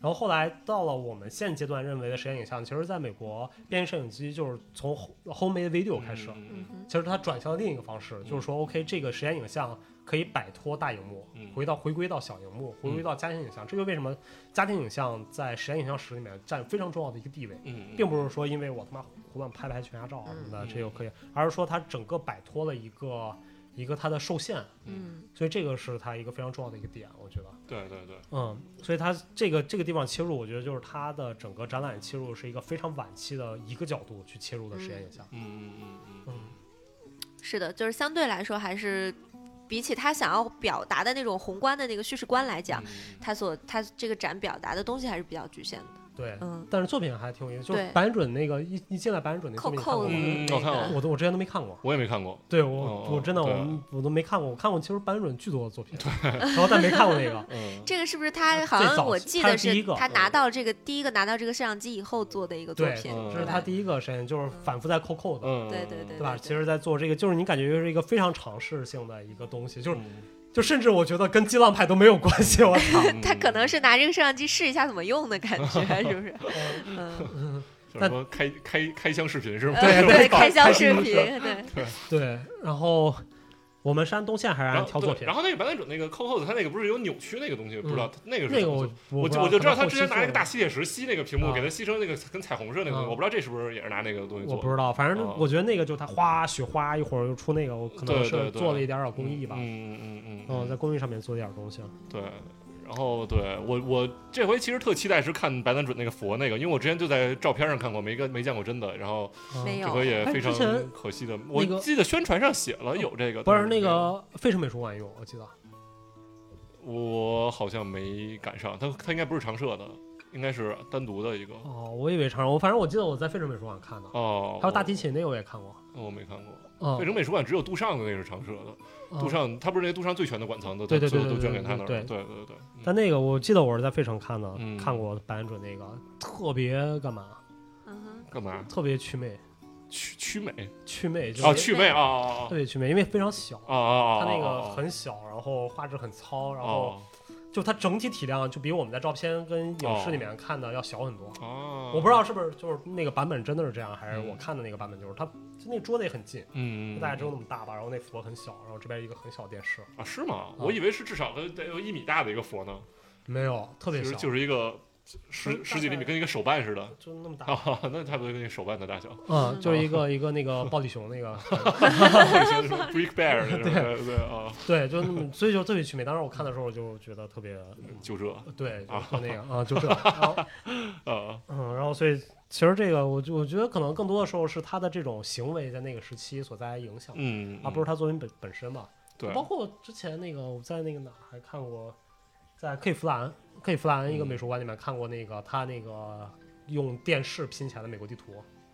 B: 然后后来到了我们现阶段认为的实验影像，其实在美国便携摄影机就是从 homemade video 开始，
D: 嗯
C: 嗯
D: 嗯
C: 哼
B: 其实它转向了另一个方式，就是说，OK，这个实验影像可以摆脱大荧幕
D: 嗯，
B: 回到回归到小荧幕，回归到家庭影像。这就为什么家庭影像在实验影像史里面占非常重要的一个地位，
D: 嗯，
B: 并不是说因为我他妈胡乱拍拍全家照啊什么的，
D: 嗯
B: 这就可以，而是说它整个摆脱了一个一个它的受限，
C: 嗯
B: 所以这个是它一个非常重要的一个点，我觉得。
D: 对对对，
B: 嗯，所以它这个这个地方切入，我觉得就是它的整个展览切入是一个非常晚期的一个角度去切入的实验影像。
D: 嗯嗯嗯嗯，
B: 嗯
C: 是的，就是相对来说还是比起他想要表达的那种宏观的那个叙事观来
D: 嗯
C: 讲，他所他这个展表达的东西还是比较局限的。
B: 对，
C: 嗯，
B: 但是作品还挺有意思，就是
C: 对
B: 白恩准那个一一进来白恩准那作
C: 扣
B: 品，看过
C: 扣子
B: 吗，
D: 嗯我看过
C: 那个
B: 我都我之前都没看过。
D: 我也没看过，
B: 对
D: 哦
B: 我
D: 哦
B: 我真的
D: 对
B: 我们我都没看过，我看过其实白恩准巨多的作品，然后但没看过那 个。
D: 嗯，
C: 这个是不是他
B: 啊最
C: 好像
B: 早
C: 我
B: 期
C: 记
B: 他
C: 得
B: 是第
C: 是
B: 一个嗯
C: 他拿到这个第一个拿到这个摄像机以后做的一个作
B: 对
C: 品
D: 嗯，
B: 这
C: 对
B: 是
C: 吧
B: 他第一个实验，就是反复在扣扣的，
D: 嗯，
C: 对对对
B: 对吧？
C: 对
B: 其实，在做这个，就是你感觉是一个非常尝试性的一个东西，就是
D: 嗯
B: 就甚至我觉得跟激浪派都没有关系， 我操！
C: 他可能是拿这个摄像机试一下怎么用的感觉，是不是？嗯，呃
D: 就是什么开开开箱视频是吗？
B: 对
C: 对，开箱
B: 开
C: 视
B: 箱
C: 频，对，
B: 对，然后我们山东线还是
D: 然
B: 按
D: 后
B: 挑
D: 对
B: 作品嗯
D: 然，后那个白兰准那个扣扣的，他那个不是有扭曲那个东西，不知道那个是
B: 那
D: 什
B: 个
D: 么
B: 我我不
D: 做。我就我就知道他之前拿
B: 那
D: 那个大吸铁石吸那个屏幕，
B: 啊
D: 给它吸成那个跟彩虹似的那个东西，
B: 啊
D: 我不知道这是不是也是拿那个东西
B: 我
D: 做
B: 不知道，反正
D: 啊
B: 我觉得那个就它哗雪花，一会儿又出那个，我可能
D: 对对
B: 是
D: 对
B: 做了一点点公益吧，
D: 嗯嗯嗯
B: 嗯，在公益上面做一点东西，
D: 对，然后对我我这回其实特期待是看白南准那个佛那个，因为我之前就在照片上看过，没跟没见过真的。然后
B: 嗯
C: 没
D: 这
C: 有
D: 回也
B: 哎
D: 非
B: 之前
D: 常可惜的，我
B: 那个
D: 记得宣传上写了有这个，
B: 不
D: 但
B: 是那
D: 没有，
B: 个费城美术馆有，我记得
D: 我好像没赶上，他他应该不是常设的，应该是单独的一个。
B: 哦，我以为常，我反正我记得我在费城美术馆看的，
D: 哦，
B: 还有大提琴那个我也看过，
D: 我，我没看过。
B: 嗯
D: 费，城美术馆只有杜尚的那个是常设的，
B: 嗯
D: 杜尚他不是那杜尚最全的馆藏的，
B: 对对
D: 所有
B: 对
D: 都
B: 对
D: 捐给
B: 对
D: 他那儿
B: 对
D: 了。对对对，嗯
B: 但那个我记得我是在费城看的，
D: 嗯
B: 看过白兰准那个，特别干嘛？
C: 嗯哼，
D: 干嘛？
B: 特别祛魅，
D: 曲曲美
B: 祛魅就是
D: 啊，曲美啊啊啊
B: 特别祛魅，因为非常小，
D: 啊啊！
B: 它那
D: 啊
B: 个
D: 啊
B: 很小，然后画质很糙，然后
D: 哦
B: 就它整体体量就比我们在照片跟影视里面看的要小很多。
D: 哦，
B: 我不知道是不是就是那个版本真的是这样，还是
D: 嗯
B: 我看的那个版本就是它就那个桌子也很近，
D: 嗯，
B: 大概只有那么大吧，然后那佛很小，然后这边一个很小的电视，
D: 啊，是吗？我以为是至少得得有一米大的一个佛呢，
B: 没有特
D: 其
B: 别
D: 实
B: 小，
D: 就是一个
B: 嗯大
D: 十
B: 概
D: 十几厘米，跟一个手办似的。
B: 就那么大，
D: 啊， 那差不多跟一个手办的大小，
B: 嗯，就是一
D: 哦
B: 个一个那个暴力熊那个，
D: 就是 Brick Bear 那种，对对啊，
B: 对，就那么，所以就特别祛魅。当时我看的时候我就觉得特别，嗯
D: 就这
B: 对，就
D: 啊
B: 就那个啊，就这，然后
D: 啊，
B: 嗯，然后所以其实这个，我就我觉得可能更多的时候是他的这种行为在那个时期所带来影响，
D: 嗯，
B: 啊而不是他作品本本身吧。
D: 对
B: 包括之前那个我在那个哪儿还看过，在克利夫兰克利夫兰一个
D: 嗯
B: 美术馆里面看过那个他那个用电视拼起来的美国地图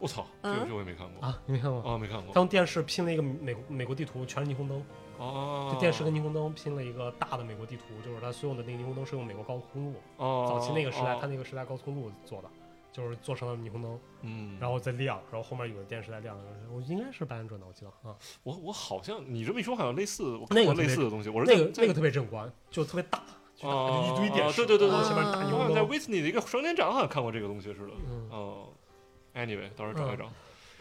D: 我操，这
C: 嗯
D: 个这我也没看过，
B: 啊，你没看过？
D: 啊，没看
B: 他
D: 过，
B: 用电视拼了一个美美国地图，全是霓虹灯，
D: 哦，
B: 就电视跟霓虹灯拼了一个大的美国地图，就是它所有的那个霓虹灯是用美国高速公路，
D: 哦，
B: 早期那个时代
D: 哦
B: 它，那个时代高速公路做的，就是做成了霓虹灯。
D: 嗯，
B: 然后再亮，然后后面有的电视在亮，我应该是白安准的，我记得啊，
D: 我我好像你这么一说，好像类似，我
B: 那个
D: 看过
B: 特
D: 类
B: 别
D: 似的东西，我是
B: 那个
D: 在
B: 那个特别壮观，就特别大，就大
D: 哦
B: 就一堆电视，
D: 哦对对对
B: 然后
C: 对
B: 前面大
C: 啊
D: 我
B: 牛
D: 好像在
B: 灯，
D: Whitney 的一个双年展好像看过这个东西似的，
B: 嗯，
D: 哦，Anyway，到时候找一找，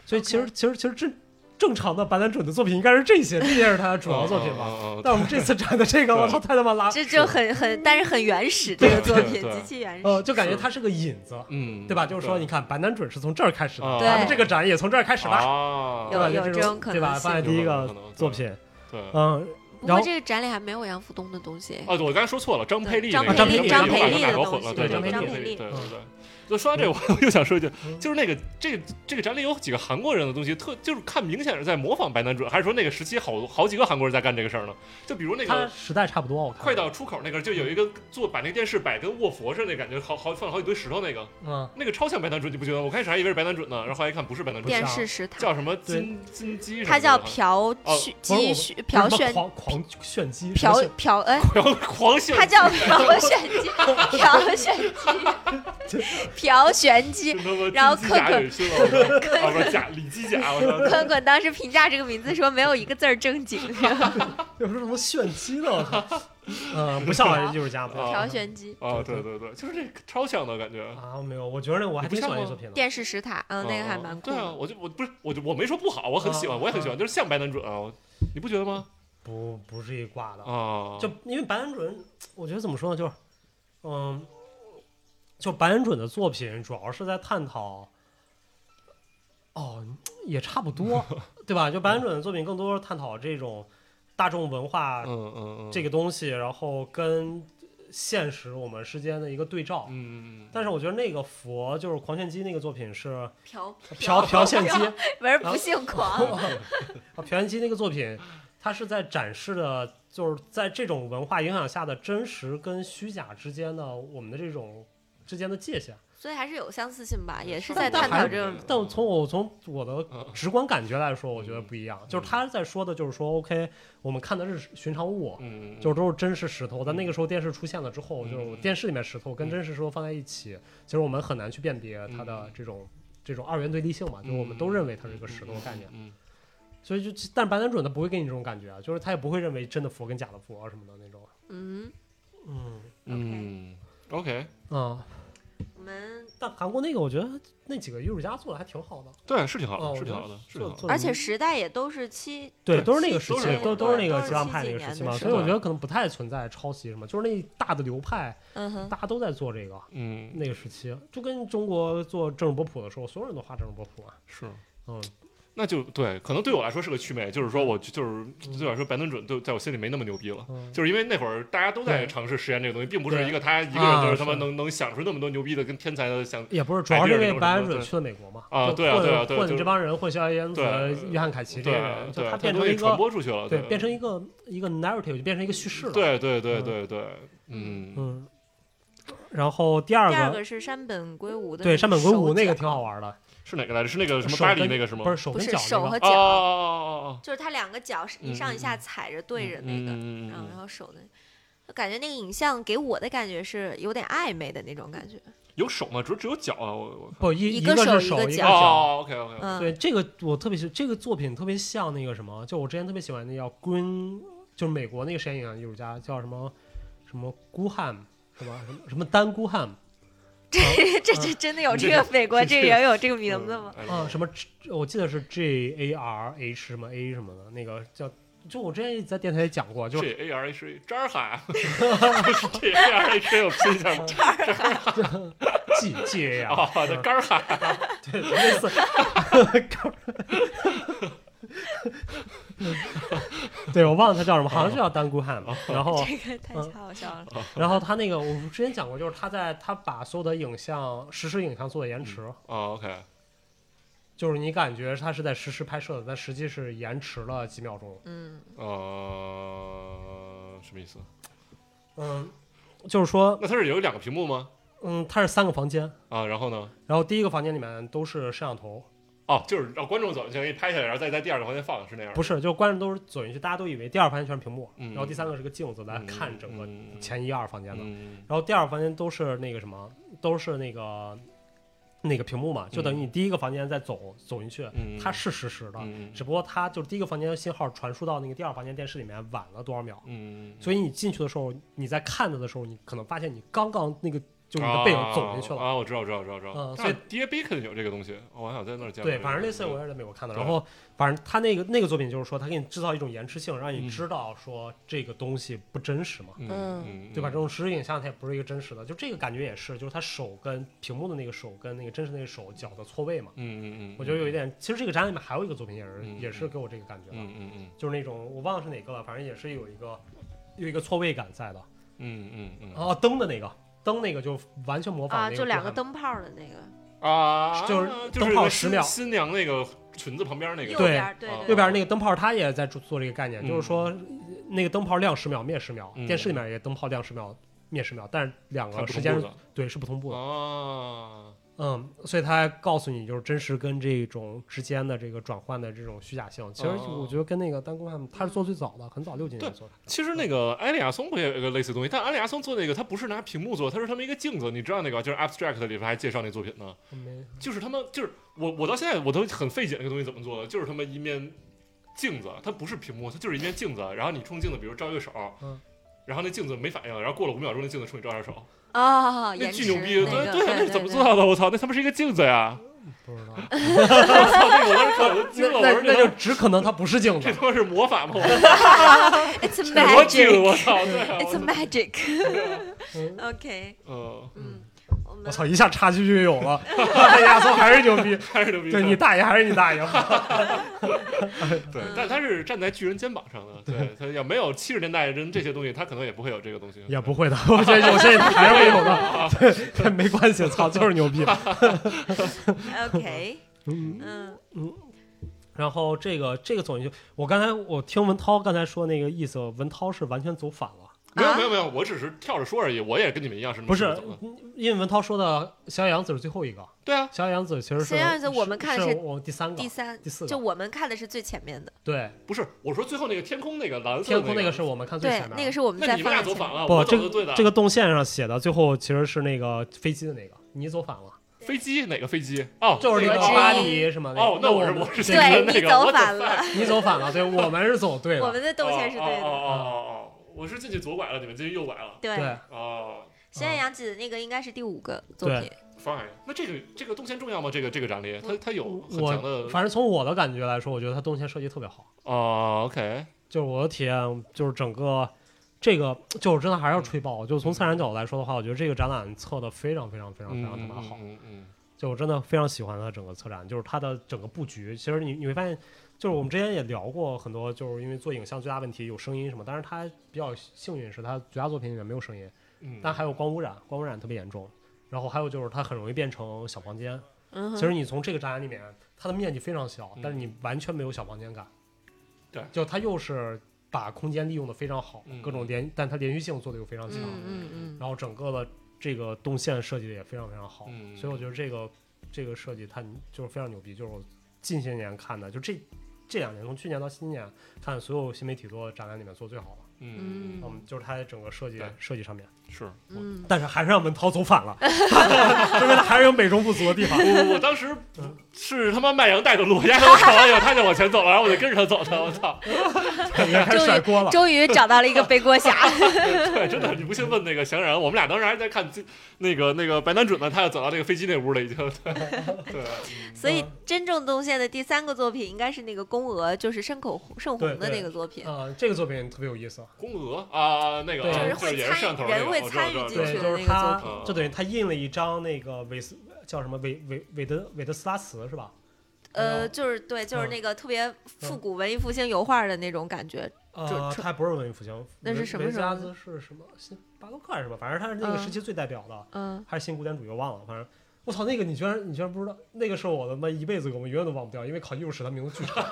B: 所以其实其实其实正正常的白兰准的作品应该是这些，这些是他的主要作品吧。
D: 吧
B: 但我们这次展的这个，
D: 哦对
B: 我操，太他妈拉，
C: 这就很很，但是很原始，这个作品
D: 对
C: 极其原始。
B: 呃，就感觉它是个引子，
D: 嗯，
B: 对吧？就是说，你看白兰准是从这儿开始的，
D: 啊
B: 咱们这
C: 对
B: 个展也从这儿开始吧，
D: 啊，
B: 对吧？
C: 有
B: 就
C: 有
B: 这
C: 这种可
B: 对吧？
C: 能性
B: 放在第一
D: 有可
B: 个
D: 能有可能
B: 作品，
D: 对啊，
B: 嗯，
C: 不
B: 然
C: 过
B: 后哦
C: 这个展里还没有杨福东的东西，
D: 哦我刚才说错了，张佩丽那个，
B: 张佩丽
D: 张
B: 张佩
D: 丽
B: 丽
D: 把
C: 的
D: 搞
C: 东
D: 混
C: 西
D: 了，对
B: 对
D: 对
B: 张
D: 张
B: 佩
D: 佩
C: 丽
D: 对
B: 嗯
D: 对对。就说到这，我我又想说一句，
B: 嗯
D: 就是那个这个这个展里有几个韩国人的东西，特就是看明显是在模仿白南准，还是说那个时期好好几个韩国人在干这个事儿呢？就比如那
B: 它
D: 个。
B: 时代差不多，我看
D: 快到出口那个，就有一个做把那个电视摆跟卧佛似的，感觉好好放了好几堆石头那个，
B: 嗯，
D: 那个超像白南准，你不觉得吗？我开始还以为是白南准呢，然后后来一看不是白南准，
C: 电视食堂，
D: 叫什么金金鸡什么的，
C: 它叫朴
D: 哦
C: 旭
B: 啊不是我
C: 姬旭朴
B: 不是什么
C: 炫
B: 狂狂炫姬，什么
C: 朴
B: 炫
C: 朴哎，
D: 然后狂炫
C: 它叫朴炫姬，朴炫姬，朴玄姬
D: 真。他妈
C: 然后
D: 金鸡甲
C: 克克
D: 也是了，我操啊不是甲李机甲，我操！
C: 坤坤当时评价这个名字说没有一个字儿正经，
B: 有什么炫技呢？我操 嗯，不 像艺术家，不像
C: 朴玄姬。
D: 啊，对对对，就是这超像的感觉。
B: 啊，没有，我觉得我还挺喜欢这作品的。
C: 电视石塔，嗯，那个还蛮酷
D: 对啊，
C: 的。
D: 我就我不是我就我没说不好，我很喜欢，
B: 啊
D: 我也很喜欢，就是像白南准啊，我你不觉得吗？
B: 不不是一挂的，
D: 啊，
B: 就因为白恩准，我觉得怎么说呢，就是嗯，就白恩准的作品主要是在探讨，哦，也差不 多，对吧？就白恩准的作品更多是探讨这种大众文化
D: 嗯嗯嗯，
B: 这
D: 个
B: 个东西，然后跟现实我们之间的一个对照。
D: 嗯嗯
B: 但是我觉得那个佛就是狂炫姬那个作品是，
C: 朴
B: 朴朴哦炫姬，啊，
C: 不是不姓 狂，
B: 朴炫姬那个作品，它是在展示的，就是在这种文化影响下的真实跟虚假之间的我们的这种之间的界限。
C: 所以还是有相似性吧，也是
B: 但
C: 在
B: 但
C: 探
B: 还
C: 讨
B: 是
C: 这种
B: 但从我从我的
D: 嗯
B: 直观感觉来说，我觉得不一样。就是他在说的，就是说，OK，我们看的是寻常物，
D: 嗯，
B: 就是都是真实石头。但那个时候电视出现了之后，
D: 嗯
B: 就是我电视里面石头跟真实石头放在一起，其实我们很难去辨别它的
D: 嗯
B: 这种这种二元对立性嘛，就是我们都认为它是一个石头的概念。
D: 嗯，
B: 所以就，但是白南准他不会给你这种感觉啊，就是他也不会认为真的佛跟假的佛什么的那种。
C: 嗯
B: 嗯
D: 嗯嗯，OK，
B: 啊，
C: 们
B: 但韩国那个，我觉得那几个艺术家做的还挺好的，
D: 对，是挺好
B: 哦
D: 的，是挺好的，是挺
B: 做
D: 好的。
B: 做得
C: 而且时代也都是七
B: 对，
D: 对
B: 都是那个时
D: 都是
B: 期，
D: 那
B: 都
D: 个
B: 都是那
D: 对
B: 个
C: 都是
B: 激浪
C: 70
B: 派那
C: 几
B: 个
C: 年
B: 时期
C: 的
B: 嘛，
C: 时
B: 所以我
D: 候
B: 觉得可能不太存在抄袭什么，就是那大的流派，
C: 嗯哼，
B: 大家都在做这个。
D: 嗯，
B: 那个时期，就跟中国做政治波普的时候，所有人都画政治波普啊。
D: 是，
B: 嗯，
D: 那就对，可能对我来说是个祛魅，就是说我就是对我来说，白顿准对在我心里没那么牛逼了。
B: 嗯
D: 就是因为那会儿大家都在
B: 对
D: 尝试实验这个东西，并不是
B: 对
D: 一个他一个人就是他妈
B: 啊是
D: 能能想出那么多牛逼的跟天才的想
B: 也不是，主要是因为白安
D: 对
B: 准去了美国嘛。
D: 啊
B: 就
D: 对啊对啊
B: 混
D: 对啊就
B: 混
D: 是
B: 这帮人，混肖烟和
D: 对
B: 约翰凯奇这些
D: 对
B: 人，就
D: 对，
B: 他
D: 他
B: 变
D: 东
B: 成
D: 西
B: 一
D: 传
B: 个
D: 播出去了，
B: 对，变成一个一个 narrative，就变成一个叙事了。，
D: 对对对对对，嗯，
B: 嗯。然后第二
C: 第二
B: 个，
C: 个是山本圭吾的
B: 对山本圭吾那个
C: 手
B: 挺好玩的，
D: 是哪个来着？是那个什么
B: 手
D: 巴黎
B: 跟
D: 那个是吗？
B: 不是
D: 是
B: 手
C: 脚不
B: 跟
C: 是
B: 脚
C: 手
B: 那
C: 和
B: 个，
D: 哦
C: 脚，
D: 哦哦哦哦，
C: 就是他两个脚是一上一下踩着对着那个，
D: 嗯嗯嗯
C: 然后然
D: 嗯，
C: 后手的，就感觉那个影像给我的感觉是有点暧昧的那种感觉，
D: 有手吗？只有只有脚啊！我我
B: 不一
C: 一
B: 一
C: 个
B: 个
C: 手
B: 是
C: 一
B: 手
C: 个
B: 一个
C: 脚
B: 脚。
D: 哦，OK OK，
C: 嗯，
B: 对这个我特别喜，这个作品特别像那个什么，就我之前特别喜欢那叫 Green，就是美国那个实验影像艺术家叫什么什么孤汉，什么什么什么丹孤汉
C: 这
D: 嗯
C: 这这真的有这个美国这个人有这个名字吗？
B: 啊，什么 G- 我记得是 G A R H 什么 A 什么的，那个叫就我之前也在电台也讲过，就
D: G A R H 这儿喊，G A R H 我拼一下吗？
B: G G A
D: 啊
B: R，，
D: 那杆儿喊，
B: 对，类似。 对，我忘了他叫什么，好像是叫丹孤汉
D: 哦
B: 吧。然后
C: 这个
D: 嗯
C: 太好笑了，
B: 然后他那个，我们之前讲过，就是他在他把所有的影像实时影像做的延迟，
D: 哦，OK，
B: 就是你感觉他是在实时拍摄的，但实际是延迟了几秒钟。
C: 嗯，
D: 呃，什么意思？
B: 嗯，就是说，
D: 那它是有两个屏幕吗？
B: 嗯，它是三个房间，
D: 啊，然后呢？
B: 然后第一个房间里面都是摄像头，
D: 哦，就是让观众走进去给你拍下来，然后再在第二个房间放，是那样吗？
B: 不是，就观众都是走进去，大家都以为第二房间全是屏幕，
D: 嗯
B: 然后第三个是个镜子来
D: 嗯
B: 看整个
D: 嗯
B: 前一二房间的，
D: 嗯
B: 然后第二房间都是那个什么，都是那个那个屏幕嘛，就等于你第一个房间再走走进去，
D: 嗯
B: 它是实时的，
D: 嗯
B: 只不过它就是第一个房间的信号传输到那个第二房间电视里面晚了多少秒，
D: 嗯，
B: 所以你进去的时候，你在看着的时候，你可能发现你刚刚那个就是你的背影走进去了。
D: 啊，啊我知道，我知道，我知道，我知道。
B: 嗯
D: 但
B: 所以
D: 是 DA Bacon 有这个东西，我好像在那儿见过这
B: 对，
D: 个。
B: 反正类似我也是在美国看的。
D: 对
B: 然后，反正他那个那个作品就是说，他给你制造一种延迟性，让你
D: 嗯
B: 知道说这个东西不真实嘛，
D: 嗯
C: 嗯
D: 嗯，
B: 对吧？这
D: 嗯
B: 种实时影像它也不是一个真实的，就这个感觉也是，就是他手跟屏幕的那个手跟那个真实那个手脚的错位嘛。
D: 嗯嗯，
B: 我觉得有一
D: 点，
B: 点，其实这个展览里面还有一个作品也是
D: 嗯
B: 也是给我这个感觉的，
D: 嗯嗯嗯
B: 就是那种我忘了是哪个了，反正也是有一个有一个错位感在的。
D: 嗯嗯嗯
B: 哦，灯的那个，灯那个就完全模仿那
C: 啊，
B: 个
C: 就两个
B: 布
C: 灯泡的那个
D: 啊，
B: 就是
D: 就是
B: 灯泡
D: 那
B: 十
D: 新
B: 秒
D: 新娘那个裙子旁边那
C: 右
D: 个，
C: 边儿，对
D: 啊
B: 汉。
C: 对
B: 右
C: 对，
B: 边那个灯泡，它也在做做这个概念，
D: 嗯
B: 就是说呃那个灯泡亮十秒灭十秒，
D: 嗯
B: 电视里面也灯泡亮十秒灭十秒，但是两
D: 它
B: 个
D: 不
B: 时
D: 同
B: 间
D: 步
B: 是
D: 的
B: 对是不同步的。
D: 啊，
B: 嗯，所以它还告诉你就是真实跟这种之间的这个转换的这种虚假性。其实
D: 哦
B: 我觉得跟那个单工他们，他是做最早的，很早六几年
D: 对
B: 做的。
D: 其实那个埃利亚松不也有一个类似的东西，但埃利亚松做那个，他不是拿屏幕做，他是他们一个镜子，你知道那个就是 Abstract 里边还介绍那作品呢，
B: 我没
D: 就是他们就是我我到现在我都很费解那个东西怎么做的，就是他们一面镜子，它不是屏幕，它就是一面镜子，然后你冲镜子，比如照一个手，
B: 嗯
D: 然后那镜子没反应，然后过了五秒钟，那镜子冲你照一下手，
C: 啊，
D: 那
C: 延
D: 巨
C: 迟
D: 牛逼，
C: 那个
D: 对，啊那
C: 对
D: 是怎么
C: 对
D: 做到的？我操，那他妈是一个镜子呀！
B: 不知道，
D: 我操，那我当时看我都惊了，我
B: 那
D: 说
B: 那就
D: 这他妈
B: 只可能它不是镜子
D: 这。他妈是 魔法吗？我
C: It's
D: 魔镜，
C: magic，It's
D: 我操，对啊，我
C: magic，OK，
B: 嗯
D: 呃，
C: 嗯，我们
B: 我操，一下差距就有了。 哎呀，松还是牛逼，
D: 还是牛逼，
B: 对你大爷还是你大爷。
D: 对
C: 嗯，
D: 但他是站在巨人肩膀上的， 对他要没有七十年代人这些东西，他可能也不会有这个东西，
B: 也不会的，我觉得有些还是会有的，对，这没关系，操，就是牛逼。
C: OK，
B: 嗯
C: 嗯，
B: 然后这个这个总结，我刚才我听文涛刚才说那个意思，文涛是完全走反了，
D: 没有
C: 啊
D: 没有没有，我只是跳着说而已，我也跟你们一样是那么
B: 不是
D: 走的？
B: 因为文涛说的小野洋子是最后一个，
D: 对啊，
B: 小野洋子其实是
C: 小野洋子我们看
B: 是
C: 是
B: 我第三个
C: 第，三
B: 第四个
C: 就我们看的是最前面的，
B: 对，
D: 不是，我说最后那个天空那个蓝色
B: 天空
D: 那
B: 那个是我们看最
C: 对
B: 前，
C: 那个
B: 面的。
C: 是我们
D: 啊那
C: 在
D: 你们
C: 放
D: 俩
C: 在
D: 走
C: 前
D: 反
C: 面。
D: 了，
B: 不
D: 我
B: 这
D: 走的对的。
B: 这个动线上写的，最后其实是那个飞机的那个，你走反了，
D: 飞机哪个飞机？哦，
B: 就是那
D: 那
B: 个
C: 之一
B: 巴黎是吗？那个
D: 哦，那我是
B: 们
D: 我是
B: 对
C: 对
D: 那个那
C: 你
D: 个
C: 走
D: 我
C: 反
D: 反
C: 了，
B: 你走反了，对我们是走对
C: 我
B: 了，
C: 们的动线是对
D: 哦
C: 的。
D: 哦
B: 嗯
D: 哦哦哦，我是进去左拐了，你们进去右拐了。
C: 对，
B: 对。
D: 哦，
C: 小野洋子那个应该是第五个作
B: 对
C: 品，
D: fine。那这个这个动线重要吗？这个这个展列，
C: 嗯
D: 它它有很强
B: 我
D: 的
B: 反正从我的感觉来说，我觉得它动线设计特别好。
D: 哦，OK，
B: 就是我的体验，就是整个这个，就是真的还是要吹爆。就是从策展角度来说的话，我觉得这个展览测的非常非常非常非
D: 嗯
B: 常他
D: 嗯
B: 妈好。
D: 嗯嗯
B: 就我真的非常喜欢它整个策展，就是它的整个布局。其实你你会发现，就是我们之前也聊过很多，就是因为做影像最大问题有声音什么，但是它比较幸运是它绝大作品里面没有声音，
D: 嗯，
B: 但还有光污染，光污染特别严重。然后还有就是它很容易变成小房间，
C: 嗯哼
B: 其实你从这个展览里面，它的面积非常小
D: 嗯，
B: 但是你完全没有小房间感。
D: 对
B: 就它又是把空间利用的非常好
D: 嗯，
B: 各种连，但它连续性做的又非常强，
C: 嗯嗯嗯，
B: 然后整个的这个动线设计的也非常非常好，
D: 嗯
B: 所以我觉得这个这个设计它就是非常牛逼，就是我近些年看的，就这这两年从去年到今年看所有新媒体做的展览里面做最好了，
D: 嗯
C: 嗯
B: 嗯，就是它整个设计
D: 对
B: 设计上面，
D: 是。
C: 嗯
B: 但是还是让文涛走反了， 说明它还是有美中不足的地方。
D: 我我当时是他妈麦阳带着路，压我闯完以后，他就往前走了，然后我就跟着他走的。我操！
B: 应该开始甩锅了。
C: 终于找到了一个背锅侠，
D: 对，真的，你不信问那个祥然，我们俩当时还在看这那个那个白南准呢，他要走到那个飞机那屋了，已经。对，对
C: 所以真正动线的第三个作品应该是那个宫娥，就是深口盛红的那个作品，
B: 啊、这个作品特别有意思，
D: 宫娥啊，那个
B: 对
D: 啊
B: 就是
D: 就是
C: 会
D: 也是摄像头那
C: 参
D: 个，
C: 人会
D: 我知道
C: 参与
D: 我知
C: 进
D: 道我
C: 去
D: 知
B: 对，就是
C: 的那
D: 道
C: 个
B: 他
D: 作品
B: 就等于他印了一张那个韦斯叫什么韦韦韦德韦德斯拉茨是吧？
C: 呃，就是对，就是那个特别复古文艺复兴油画的那种感觉，
B: 呃，
C: 就
B: 他还不是文艺复兴，
C: 那是
B: 韦
C: 什么
B: 韦斯拉
C: 时候
B: 茨是什么？新巴洛克还是什么？反正他是那个
C: 嗯
B: 时期最代表的，
C: 嗯，
B: 还是新古典主义，我忘了。反正我操，那个你居然你居然不知道，那个是我他妈一辈子我们永远都忘不掉，因为考艺术史他名字巨长，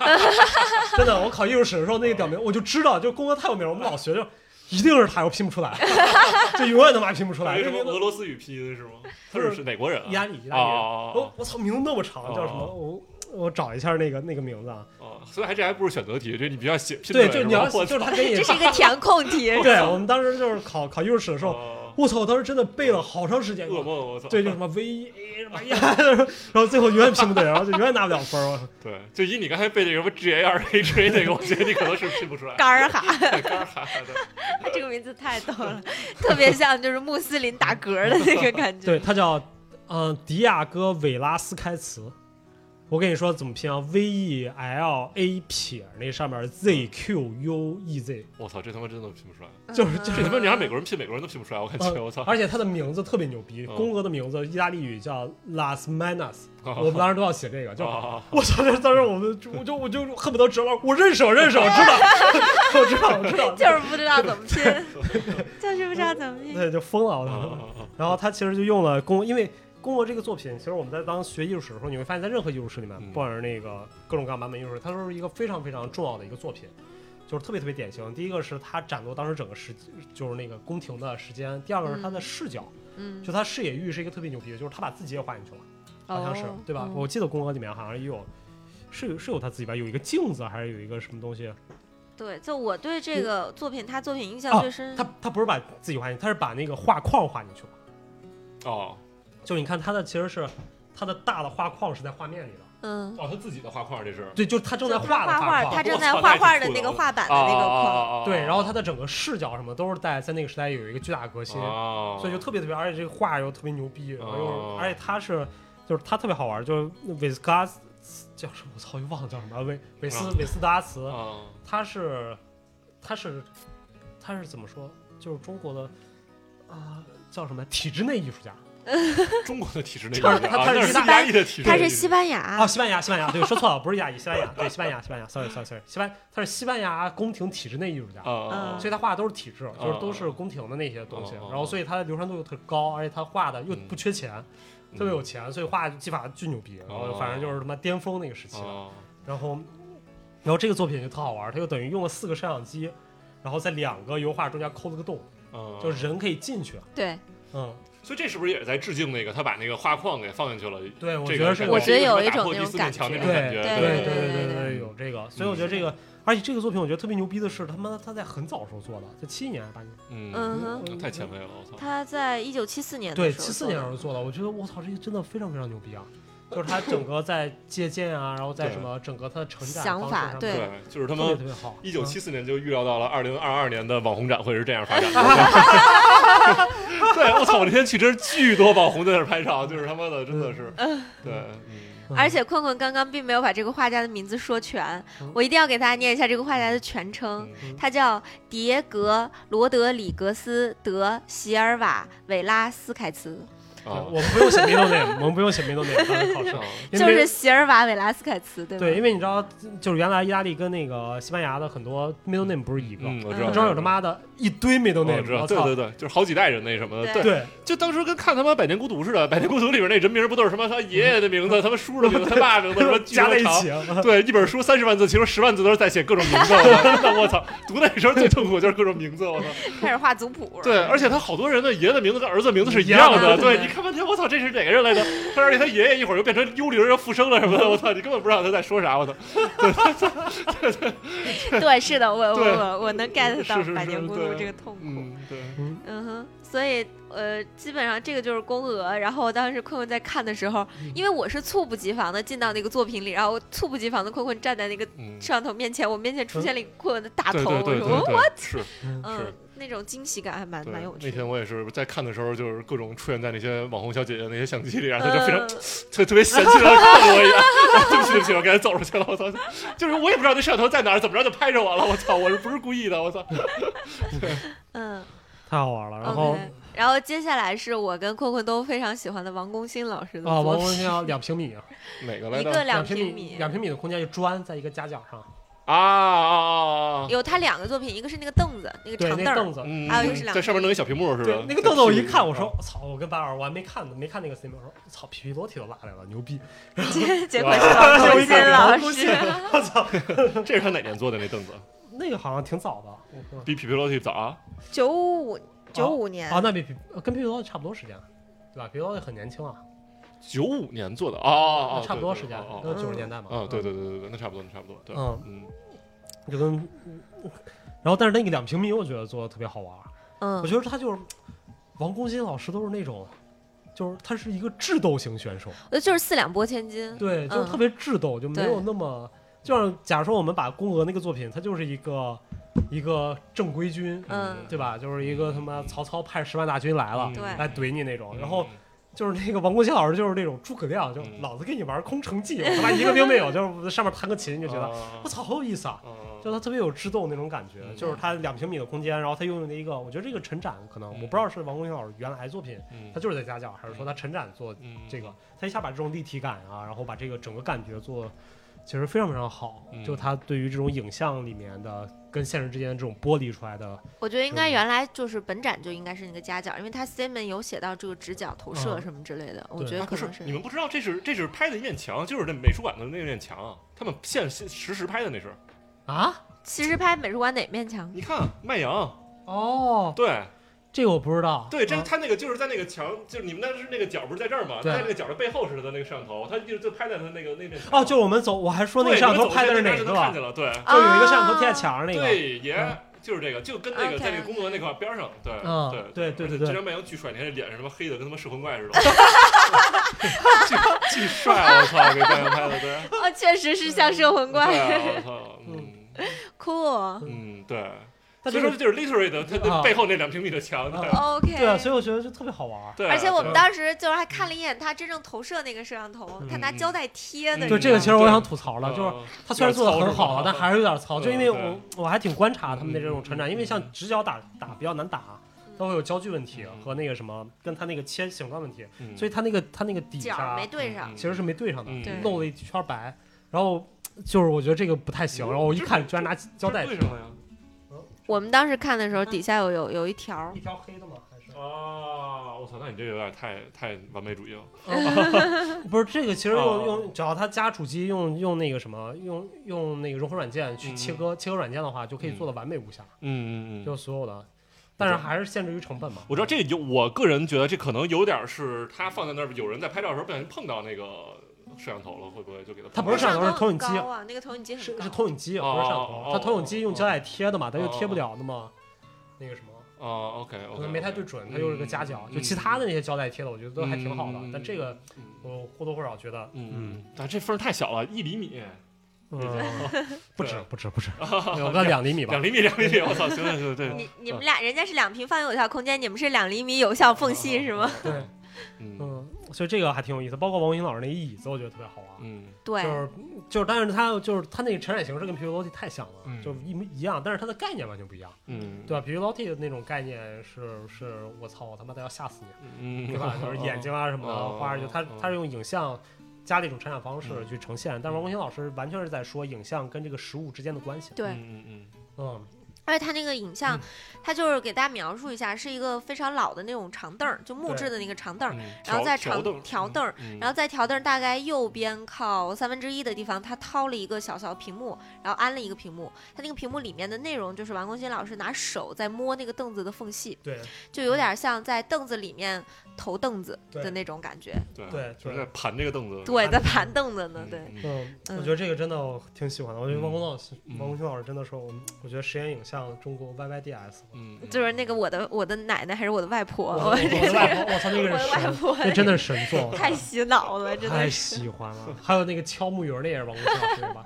B: 真的，我考艺术史的时候那个屌名我就知道，就工哥太有名了，我们老学就一定是他，我拼不出来， 就永远他妈拼不出来。
D: 为
B: 这
D: 什么
B: 名字
D: 俄罗斯语拼音是吗？
B: 不
D: 他是
B: 是
D: 是哪国人啊？
B: 意大利，意大利人。
D: 哦
B: 我我操，名字那么长，叫什么？
D: 哦
B: 我我找一下那个那个名字啊。
D: 哦哦，所以还这还不是选择题，这你必须要写拼出来
B: 对，
D: 是吧。
B: 就你要
D: 我
B: 就是他给你
C: 这，是一个填空题，
B: 对我们当时就是考考艺术史的时候，
D: 哦
B: 我操，我当时真的背了好长时间。
D: 噩梦，我操！
B: 对，就什么 V A 什么呀，然后最后永远拼不对，然后就永远拿不了分儿。我
D: 对，就以你刚才背那个什么 G A R A G 那个，我觉得你可能是拼不出来。
C: 干儿哈。
D: 干哈的，
C: 这个名字太逗了，特别像就是穆斯林打嗝的那个感觉。
B: 对，他叫嗯、呃迪亚哥·韦拉斯开茨。我跟你说怎么拼啊，V E L A 撇那上面 Z Q U E Z，
D: 我操，这他妈真的拼不出来。
B: 就是就是
D: 这他妈你让美国人拼，美国人都拼不出来，我感觉
B: 嗯
D: 我操。
B: 而且他的名字特别牛逼，
D: 嗯
B: 宫娥的名字意大利语叫 Las Manas，
D: 哦
B: 我们当时都要写这个，就
D: 啊，
B: 我操！这当时我们就我就我就恨不得直了，我认识我认识我知道，我知道我知道，
C: 就是不知道怎 么拼，就是不知道怎么拼。
B: 对就疯了我
D: 啊
B: 操！
D: 啊啊
B: 然后他其实就用了宫，因为宫娥这个作品，其实我们在当学艺术史的时候，你会发现在任何艺术史里面，
D: 嗯
B: 不管是那个各种各样版本艺术史，它都是一个非常非常重要的一个作品，就是特别特别典型。第一个是它展露当时整个时就是那个宫廷的时间，第二个是它的视角，
C: 嗯，
B: 就它视野域是一个特别牛逼的，就是他把自己也画进去了。好像是
C: 哦
B: 对吧？
C: 嗯
B: 我记得宫娥里面好像也有，是有是有他自己吧，有一个镜子还是有一个什么东西？
C: 对，就我对这个作品，他作品印象
B: 啊
C: 最深。
B: 嗯他他不是把自己画进去，他是把那个画框画进去了。
D: 哦，
B: 就是你看他的其实是他的大的画框是在画面里的，
C: 嗯，
D: 哦，他自己的画框这是。
B: 对，就是他正在
C: 就
B: 画的
C: 画
B: 画
C: 他
B: 框。
C: 正
D: 我
C: 在
D: 操
C: 画
D: 那
C: 画
D: 挺
C: 的
D: 酷
C: 那
D: 的
C: 个
D: 我
C: 画板
B: 啊
C: 的那个
D: 啊
C: 框。
D: 哦
B: 对，然后他的整个视角什么都是在在那个时代有一个巨大的革新，
D: 哦，
B: 所以就特别特别，而且这个画又特别牛逼，然后又
D: 哦
B: 而且他是就是他特别好玩，就是韦斯嘎斯叫什么？我操，又忘了叫什么了韦韦斯
D: 啊
B: 韦斯达茨。
D: 啊，
B: 他是，他是，他是怎么说？就是中国的啊、叫什么体制内艺术家
D: 中国的体制内
B: 他
D: 啊，
B: 他他是
D: 那
B: 意
D: 是
B: 大
D: 意大利的体制内，
C: 他是西班牙
B: 啊？，西班牙，西班牙，对，说错了，不是意大利，西班牙，对，西班牙，西班牙，sorry sorry sorry，西班他是西班牙宫廷体制内艺术家，
D: 啊，
B: 嗯所以他画的都是体制，就是
D: 哦
B: 都是宫廷的那些东西，
D: 哦哦
B: 然后所以他的流传度又特高，而且他画的又
D: 嗯
B: 不缺钱，特别
D: 哦
B: 有钱，所以画技法巨牛逼，然后反正就是他妈巅峰那个时期，
D: 哦
B: 然后，然后这个作品就特好玩，他就等于用了四个摄像机，然后在两个油画中间抠了个洞。
D: 哦
B: 就是人可以进去。
C: 对，
B: 嗯，
D: 所以这是不是也是在致敬那个他把那个画框给放进去了？
B: 对，我
D: 这
B: 觉
D: 个
B: 得是
D: 感
C: 我觉得有
D: 是
C: 一种
D: 打破
C: 那
D: 第
C: 种
D: 四
C: 感
D: 面墙那
B: 对
D: 种感觉，
B: 对
C: 对
B: 对
C: 对对
B: 对，
C: 对
B: 有这个，所以我觉得这
D: 嗯
B: 个，而且这个作品我觉得特别牛逼的是，他妈他在很早时候做的，在七年还是八年，
C: 嗯
D: 嗯，
C: 哼，
D: 太前卫了，我操！
C: 他在一九七四年的
B: 对，
C: 时候
B: 七四
C: 做
B: 年
C: 的
B: 时候做的，我觉得我操，这个真的非常非常牛逼啊！就是他整个在借鉴啊，然后在
D: 对
B: 什么整个他的成长
C: 想
B: 方式
C: 法
B: 上
C: 对
B: 面
D: 对，就是他
B: 特别
D: 们
B: 特别好。
D: 一九
B: 嗯
D: 七四年就预料到了二零二二年的网红展会是这样发展的。对，我操！我那天去真是巨多网红在那儿拍照，就是他妈的，真的是，对，嗯
B: 嗯
C: 而且困困刚刚并没有把这个画家的名字说全
B: 嗯，
C: 我一定要给大家念一下这个画家的全称。
D: 嗯
C: 他叫迭格罗德里格斯·德席尔瓦·韦拉斯凯茨，
D: 啊
B: 我们不用写 middle name，我们不用写 middle name，他好
D: 啊
B: 吃。因
C: 就
B: 为
C: 是席尔瓦·韦拉斯凯茨，对吧？
B: 对，因为你知道，就是原来意大利跟那个西班牙的很多 middle name 不是一个，
D: 嗯，我知道，
B: 正好有他妈的一堆 middle
D: 我
B: name，
D: 知道，
B: 我
D: 对
B: 操
D: 对，对，就是好几代人那什么的，
C: 对
B: 对，
D: 就当时跟看他妈《百年孤独》似的，《百年孤独》里边那人名不都是什么他爷爷的名字、他们叔的名字、他爸名字 什么巨
B: 加在一
D: 长
B: 起，
D: 对，一本书三十万字，其中十万字都是在写各种名字。我操 真的，我操！读那时候最痛苦就是各种名字，我操。
C: 开始画族谱。
D: 对，而且他好多人的爷爷的名字跟儿子名字是一样
B: 一样的
D: 的。对，
C: 对
D: 你看半天，我操，这是哪个人来着？但是他爷爷一会儿又变成幽灵又复生了什么的，我操，你根本不知道他在说啥，我操。
C: 对，是的，我我
D: 对
C: 我我能 get 到
D: 是
C: 《
D: 是是
C: 百年孤独》
D: 对
C: 这个痛苦。
D: 嗯，对，
C: 嗯哼，所以呃，基本上这个就是宫娥。然后当时困困在看的时候，
D: 嗯
C: 因为我是猝不及防的进到那个作品里，然后猝不及防的困困站在那个
D: 嗯，
C: 摄像头面前，我面前出现了一个困困的大头，
D: 对对对对
C: 我说
D: 对，是。
C: 嗯
D: 是
C: 嗯，那种惊喜感还蛮
D: 对
C: 蛮有，
D: 那
C: 趣的。
D: 天我也是在看的时候，就是各种出现在那些网红小姐姐那些相机里，然后她就非常
C: 嗯
D: 特特别嫌弃的 看着我一眼，啊 对不起对不起，我赶紧走出去了，我操！就是我也不知道那摄像头在哪儿，怎么着就拍着我了，我操！我是不是故意的？我 操！
C: 嗯，
B: 太好玩了。然后
C: OK。然后接下来是我跟困困都非常喜欢的王功新老师的
B: 啊，
C: 作
B: 王
C: 品，
B: 文轩 要两平米，
D: 哪个
C: 一
D: 来
C: 个
D: 着？
C: 两
B: 平
C: 米，
B: 两平米的空间就砖在一个夹角上，
D: 啊啊啊！
C: 有他两个作品，一个是那个凳子，那个
B: 对，
C: 长
B: 那凳
C: 儿，
B: 子，
D: 嗯
C: 还有一个啊是两
D: 在上面弄一小屏幕是啊吧
B: 对，？那个凳子我一看，我说我操，我跟巴尔我还没看呢，没看那个 C 幕，我说我操，皮皮多提都拉来了，牛逼！
C: 结 结果是 王
B: 结果
C: 功
B: 一看
C: 新老
B: 王功
C: 师
B: 信。我操，
D: 这是他哪年做的那凳子？
B: 那个好像挺早的，我
D: 比皮皮洛蒂早啊？
C: 九
B: 哦
C: 五九五年
B: 啊，那比比跟皮皮多差不多时间，对吧？皮皮多很年轻啊，
D: 九五年做的哦哦哦，
B: 差不多
D: 对
B: 时
D: 对
B: 间
D: 哦，
B: 都
D: 哦
B: 九十年代嘛。
D: 哦，啊，对对对对对，那差不多，那差不多，对，
B: 嗯
D: 嗯，
B: 就跟，然后但是那个两平米我觉得做的特别好玩儿，
C: 嗯
B: 我，觉得他就是王功新老师都是那种，就是他是一个智斗型选手，
D: 嗯
C: 我觉得就是四两拨千斤。
B: 对，就是
C: 嗯
B: 特别智斗，就没有那么，就像假如说我们把宫娥那个作品，他就是一个一个正规军，
C: 嗯
B: 对吧？就是一个他妈曹操派十万大军来了。
D: 嗯
C: 对
B: 来怼你那种，
D: 嗯
B: 然后就是那个王功新老师，就是那种诸葛亮，就
D: 嗯
B: 老子跟你玩空城计，我他妈一个兵没有，就是上面弹个琴，就觉得
D: 啊
B: 我操，好有意思啊！
D: 嗯
B: 就他特别有智斗那种感觉，
D: 嗯
B: 就是他两平米的空间，然后他用的一个，我觉得这个陈展可能
D: 嗯
B: 我不知道是王功兴老师原来作品，
D: 嗯
B: 他就是在家教，还是说他陈展做
D: 嗯
B: 这个，他一下把这种立体感啊，然后把这个整个感觉做，其实非常非常好。
D: 嗯
B: 就他对于这种影像里面的跟现实之间这种剥离出来的，
C: 我觉得
B: 嗯
C: 应该原来就是本展就应该是那个夹角，因为他 Simon 有写到这个直角投射
B: 嗯
C: 什么之类的，我
B: 对
C: 觉得
D: 啊
C: 可
D: 不是
C: 能是
D: 你们不知道，这是这是拍的一面墙，就是那美术馆的那面墙啊，他们现现实时拍的那是。
B: 啊，
C: 其实拍美术馆哪面墙？
D: 你看麦阳，
B: 哦，
D: 对
B: 这个我不知道。
D: 对，这
B: 啊
D: 他那个就是在那个墙，就是你们那是那个角不是在这儿吗？
B: 对
D: 在那个角的背后是他的那个摄像头，他就就拍在他那个那面墙。
B: 哦，就是我们走，我还说那个
D: 对
B: 摄像
D: 你
B: 头
D: 们走
B: 拍的是
D: 进去
B: 哪
D: 就
B: 个
D: 能看见了，对
B: 就有一个摄像头贴在墙上那个，
D: 对，爷就是这个，就跟那个
C: OK
D: 在那个公文那块边上，对
B: 嗯对对
D: 对
B: 对
D: 而且
B: 对
D: 这张麦阳巨帅，你看这脸上他妈黑的跟他妈摄魂怪似 的， 巨巨帅，啊我操，给麦阳拍的，对。
C: 哦，确实是像摄魂
D: 对
C: 怪，
D: 啊，我操，嗯
C: 酷。
D: 嗯，对。
B: 他
D: 所
B: 这
D: 以
B: 个
D: 说就是 literally 的，它
B: 啊
D: 它背后那两平米的墙。对
B: 啊
C: OK，
B: 对啊，所以我觉得就特别好玩儿。
D: 对，啊
C: 而且我们
D: 对
C: 当时就是还看了一眼他真正投射那个摄像头，
B: 嗯
C: 他拿胶带贴的。
D: 嗯
B: 对这个，其实我
D: 对
B: 想吐槽了，就是
D: 嗯
B: 他虽然做的很好啊，
D: 有点糙是吧
B: 但还是有点糙。
D: 嗯
B: 就因为我
D: 对
B: 我还挺观察他们的这种成长，
D: 嗯
B: 因为像直角打打比较难打，它会有焦距问题
D: 嗯
B: 和那个什么，跟他那个切形状问题，
D: 嗯
B: 所以他那个他那个底
C: 角
B: 下
C: 没对上
D: 嗯，
B: 其实是没对上的
D: 嗯
C: 对，
B: 露了一圈白。然后就是我觉得这个不太行，
D: 嗯
B: 然后我一
D: 这
B: 看
D: 是
B: 居然拿胶带
D: 这是为什么呀？
C: 我们当时看的时候，底下有有有一条
B: 一，条黑的吗？还是
D: 啊，我操，那你这有点太太完美主义了。
B: 不是这个？其实用
D: 哦
B: 用只要他加主机用用那个什么用用那个融合软件去切割切割软件的话，就可以做的完美无瑕，
D: 嗯嗯嗯嗯。
B: 就所有的，但是还是限制于成本嘛。
D: 我知道这有，我个人觉得这可能有点是他放在那儿，有人在拍照的时候不小心碰到那个摄像头了，会不会就给他碰到？
B: 它不是摄像头是投影机
C: 高啊，那个投影机很
B: 是
C: 高
B: 是投影机，
D: 哦
B: 不是摄像
D: 哦
B: 头
D: 哦。
B: 它投影机用胶带贴的嘛，它又
D: 哦
B: 贴不了那么那个什么。
D: 啊哦，OK 嗯
B: 可
D: OK，
B: 能没太对准，它又是个夹角。就
D: 嗯
B: 其他的那些胶带贴的，我觉得都还挺好的，但这个我或多或少觉得，
D: 嗯，嗯，但这缝儿太小了，一厘米，
B: 嗯，不
D: 对啊
B: 止不止 不止，有个两厘米吧嗯
D: 两。厘米，两厘米，我操，行行行，对，
B: 啊
C: 你你们俩人家是两平方有效空间，你们是两厘米有效缝
B: 哦
C: 隙是吗？
B: 对，
D: 嗯
B: 嗯，所以这个还挺有意思。包括王云老师那一椅子，我觉得特别好玩。
D: 嗯
C: 对
B: 就，是就是，但是它就是它那个承载形式跟皮皮楼梯太像了，
E: 嗯
B: 就一模一样，但是它的概念完全不一样，
D: 嗯，
B: 对吧？皮皮楼梯的那种概念是是，我操，我他妈的要吓死你，
D: 嗯，
B: 对吧？就是眼睛啊什么的，
D: 哦
B: 花儿就它
D: 哦
B: 它是用影像加了一种承载方式
D: 嗯
B: 去呈现，但是王国兴老师完全是在说影像跟这个实物之间的关系，
C: 对
D: 嗯嗯
B: 嗯，
C: 而且它那个影像
B: 嗯，
C: 它就是给大家描述一下，是一个非常老的那种长凳儿，就木
B: 对
C: 质的那个长凳儿，
D: 嗯，
C: 然后在长
D: 调凳，
C: 调凳儿，
D: 嗯，
C: 然
D: 后
C: 后在条凳儿大概右边靠三分之一的地方，他掏了一个小小屏幕，然后安了一个屏幕。他那个屏幕里面的内容就是王功新老师拿手在摸那个凳子的缝隙，
B: 对
C: 就有点像在凳子里面投凳子
B: 嗯对
C: 的那种感觉。
D: 对
B: 对
D: 就
B: 对
D: 是在盘这个凳子，
C: 对，
B: 盘
C: 在
B: 凳
C: 盘凳子呢。对，
D: 嗯，
B: 嗯，
C: 嗯
B: 我觉得这个真的我挺喜欢的。我觉得王国老师
D: 嗯
B: 王国兴老师真的是我们，我觉得实验影像中国 YYDS，
D: 嗯，嗯
C: 就是那个我的我的奶奶还是我的外婆，
B: 我
C: 我这
B: 的外婆，我操，那
C: 我
B: 个
C: 的
B: 是
C: 外
B: 神，
C: 婆
B: 那真的是神作，
C: 太洗脑了，真
B: 太
C: 的是。
B: 喜欢了。还有那个敲木鱼儿那也是王国兴老师对吧？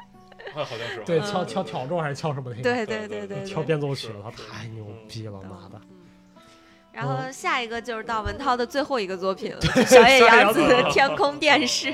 D: 好嗯好像是
B: 对，
D: 好像
B: 敲
D: 是
B: 敲挑奏还是敲什么那个？
C: 嗯对
D: 对
C: 对
D: 对
C: 对
D: 对
B: 敲
C: 对。
B: 变奏曲
D: 是
B: 了，他
D: 是
B: 太牛逼了，妈的！
C: 嗯然后
B: 嗯
C: 下一个就是到文涛的最后一个作品了，小野洋子
B: 哦
C: 的《天空电
D: 嗯
C: 视》。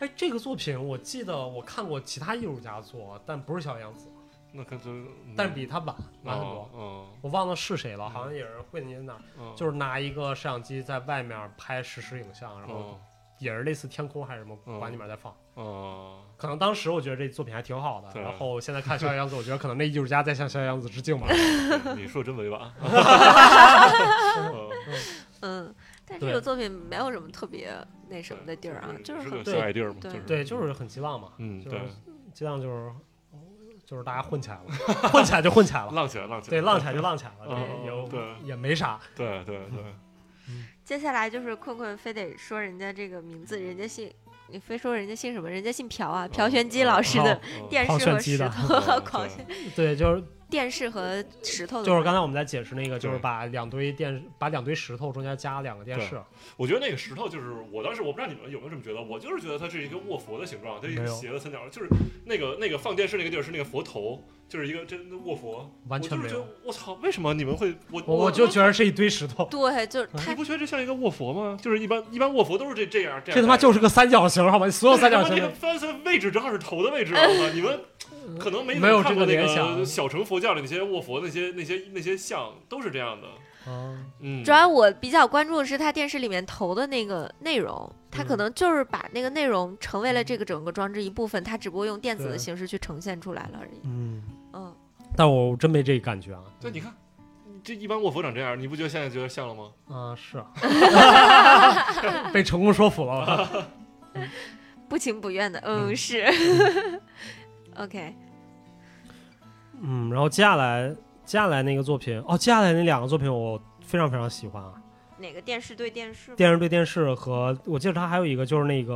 B: 哎，这个作品我记得我看过其他艺术家做，但不是小杨子，
D: 那可真，
B: 但是比他晚晚很
D: 哦
B: 多。
D: 多，
B: 我忘了是谁了，好像也是惠宁那儿，
D: 嗯，
B: 就是拿一个摄像机在外面拍实时影像，然后
D: 嗯
B: 也是类似天空还是什么，
D: 嗯
B: 往里面再放。
D: 嗯，
B: 可能当时我觉得这作品还挺好的，
D: 对啊
B: 然后现在看小野洋子，我觉得可能那艺术家在向小野洋子致敬吧。
D: 嗯对你说真委 婉， 嗯
C: 嗯，但这
B: 对
C: 个作品没有什么特别那什么的地儿啊，就是是
D: 个
C: 很
D: 小 idea 嘛，
C: 对
D: 就是
B: 对，就是很激浪嘛，
D: 嗯
B: 就是
D: 对，
B: 激浪就是就是大家混起来 了，混起来就混起来了，
D: 浪起来，浪起来，
B: 对，浪起来就浪起来了，
D: 嗯
B: 这也
D: 对
B: 也没啥。
D: 对对 对，
C: 接下来就是困困非得说人家这个名字，人家姓你非说人家姓什么，人家姓朴啊，朴玄基老师的
D: 嗯
C: 电
B: 哦朴
C: 视
B: 炫
C: 和
B: 基
C: 石
B: 的
C: 头，狂
D: 对
B: 对，就是
C: 电视和石头的
B: 就是刚才我们在解释那个，就是
D: 对
B: 把两堆电把两堆石头中间加两个电视，
D: 我觉得那个石头就是我当时我不知道你们有没有这么觉得，我就是觉得它是一个卧佛的形状，它是一个
B: 没有
D: 斜的三角，就是那个那个放电视那个地儿是那个佛头，就是一个真的卧佛，
B: 完全
D: 我
B: 没
D: 就是觉
B: 有
D: 得。我操，为什么你们会我
B: 我我就觉得是一堆石头，
C: 对，就是
D: 你
C: 他
D: 不觉得这像一个卧佛吗？就是一般一般卧佛都是这这样这样，
B: 这他妈就是是个三角形，好吧？所有三角形
D: 这
B: 都
D: 个翻身位置正好是头的位置，啊我操，你们。可能没
B: 没有
D: 看
B: 这
D: 过
B: 个
D: 那
B: 联想
D: 小乘佛教里那些卧佛那些那些那些像都是这样的，
B: 啊，
D: 嗯，
C: 主要我比较关注的是他电视里面投的那个内容，他可
B: 嗯
C: 能就是把那个内容成为了这个整个装置一部分，他只不过用电子的
B: 对
C: 形式去呈现出来了而已。
B: 嗯，
C: 嗯，
B: 但我真没这感觉啊，
D: 对，你看这一般卧佛长这样，你不觉得现在觉得像了吗？
B: 啊是 啊，被成功说服了，我 靠
C: 不情不愿的，嗯，
B: 嗯
C: 是。OK，
B: 嗯，然后接下来接下来那个作品，哦，接下来那两个作品我非常非常喜欢啊，
C: 哪个电视对电视吗？
B: 电视对电视和我记得他还有一个就是那个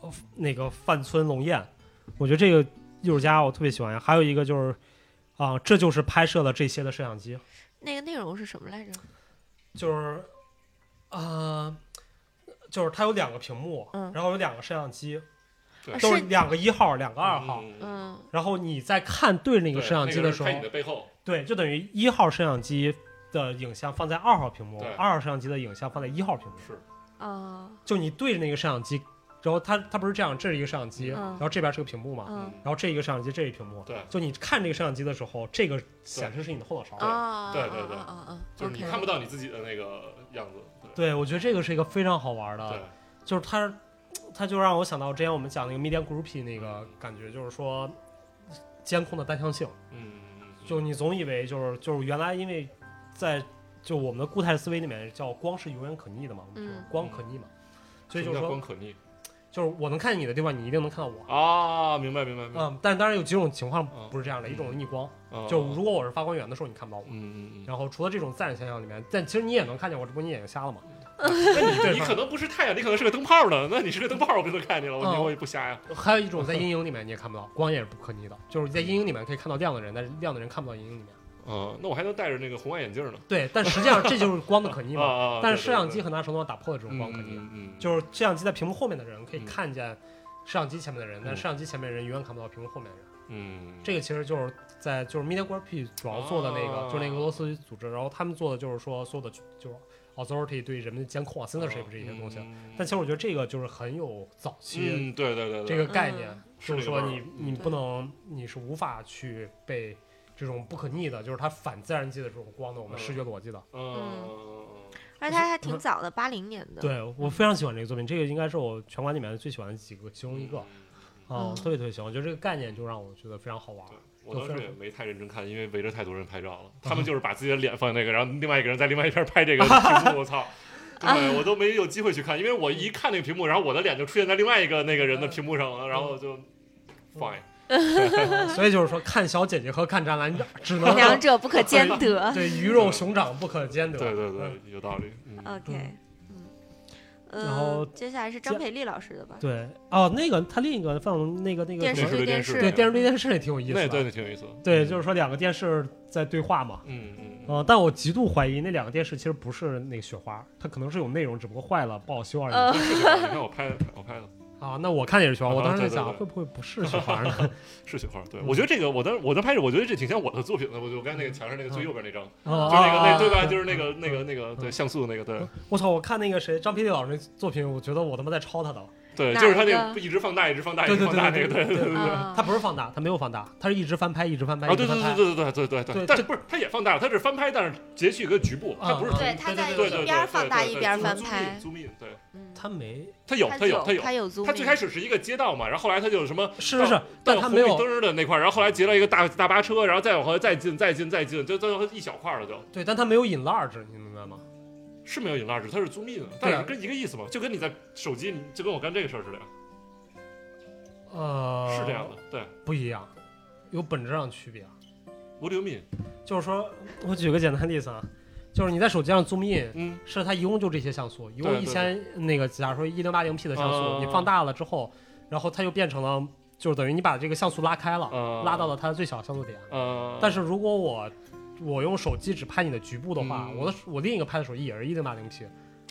B: 呃那个范村龙彦，我觉得这个艺术家我特别喜欢。还有一个就是啊、这就是拍摄了这些的摄像机，
C: 那个内容是什么来着？
B: 就是啊、呃就是它有两个屏幕，
C: 嗯
B: 然后有两个摄像机，
D: 对
C: 啊
B: 都是
C: 是
B: 两个一号，两个二号。
D: 嗯
C: 嗯
B: 然后你在看对那
D: 那
B: 个摄像机的时候，
D: 拍你的背后，
B: 对，就等于一号摄像机的影像放在二号屏幕
D: 对，
B: 二号摄像机的影像放在一号屏幕。
D: 是，
C: 啊
B: 就你对着那个摄像机，然后它它不是这样，这是一个摄像机，
C: 嗯
B: 然后这边是个屏幕嘛，
C: 嗯
B: 然后这一个摄像机，这一屏幕，
D: 对
B: 就你看这个摄像机的时候，这个显示是你的后脑勺。
C: 啊
D: 对对对
C: 啊啊
D: 就是你看不到你自己的那个样子，
B: 对，我觉得这个是一个非常好玩
D: 对
B: 的，就是它，它就让我想到之前我们讲那个 Medium Groupie 那个感觉，就是说监控的单向性，
D: 嗯，
B: 就你总以为就是就是原来因为在就我们的固态思维里面叫光是永远可逆的嘛，我们说
C: 嗯
B: 光可逆嘛，所以
D: 什
B: 就
D: 么
B: 是
D: 叫光
B: 说
D: 可逆
B: 就是我能看见你的地方，你一定能看到我。
D: 啊，明白明白明白，
B: 嗯，但是当然有几种情况
D: 嗯
B: 不是这样的，一种是逆光，
D: 啊
B: 就如果我是发光源的时候，你看不到我。
D: 嗯嗯嗯，
B: 然后除了这种自然现象里面，但其实你也能看见我，这不你眼睛瞎了吗？
D: 那
B: 对
D: 你你可能不是太阳，你可能是个灯泡呢， 那你是个灯泡，我不能看见了，我以
B: 嗯
D: 为我也不瞎呀，
B: 还有一种在阴影里面你也看不到，光也是不可逆的，就是在阴影里面可以看到亮的人，但是亮的人看不到阴影里面。
D: 嗯，那我还能戴着那个红外眼镜呢。
B: 对，但实际上这就是光的可逆
D: 啊
B: 嘛。
D: 啊！啊
B: 但是摄像机
D: 对
B: 很大程度上打破了这种
D: 对对
B: 光可
D: 嗯
B: 逆，
D: 嗯嗯，嗯
B: 就是摄像机在屏幕后面的人可以
D: 嗯
B: 看见摄像机前面的人，但
D: 嗯
B: 摄像机前面的人永远看不到屏幕后面的人。
D: 嗯，
B: 这个其实就是在就是 MediaGorp 主要做的那个，
D: 啊
B: 就是那个俄罗斯组织，然后他们做的就是说所有的就是 authority 对人们的监控啊，censorship 这些东西。
D: 哦嗯
B: 但其实我觉得这个就是很有早期
D: 嗯，对对对，对
B: 这个概念，
C: 嗯
D: 是
B: 就是
D: 这个
B: 说
D: 味儿
B: 你你不能你是无法去被这种不可逆的，就是它反自然界的这种光的我们视觉逻辑的。
D: 嗯，
C: 而且它还挺早的，八零年的。
B: 对我非常喜欢这个作品，这个应该是我全馆里面最喜欢的几个其中一个啊，
C: 嗯
B: 特别特别喜欢。我觉得这个概念就让我觉得非常好玩。
D: 我当时也没太认真看，因为围着太多人拍照了。他
B: 啊
D: 们就是把自己的脸放在那个，然后另外一个人在另外一边 拍这个屏幕。我操！
B: 啊
D: 对，我都没有机会去看，因为我一看那个屏幕，然后我的脸就出现在另外一个那个人
B: 嗯
D: 的屏幕上了，然后就 fine。
B: 所以就是说，看小姐姐和看渣男 只能
C: 两者不可兼 得。
B: 对，鱼肉熊掌不可兼得。
D: 对对对
B: 嗯，
D: 有道理。嗯，
C: OK，嗯，呃
B: 然后
C: 接下来是张培丽老师的吧？
B: 对哦，那个他另一个放那个那个
C: 电视
D: 对
C: 电
D: 电
C: 视
D: 视
B: 对电视对电视也挺有意思
D: 那
B: 的。
D: 对那挺有意思的。
B: 对就是说两个电视在对话嘛。
D: 嗯嗯
B: 呃，但我极度怀疑那两个电视其实不是那个雪花，它可能是有内容，只不过坏了不好修而已。
C: 呃
D: 嗯，是雪花你看我拍的，我拍的
B: 啊，那我看也是雪花，
D: 啊
B: 我当时在
D: 对对
B: 想
D: 对
B: 会不会不是雪花 呢？
D: 是雪花。对
B: 嗯
D: 我觉得这个，我当我当拍摄，我觉得这挺像我的作品的。我就我刚才那个墙上那个最右边那张，
B: 啊，
D: 就是那个那
B: 啊
D: 对吧？
B: 啊嗯
D: 就是那个那个那个对像素的那个对。
B: 我操！我看那个谁张培丽老师那作品，我觉得我他妈在抄他的。
D: 对，
C: 哪
D: 就是他
C: 一
D: 那
C: 个
D: 个一直放大，一直放大，一
B: 对
D: 直
B: 对
D: 哎放大那
B: 对
D: 个，对对对。
B: 对
C: 啊
B: 他不是放大，他没有放大，他是一直翻拍，一直翻拍，
D: 啊，
B: 一
D: 对
B: 直
D: 对
B: 翻拍。
D: 对对对对对
B: 对
D: 对，但
B: 这
D: 是不是他也放大了，他是翻拍，但是截取一个局部，他不是
B: 啊
D: 对
C: 对，
B: 嗯
C: 他
B: 对
C: 在
B: 对对
D: 对
C: 一边放大
D: 对
C: 一边翻
D: 对
C: 拍。
D: ，zoom in，对，
C: 嗯，
B: 他没
D: 他有他有
C: 他
D: 他有，
C: 有 zoom in，
D: 他最开始是一个街道嘛，然后后来他就是什么
B: 是是是
D: 到，
B: 但
D: 到
B: 他
D: 红
B: 没
D: 绿
B: 有
D: 灯儿的那块儿，哦然后后来截了一个大大巴车，然后再往后再进再进再进，就最后一小块儿了就，
B: 对，但他没有 enlarge，你明白吗？
D: 是没有 enlarge，它是 zoom in，但是跟一个意思嘛，就跟你在手机就跟我干这个事儿似的呀，
B: 呃，
D: 是这样，的，对
B: 不一样，有本质上区别。啊
D: ，What do you mean？
B: 就是说，我举个简单例子啊，就是你在手机上 zoom in，
D: 嗯，
B: 是它一共就这些像素，一共
D: 对
B: 一
D: 对
B: 千那个，假如说一零八零 P 的像素，
D: 嗯
B: 你放大了之后，然后它就变成了，就是等于你把这个像素拉开了，
D: 嗯
B: 拉到了它的最小像素点。
D: 呃，
B: 但是如果我我用手机只拍你的局部的话，
D: 嗯
B: 我的我另一个拍的手机也是一零八零 P，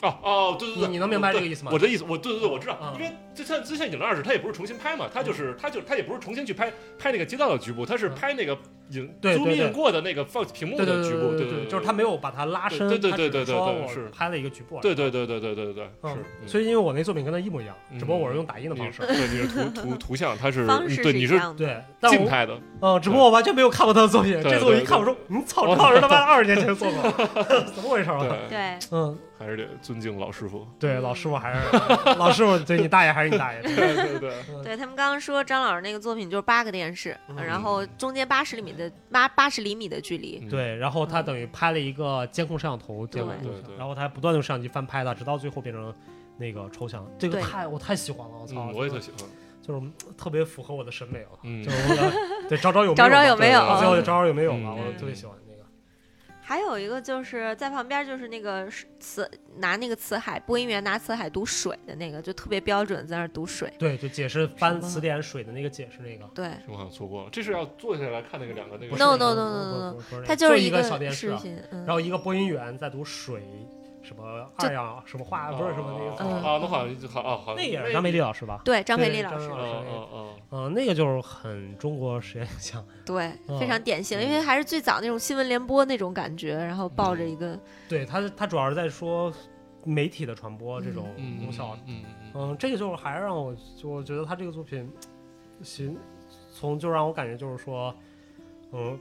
D: 哦哦，对对对，
B: 你你能明白这个意思吗
D: 对我这意思，我对对对，我知道，
B: 嗯
D: 因为就像就像《影二》是，他也不是重新拍嘛，他就是他就是他也不是重新去拍拍那个街道的局部，他是拍那个影
B: 嗯对
D: zoom
B: 对对
D: in 过的那个放屏幕
B: 对对
D: 的
B: 对
D: 局部，
B: 对
D: 对
B: 对，
D: 对，
B: 就是它没有把它拉伸，
D: 对对
B: 它
D: 对
B: 只是
D: 对对
B: 说
D: 对
B: 我
D: 是
B: 拍了一个局部而已。
D: 对，对对对对对对对对，
B: 嗯
D: 是，嗯
B: 所以因为我那作品跟他一模一样，只不过我是用打印的
D: 你
B: 方
D: 是
B: 式。
D: 对你是图图图像，它是
C: 方式
D: 对
C: 是
D: 你
C: 一
D: 是
C: 样的。
B: 对，但
D: 近
B: 我
D: 拍的，
B: 嗯，只不过我完全没有看过他的作品。
D: 对
B: 这次我一
D: 对
B: 看，我
D: 对
B: 说，嗯，操，这好是他 妈二十年前的作品，怎么回事啊？
D: 对，
C: 对，
B: 嗯，
D: 还是得尊敬老 师傅，
B: 对，老师傅还是老师傅，对你大爷还是你大 爷。
D: 对对对，
C: 对他们刚刚说张老师那个作品就是八个电视，
B: 嗯
C: 然后中间八十厘米的八八十厘米的距离，
D: 嗯
B: 对，然后他等于拍了一个监控摄像头监控
C: 对
B: 录
D: 对
B: 像
D: 对
B: 然后他还不断地用摄像机翻拍的，直到最后变成那个抽象。这个
C: 对
B: 太我太喜欢了，我操！
D: 嗯，我也
B: 就
D: 特
B: 是
D: 喜欢，
B: 就是嗯特别符合我的审美啊。
D: 嗯
B: 就，是我的对，找找有没有
C: 找找
B: 吧
C: 有没有
D: 对
B: 最后就找找有没有吧，
D: 嗯
B: 我特别喜欢那个。
C: 还有一个就是在旁边就是那个词拿那个词海播音员拿词海读水的那个，就特别标准在那儿读水。
B: 对，就解释翻词典水的那个解释那个。
C: 对
D: 我好像错过了，这是要坐下来看那个两个那
B: 不
D: 个
B: 是那
C: No,
B: 个不
C: no, no,
B: 是
C: no, no,
B: 不是不是
C: 它
B: 就是一
C: 个
B: 小电视
C: 视
B: 啊，
C: 频，嗯
B: 然，后一个播音员在读水，什么
C: 就
B: 二氧什么化啊不是什么那个词
C: 嗯
D: 啊，那好像就好啊，好像
B: 那也是张培丽老师吧？
C: 对张培丽
B: 对
C: 老
B: 张
C: 师
B: 培，丽老
D: 嗯
B: 师
D: 嗯嗯。
B: 嗯，那个就是很中国实验性，
C: 对，
B: 嗯
C: 非常典型，
D: 嗯嗯
C: 因为还是最早那种新闻联播那种感觉，然后抱着一个
B: 对他他主要是在说媒体的传播这种
D: 嗯
B: 功效。
D: 嗯嗯嗯
B: 嗯，这个就是还是让我就我觉得他这个作品，行，从就让我感觉就是说，嗯，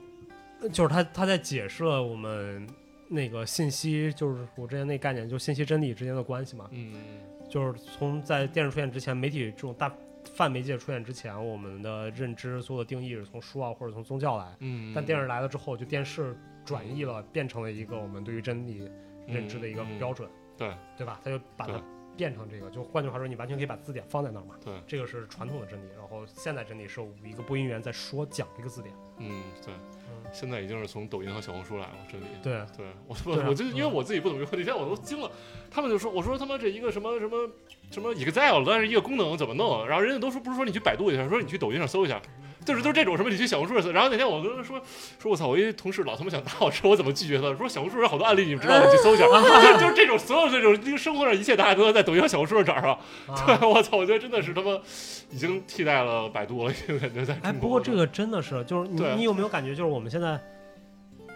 B: 就是他他在解释了我们那个信息，就是我之前那概念，就信息真理之间的关系嘛。
D: 嗯
B: 就是从在电视出现之前，媒体这种大泛媒介出现之前，我们的认知所有的定义是从书啊或者从宗教来，
D: 嗯，
B: 但电视来了之后，就电视转移了，变成了一个我们对于真理认知的一个标准，
D: 对
B: 对吧？它就把它
D: 对
B: 变成这个，就换句话说，你完全可以把字典放在那儿嘛。
D: 对
B: 这个是传统的真理，然后现代真理是有一个播音员在说讲这个字典。
D: 嗯对，现在已经是从抖音和小红书来了，真理。
B: 对，
D: 对我
B: 对啊
D: 我我就因为我自己不怎么用，那天我都惊了，他们就说我说他妈这一个什么什啊
B: 嗯
D: 么什么 Excel，但是一个功能怎么弄？然后人家都说不是说你去百度一下，说你去抖音上搜一下，就是都是这种什么，你去小红书上搜。然后那天我跟他说说，我操，我一同事老他妈想打我车，我怎么拒绝他？说小红书上好多案例，你们知道，你去 搜一下。就就是这种所有这种这个生活上一切，大家都在抖音和小红书上找上。
B: 啊
D: 对，我操，我觉得真的是他妈已经替代了百度了，因为感觉在中国。
B: 哎，不过这个真的是，就是你
D: 对啊
B: 你有没有感觉，就是我们现在，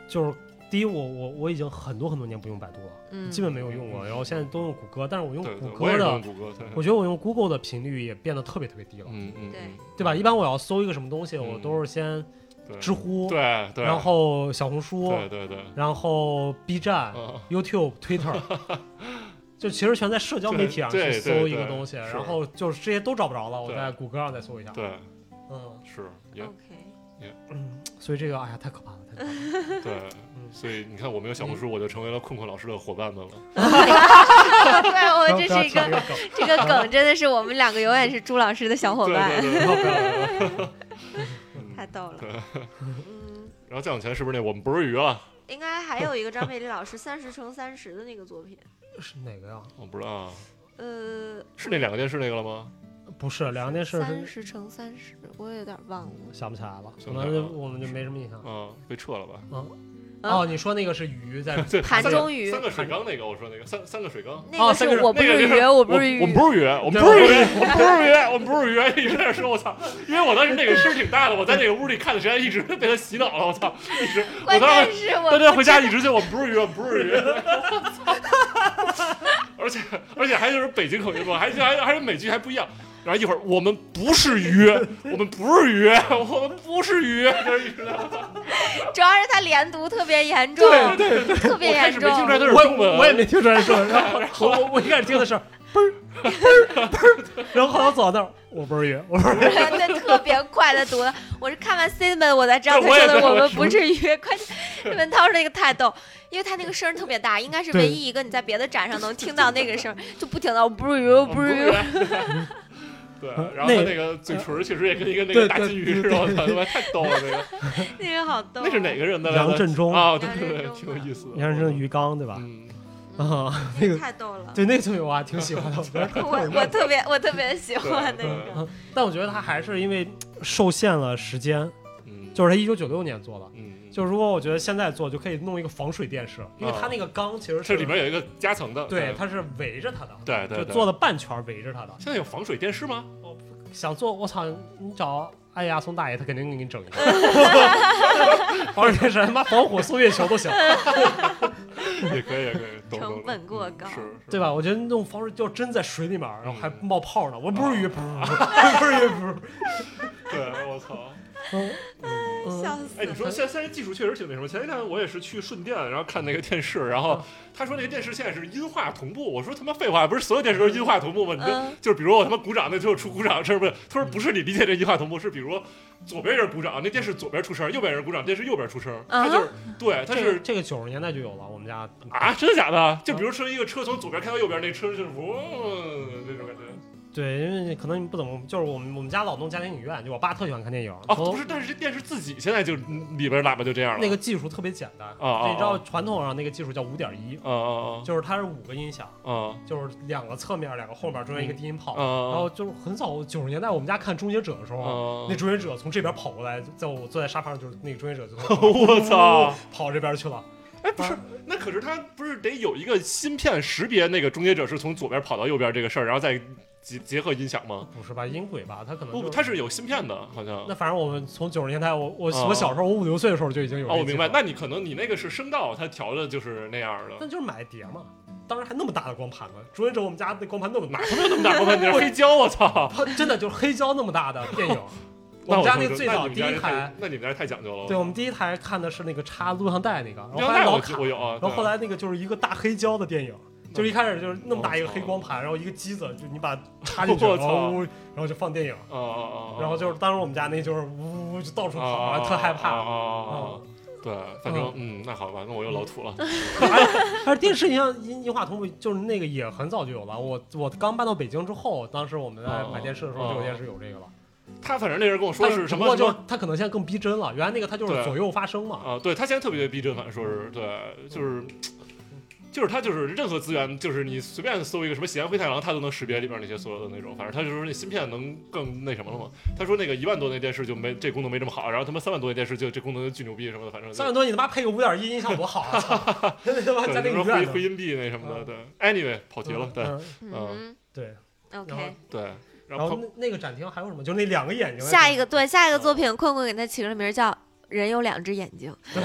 B: 就是第一，我我我已经很多很多年不用百度了，
C: 嗯，
B: 基本没有用过，然后现在都用谷歌，但是我用
D: 对对
B: 谷，
D: 我也
B: 歌
D: 是
B: 的
D: 用，谷歌，对
B: 我觉得我用 Google 的频率也变得特别特别低了，
D: 嗯嗯，
C: 对
D: 嗯
B: 对吧？一般我要搜一个什么东西，我
D: 嗯
B: 都是先
D: 对
B: 知乎，
D: 对对，
B: 然后小红书，
D: 对对对，
B: 然后 B 站、
D: 嗯
B: YouTube、Twitter，就其实全在社交媒体上
D: 对
B: 去
D: 对
B: 搜
D: 对
B: 一个
D: 对
B: 东西，
D: 是
B: 然后就是这些都找不着了，我
D: 对
B: 在谷歌上再搜一下。
D: 对
B: 嗯，
D: 是也
C: OK，
B: 所以这个哎呀太可怕了，太可怕了。
D: 对，
B: 嗯
D: 所以你看我没有小红书，我就成为了困困老师的伙伴们了。
C: 对 我
B: 不要
C: 这
B: 不要
C: 是一
B: 扯这
C: 个
B: 个梗，
C: 这个梗，真的是我们两个永远是朱老师的小伙
D: 对
C: 伴，
D: 对对对对， 对
C: 太
D: 对
C: 逗了。
D: 对。
C: 嗯，
D: 然后再往前是不是那我们不是鱼了？
C: 应该还有一个张佩丽老师三十乘三十的那个作品，
B: 是哪个呀？
D: 我不知道啊，
C: 呃，
D: 是那两个电视那个了吗？
B: 不是两个电视
C: 三
B: 是
C: 十乘三十，我有点忘了。
B: 想不起来了，我
D: 想不起来
B: 们
D: 了
B: 就我们就没什么印象。
D: 嗯，被撤了吧？
C: 嗯
B: 哦，你说那个是鱼在
D: 对，
C: 盘
D: 三个
C: 中鱼
D: 三个水缸那个，我说那个三三个水缸。
C: 那个
B: 哦
C: 是
B: 三个人
C: 我不
D: 那
C: 是
D: 个
C: 鱼，我不是鱼，
D: 我们不是鱼，我们不是鱼，我们不是鱼，我们不是鱼。一直在那说，我操！因为我当时那个声儿挺大的，我在那个屋里看的时间一直被他洗脑了，我操！一直我
C: 关
D: 当时
C: 键是
D: 大
C: 我
D: 家回家一直就我们不是鱼，我们不是鱼。而且而且还就是北京口音嘛，还还还是美剧还不一样。然后一会儿我们不是鱼，我们不是鱼，我们不是鱼，就是一直在。
C: 主要是他连读特别严重，
B: 对
D: 对对，
C: 特别
D: 我开
C: 严
D: 始
C: 重
D: 没。听出来都是中文，
B: 我我也没听出来说，然后 我我我一开始听的是嘣儿嘣儿嘣儿，然后后来我走到那儿，我不是鱼，我不是鱼，
C: 对，特别快的读的。我是看完 c i n m o n 我才知道他
D: 对我也
C: 说的
D: 是
C: 我
D: 我
C: 们
D: 是
C: 不是鱼。关键文涛那个太逗，因为他那个声儿特别大，应该是
B: 对
C: 唯一一个你在别的展上能听到那个声儿，就不停的我不是鱼，
D: 哦
C: 我不是鱼。
D: 对，啊然后他那个嘴唇确实也跟一个那个大金鱼似的，我操他妈太逗了 那个。
C: 那个好逗。啊
D: 那是哪个人的来着？
B: 杨振中，
D: 啊，对对对，挺有意思的。
B: 杨振中鱼缸对吧？
D: 嗯，
B: 啊，
C: 那
B: 那个
C: 太逗了。
B: 对那个作品我还挺喜欢的，我觉得
C: 我我特别我特别喜欢那
D: 对 对
C: 个，
B: 但我觉得他还是因为受限了时间，
D: 嗯，
B: 就是他一九九六年做的。
D: 嗯，
B: 就如果我觉得现在做，就可以弄一个防水电视，因为它那个缸其实
D: 哦这
B: 是
D: 里面有一个夹层的，呃
B: 对，它是围着它的，
D: 对对
B: 就
D: 对
B: 做了半圈围着它的。
D: 现在有防水电 视吗？
B: 想做，我操，你找哎呀松大爷，他肯定给你整一个。防水电视，他妈防火送月球都行，
D: 也可以，也可以，懂
C: 成本过高
D: 是，是
B: 对？吧？我觉得弄防水就真在水里面，然后还
D: 嗯
B: 冒泡呢。我不是鱼， 不是鱼，不是鱼，不是鱼。
D: 对，我操！
B: 嗯嗯
C: 笑死
D: 哎，你
C: 了。
D: 说现在现在技术确实挺那什么。前一天我也是去顺电，然后看那个电视，然
B: 嗯
D: 后他说那个电视现在是音画同步。我说他妈废话，不是所有电视都是音画同步吗？你
C: 嗯
D: 这就是比如我他妈鼓掌，那最后出鼓掌声不是？他说不是你理解这音画同步，是比如左边人鼓掌，那电视左边出声；右边人鼓掌，电视右边出声。
C: 嗯
D: 他就是对，他
B: 这个
D: 是
B: 这个九十年代就有了，我们家
D: 啊，真的假的？就比
B: 嗯
D: 如说一个车从左边开到右边，那车就是嗡那种感觉。
B: 对，因为可能你不怎么，就是我们我们家老弄家庭影院，就我爸特喜欢看电影，
D: 哦，
B: 从
D: 不是，但是这电视自己现在就里边喇叭就这样了。
B: 那个技术特别简单，
D: 啊
B: 这你知道
D: 啊
B: 传统上那个技术叫五点一，
D: 啊啊
B: 就是它是五个音响，
D: 啊
B: 就是两个侧面，两个后面，中间一个低音炮，
D: 啊啊！
B: 然后就是很早九十年代我们家看《终结者》的时候。
D: 啊
B: 那终结者从这边跑过来，在我坐在沙发上，就是那个终结者就
D: 我操！
B: 跑这边去了。
D: 哎，不是，那可是他不是得有一个芯片识别那个终结者是从左边跑到右边这个事儿，然后再结结合音响吗？
B: 不是吧？音轨吧？它可能
D: 不，
B: 就
D: 不，它是有芯片的，好像。
B: 那反正我们从九十年代，我我
D: 啊
B: 我小时候我五六岁的时候就已经有
D: 哦，我
B: 这
D: 明
B: 技
D: 白。
B: 术
D: 那你可能你那个是声道，它调的就是那样 的。
B: 那就是买碟嘛，当时还那么大的光盘呢。终结者我们家那光盘那么大，
D: 没有那么大光盘，黑胶，我操！
B: 它 真的就是黑胶那么大的电 影。我
D: 那
B: 们家
D: 说
B: 那
D: 这
B: 最
D: 那
B: 早
D: 你们
B: 第
D: 家
B: 一
D: 这
B: 台
D: 太，那你们家太讲究了。
B: 对我们第一台看的是那个插录像带那个，然后
D: 原
B: 后来
D: 来
B: 老
D: 我
B: 卡
D: 记，我有啊。
B: 然后
D: 对
B: 后来那个就是一个大黑胶的电影，就是一开始就是那么大一个黑光盘，然后一个机子，就你把它插进去，
D: 我
B: 然
D: 操
B: 后呜然后就放电影，
D: 哦哦哦，
B: 然后就是当时我们家那就是呜呜呜就到处跑，然
D: 啊，
B: 后特害怕。
D: 哦哦哦，对，反正嗯，那好吧，那我又老土了。
B: 但是电视音像音音话同步就是那个也很早就有了，我我刚搬到北京之后，当时我们在
D: 哦
B: 买电视的时候就有电视有这个了。
D: 他反正那人跟我说
B: 但
D: 是什
B: 不
D: 么
B: 过
D: 什
B: 就
D: 么
B: 是它可能现在更逼真了，原来那个它就是
D: 对
B: 左右发声嘛。
D: 啊，对他现在特别逼真，反正说是对，就是。就是它就是任何资源，就是你随便搜一个什么喜安灰太狼，它都能识别里边那些所有的那种。反正他就说那芯片能更那什么了嘛。他说那个一万多那电视就没这功能没这么好，然后他妈三万多那电视就这功能就巨牛逼什么的，反正就
B: 三万多，你他妈配个五点一音效多好 啊！ 操那他妈
D: 对
B: 家
D: 就
B: 庭
D: 是
B: 影
D: 回
B: 院
D: 回
B: 呢
D: 音壁那什么的，对。Anyway，跑题了，对
B: 嗯
C: 嗯
B: 对。然后
C: ，OK。
D: 对。然
B: 然后
D: 后
B: 那那个展厅还有什么？就那两个
D: 哦
B: 眼睛。
C: 下一个对下一个作品，困困给它起个名儿叫《人有两只眼睛》。
D: 哦
B: 对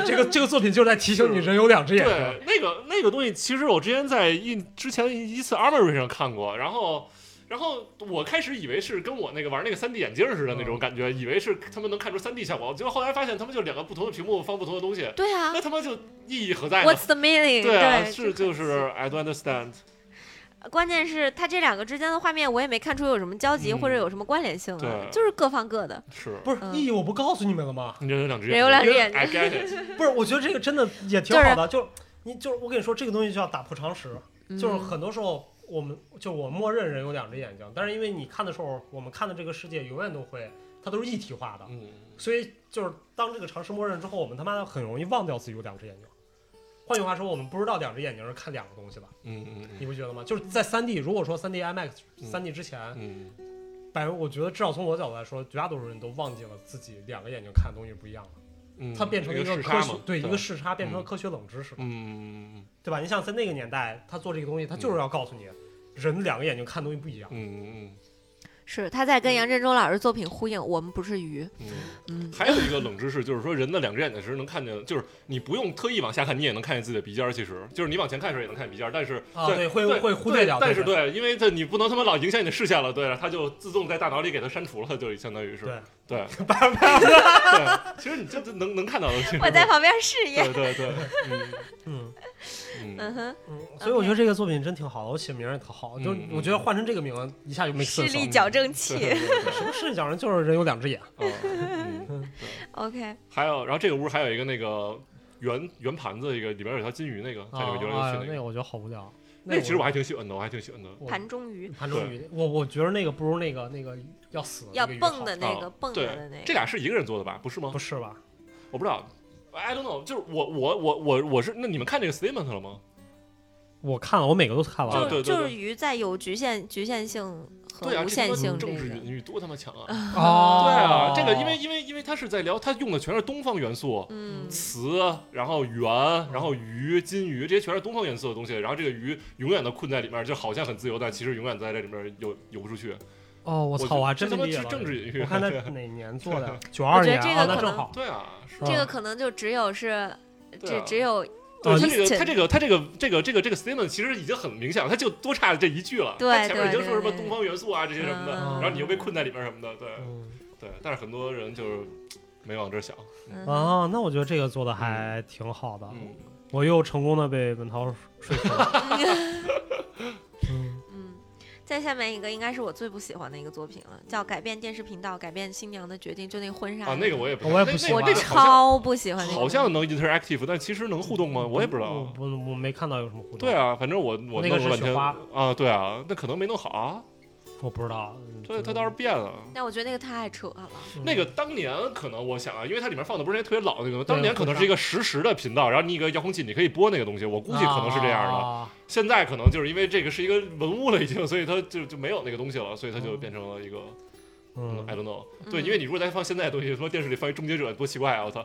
B: 这个 这个作品就是在提醒你人有两只眼睛。
D: 对，那个那个东西，其实我之前在一之前一次 Armory 上看过，然后。然后我开始以为是跟我那个玩那个 3D 眼镜似的那
B: 嗯
D: 种感觉，以为是他们能看出 3D 效果，结果后来发现他们就两个不同的屏幕放不同的东西，
C: 对 啊
D: 那他妈就意义何在呢？
C: ，What's the meaning？
D: 对啊，
C: 对，
D: 是就是 I don't understand。
C: 关键是它这两个之间的画面，我也没看出有什么交集
D: 嗯
C: 或者有什么关联性啊
D: 对，
C: 就是各放各的。
D: 是，
B: 不是
C: 嗯
B: 意义，我不告诉你们了吗？
D: 你这有两只眼睛，
C: 人有两只眼睛
D: I get it。
B: 不是，我觉得这个真的也挺好的，就是你就是我跟你说，这个东西就要打破常识，就是
C: 嗯
B: 很多时候我们就我默认人有两只眼睛，但是因为你看的时候，我们看的这个世界永远都会它都是一体化的，
D: 嗯，
B: 所以就是当这个常识默认之后，我们他妈的很容易忘掉自己有两只眼睛。换句话说，我们不知道两只眼睛是看两个东西吧？
D: 嗯嗯
B: 你不觉得吗？就是在三 D，如果说三 D IMAX、
D: 嗯
B: 三 D 之前，
D: 嗯
B: 百分我觉得至少从我角度来说，绝大多数人都忘记了自己两个眼睛看的东西不一样了，
D: 嗯，
B: 它变成了
D: 一
B: 一
D: 个视
B: 科
D: 差
B: 学
D: 嘛，
B: 对一个视差变成了
D: 嗯
B: 科学冷知识，
D: 嗯
B: 对吧？你想在那个年代，他做这个东西，他就是要告诉你，人两个眼睛看东西不一样
D: 嗯。嗯
C: 是他在跟杨振中老师作品呼应，我们不是鱼。
D: 嗯嗯。
C: 嗯，
D: 还有一个冷知识就是说，人的两只眼睛其实能看见，就是你不用特意往下看，你也能看见自己的鼻尖儿。其实就是你往前看的时候也能看见鼻尖儿，但是
B: 啊
D: 对
B: 对会会忽略
D: 对
B: 掉
D: 但是
B: 对
D: 对，因为这你不能他妈老影响你的视线了，对，它就自动在大脑里给它删除了，就相当于是
B: 对
D: 对对。 其实你这这能能看到的，其实
C: 我在旁边试验。
D: 对对对，嗯
B: 嗯
D: 嗯
C: 嗯哼，
B: 嗯，所以我觉得这个作品真挺好的，我起名儿也特好，就
D: 嗯嗯
B: 我觉得换成这个名字一下就没
C: 视
B: 刺激
C: 力
B: 了。
C: 矫正
D: 对 对
C: 器。
D: 对对
B: 什么视角人就是人有两只眼，
D: 啊嗯
C: OK，
D: 还有，然后这个屋还有一个那个圆圆盘子，一个里边有条金鱼，那个在
B: 啊
D: 里面
B: 哎
D: 游来游
B: 呀
D: 去
B: 那
D: 那个，
B: 个我觉得好无聊。
D: 那个其实我
B: 我
D: 还挺喜欢的，我还嗯挺喜欢的。
B: 我
C: 盘中鱼
B: 盘中鱼，我我觉得那个不如那个那个要死的
C: 要
B: 那个鱼
C: 蹦
B: 好
C: 的那个
D: 啊
C: 蹦
D: 对
C: 的那
D: 这
C: 个。
D: 俩是一个人做的吧？不是吗
B: 不？是吧？
D: 我不知道，I don't know。就是我我我我我是那你们看这个 statement 了
C: 嗯
D: 吗？
B: 我看了，我每个都看完
D: 啊
B: 了
D: 对
C: 就
D: 对
C: 就
D: 对
C: 是鱼在有局限、局限性和
D: 对啊，
C: 无
D: 这他
C: 限
D: 妈
C: 性这
D: 政治
C: 个。嗯
D: 隐喻多他妈强啊！对
B: 哦
D: 啊，这个因为因为因为他是在聊，他用的全是东方元素。
C: 嗯，
D: 词，然后圆，然后鱼、金鱼，这些全是东方元素的东西。然后这个鱼永远的困在里面，就好像很自由，但其实永远在这里面游游不出去。
B: 哦，我操，
D: 我
B: 我还真
D: 这
B: 没
D: 他妈
B: 理解
D: 是
B: 了
D: 政治隐喻
B: 我看他 哪年做的，九
C: 我
B: 二
C: 觉得
B: 年
C: 这
B: 啊，
C: 个
B: 那
C: 可
B: 正
C: 能
B: 好。
D: 对啊，是
C: 这个
B: 嗯
C: 可能就只有是，
D: 对
C: 这
D: 啊
C: 只有
D: 对
C: 嗯
D: 他这个他
C: Easton
D: 这个他这个这个这个这个 statement 其实已经很明显了，他就多差这一句了。
C: 对
D: 他前面已
C: 对
D: 经说什么
C: 对对
D: 东方元素啊这些什么的，
C: 嗯
D: 然后你又被困在里面什么的，对
B: 嗯
D: 对。但是很多人就是没往这儿想，
C: 嗯哼
B: 啊，那我觉得这个做的还挺好的，
D: 嗯，
B: 我又成功的被文涛说服 了。嗯
C: 嗯，再下面一个应该是我最不喜欢的一个作品了，叫《改变电视频道，改变新娘的决定》，就那婚纱
D: 嗯啊，那个我也不
B: 我也
D: 那
B: 不喜
D: 那
B: 欢
D: 那
C: 我
D: 个好像
C: 超不喜欢那个。
D: 好像能 interactive，但其实能互动吗？ 我也不知
B: 我
D: 道。
B: 不我没看到有什么互动。
D: 对，啊，反正我我
B: 嗯那个
D: 弄了
B: 是
D: 半
B: 雪
D: 天
B: 花，
D: 啊，对啊，那可能没弄好啊。
B: 我不知道。嗯
D: 对，他倒是变了。
C: 但我觉得那个太扯 了。
D: 那个当年可能我想啊，因为它里面放的不是那些特别老的那种，当年
B: 对
D: 可能是一个实时的频道，然后你一个遥控器你可以播那个东西，我估计可能是这样的。
B: 啊
D: 现在可能就是因为这个是一个文物了，已经，所以它就就没有那个东西了，所以它就变成了一个、嗯、I
B: 嗯，
D: don't know。对，
C: 嗯
D: 因为你如果再放现在的东西，什么电视里放一终结者，多奇怪啊！我操，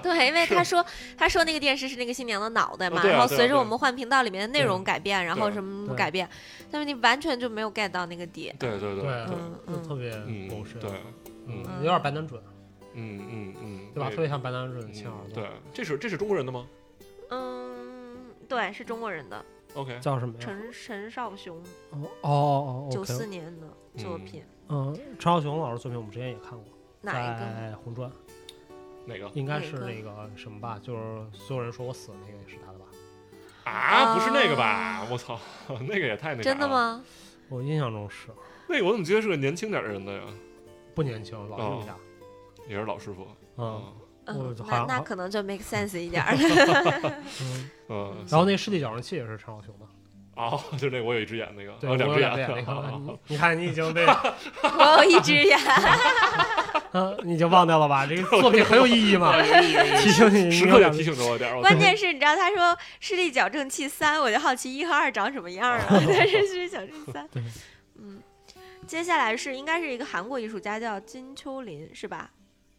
C: 对，因为他说他说那个电视是那个新娘的脑袋嘛，
D: 啊对啊
C: 然后
D: 对啊
C: 随着
D: 对啊嗯
C: 我们换频道里面的内容改变，然后
D: 对啊
C: 什么
B: 对啊
C: 改变，但是你完全就没有 get 到那个点。
D: 对对对
B: 对
D: 对，
C: 嗯
B: 就特
C: 嗯，
B: 别
D: 嗯，
B: 狗血，
D: 对，
B: 嗯
D: 嗯
B: 有点白男准，
D: 嗯嗯嗯，
B: 对吧？
D: 那
B: 特别啊像白男准
D: 嗯
B: 亲儿子。
D: 对，这是这是中国人的吗
C: 嗯，对，是中国人的
D: ？OK，
B: 叫什么呀？
C: 陈陈少雄，
B: 哦哦哦，
C: 九
B: OK，
C: 四年的作品，
B: 嗯，陈少雄老师作品我们之前也看过，
C: 哪一个？
B: 在《红砖》，
D: 哪个
B: 应该是
C: 哪
B: 那个什么吧，就是所有人说我死的那个也是他的吧？
D: 啊？不是那个吧
C: 啊？
D: 我操，那个也太那个
C: 真的？吗？
B: 我印象中是
D: 那个我怎么觉得是个年轻点儿的人的呀？
B: 不年轻，老这么
D: 哦
B: 大。
D: 也是老师傅，
B: 嗯我
C: 嗯，
B: 好
C: 那
B: 像
C: 那 可能就 make sense 一点儿。
B: 嗯，
D: 嗯
B: 然后那世纪矫正器也是陈少雄的，
D: 嗯啊， 就是那个我有一只眼那个，
B: 对，
D: 啊
B: 我
D: 两
B: 有
D: 只
B: 两只
D: 眼
B: 眼那
D: 啊啊啊
B: 个， 你你看你已经被
C: 我有一只眼，
B: 嗯，你已经忘掉了吧？这个作品很有意 义嘛，提醒你，
D: 时刻得提醒着我点儿。我
C: 关键是你知道他说视力矫正器三，我就好奇一和二长什么样啊？但是视力矫正器三
B: 对，
C: 嗯，接下来是应该是一个韩国艺术家叫金秋林是吧？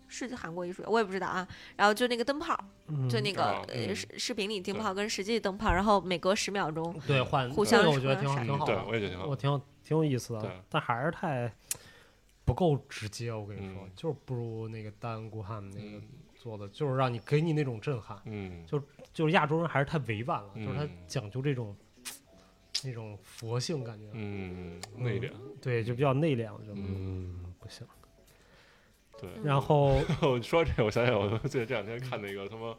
C: 是韩国艺术家，我也不知道啊。然后就那个灯泡，
B: 嗯
C: 就那个、
D: 啊
C: 呃
D: 嗯
C: 视视频里灯
D: 对
C: 泡跟实际灯泡，然后每隔十秒钟，
B: 对换
C: 互
B: 这
C: 相
B: 个我觉得挺好，
C: 传
B: 挺
D: 嗯
B: 好
D: 对
B: 的，，
D: 我也觉得挺好
B: 我。挺有挺有意思
D: 对
B: 的，但还是太不够直接。我跟你说
D: 嗯，
B: 就是不如那个丹古汉那个
D: 嗯
B: 做的，就是让你给你那种震撼。
D: 嗯，
B: 就是亚洲人还是太委婉了，
D: 嗯
B: 就是他讲究这种那种佛性感觉，
D: 嗯，内敛。
B: 对，就比较内敛，我觉得
D: 嗯
B: 不行。
D: 对，
B: 然后
D: 我说这个，我想想，我最这两天看那个他妈。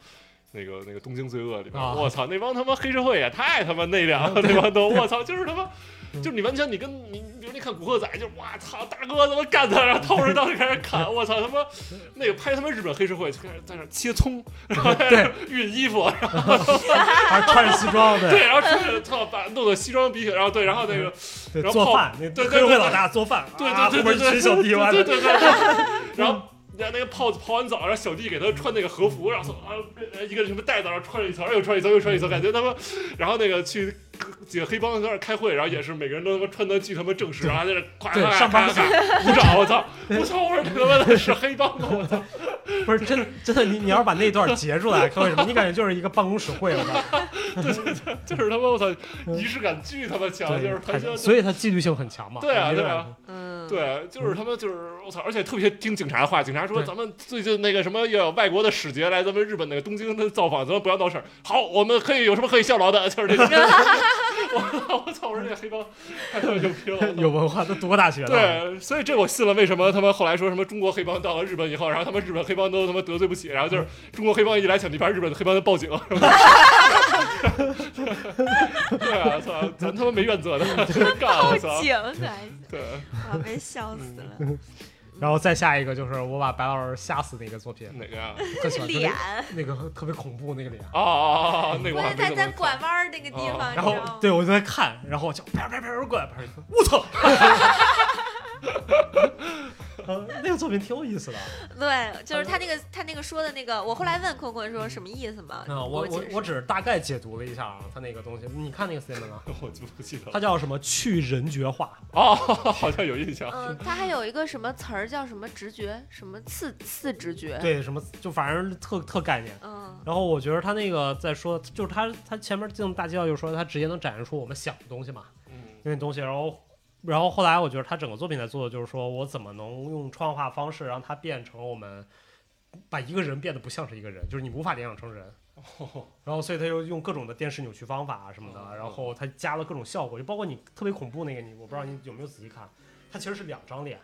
D: 那个那个《东京罪恶》里边，
B: 啊
D: 我操，那帮他妈黑社会也太他妈内敛了，那帮都，我操，就是他妈，
B: 嗯
D: 就是你完全你跟你，比如你看《古惑仔》，就是哇操，大哥他妈干他，然后掏着刀就开始砍，我操他妈，那个拍他妈日本黑社会就开始在那儿切葱，然后在那儿熨衣服，然后
B: 还是穿着西装，
D: 对，然后穿着操把弄得西装笔挺，然后对，然后那个
B: 对
D: 然后
B: 做
D: 泡
B: 饭，那
D: 对对
B: 黑社会
D: 对
B: 老大做饭，
D: 对
B: 啊
D: 对
B: 后
D: 对
B: 边
D: 对
B: 一群小弟
D: 对
B: 完
D: 对
B: 了，
D: 对对 对，然后。然后那个泡泡完澡，然后小弟给他穿那个和服，然后啊一个什么袋子，然后穿了一层，又穿一层，又穿一层，感觉他妈，然后那个去几个黑帮在那儿开会，然后也是每个人都他妈穿的巨他妈正式，然后在那夸
B: 对
D: 夸
B: 上班
D: 夸夸鼓掌，我操，我操，我说这他妈的是黑帮吗？我操，
B: 不是真的真的，你你要是把那段截出来，看为什么？你感觉就是一个办公室会，我操。
D: 就是他妈我操，仪式感巨他妈强，就是他
B: 太
D: 就
B: 所以它纪律性很强嘛。
D: 对啊
B: 你这
D: 对啊
B: 样
C: 嗯，
D: 对，就是他们就是我操，而且特别听警察的话。警察说
B: 对
D: 咱们最近那个什么要有外国的使节来咱们日本那个东京的造访，咱们不要闹事儿。好，我们可以有什么可以效劳的， 就是这种。 我我操！我说这黑帮太他妈牛逼了。我操
B: 有文化，都读过大学的。，
D: 对，所以这我信了。为什么他们后来说什么中国黑帮到了日本以后，然后他们日本黑帮都他妈得罪不起，然
B: 嗯
D: 后就是中国黑帮一来抢地盘，日本的黑帮就报警。是吧 对啊，操，咱他妈没原则的，
B: 嗯
D: 干
C: 报
D: 我操！
C: 警才行，
D: 对，
C: 我被笑死了，
B: 然后再下一个就是我把白老师吓死那个作品，
D: 哪个呀？
B: 特喜欢就
C: 脸
B: 是。那个特别恐怖那个脸。
D: 哦哦哦，那个我
C: 关
D: 还
C: 键
D: 没
C: 他
D: 怎
C: 在
D: 么看。
C: 拐弯儿那个地方，你知
B: 然
C: 道
B: 后
C: 吗？
B: 对我就在看，然后我就啪啪啪啪过来，啪，我操！ 呃那个作品挺有意思的。啊
C: 对，就是
B: 嗯
C: 他那个他那个说的那个，我后来问坤坤说什么意思嘛？
B: 嗯，我我我只是大概解读了一下啊，他那个东西。你看那个 statement 啊，
D: 我就不记得
B: 它
D: 了。
B: 叫什么？去人觉化。
D: 哦， 好像有印象。
C: 嗯，他还有一个什么词儿叫什么直觉，什么次次直觉，
B: 对，什么就反正特特概念。
C: 嗯，
B: 然后我觉得他那个在说，就是他他前面进大介绍就说他直接能展现出我们想的东西嘛，
D: 嗯
B: 那东西。然后然后后来我觉得他整个作品在做的就是说我怎么能用创化方式让它变成我们把一个人变得不像是一个人，就是你无法联想成人。然后所以他又用各种的电视扭曲方法啊什么的，
D: 哦
B: 然后他加了各种效果，就包括你特别恐怖那个你，我不知道你有没有仔细看，它其实是两张脸。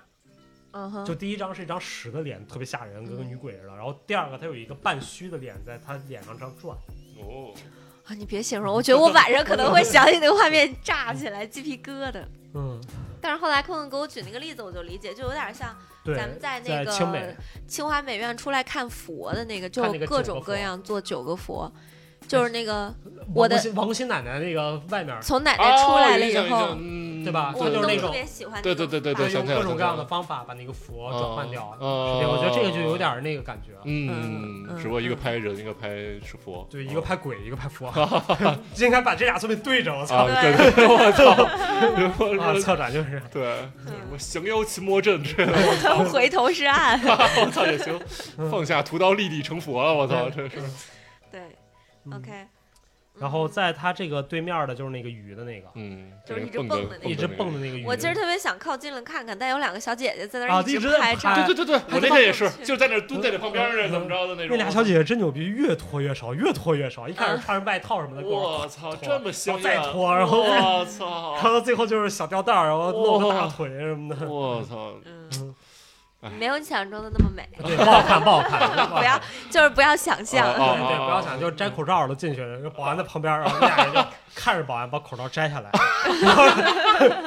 C: 嗯哼，
B: 就第一张是一张实的脸，特别吓人，跟个女鬼似的。然后第二个，它有一个半虚的脸在他脸上这样转，
D: 哦，
C: 啊，你别形容，我觉得我晚上可能会想起那个画面，炸起来鸡皮疙瘩。
B: 嗯，
C: 但是后来坤坤给我举那个例子，我就理解，就有点像
B: 对，
C: 咱们在那
B: 在
C: 个
B: 清美，
C: 清华美院出来看佛的那个，就
B: 看那个
C: 各
B: 九
C: 种
B: 个
C: 各
B: 佛
C: 样做九个佛，就是那个我
B: 王
C: 的
B: 国兴王国兴奶奶那个外面，
C: 从奶奶
B: 哎
D: 哦
C: 出来了
D: 印
C: 以
D: 象印
C: 后，
D: 象嗯
B: 对吧他
C: 我
D: 对
B: 就是那
C: 都
D: 对
C: 特
B: 种
C: 别喜欢那
D: 对
C: 种。
D: 对对对
B: 他
D: 对，
B: 用
D: 想起来
B: 各
D: 了
B: 种
D: 想
B: 各
D: 起来
B: 样嗯
D: 了
B: 的方法把那个佛转换掉。
D: 哦
B: 对，我觉得这个就有点那个感觉。
D: 嗯
C: 嗯，嗯
D: 只不过一个拍人，一个拍是佛，
B: 对，一个拍鬼，一个拍 佛，应该把这俩作品对着。我 操
D: 啊，对对，对 我操，
B: 啊，嗯
D: 我操，
B: 策展就是
D: 对，什么降妖擒魔阵之类的，
C: 回头是岸。
D: 我操也行，
B: 嗯
D: 放下屠刀立地成佛了，我操，这是
C: 对
B: 嗯
C: ，OK。
B: 然后在他这个对面的就是那个鱼的那个，
D: 嗯，
C: 就是
D: 那
C: 一直
D: 个蹦
C: 蹦的那
B: 一直
D: 那个
B: 蹦的那个鱼。
C: 我今儿特别想靠近了看看，但有两个小姐姐在那
B: 啊
C: 儿
B: 一直
C: 直
B: 在
C: 拍
B: 拍
C: 照。
D: 对对对对，我那天也是，就在那儿蹲在那旁边儿，
B: 嗯
D: 怎么着的那种。
B: 那俩小姐姐真牛逼，越拖越少，越拖越少。一
C: 啊
B: 开始穿着外套什么的，给我
D: 我操，这么香艳！
B: 然哦后再脱然后
D: 我
B: 看
D: 操，
B: 到最后就是小吊带儿，然后露个大腿什么的，
D: 我操，
C: 嗯
D: 哎，
C: 没有你想象中的那么美，
B: 对，不好看，不好看，不好
C: 不要
B: 看。
C: 就是不要想
D: 哦
C: 象。
B: 对对，不要想，就是摘口罩了进去，然后保安在旁边儿，然 后俩人就看着保安把口罩摘下来，然后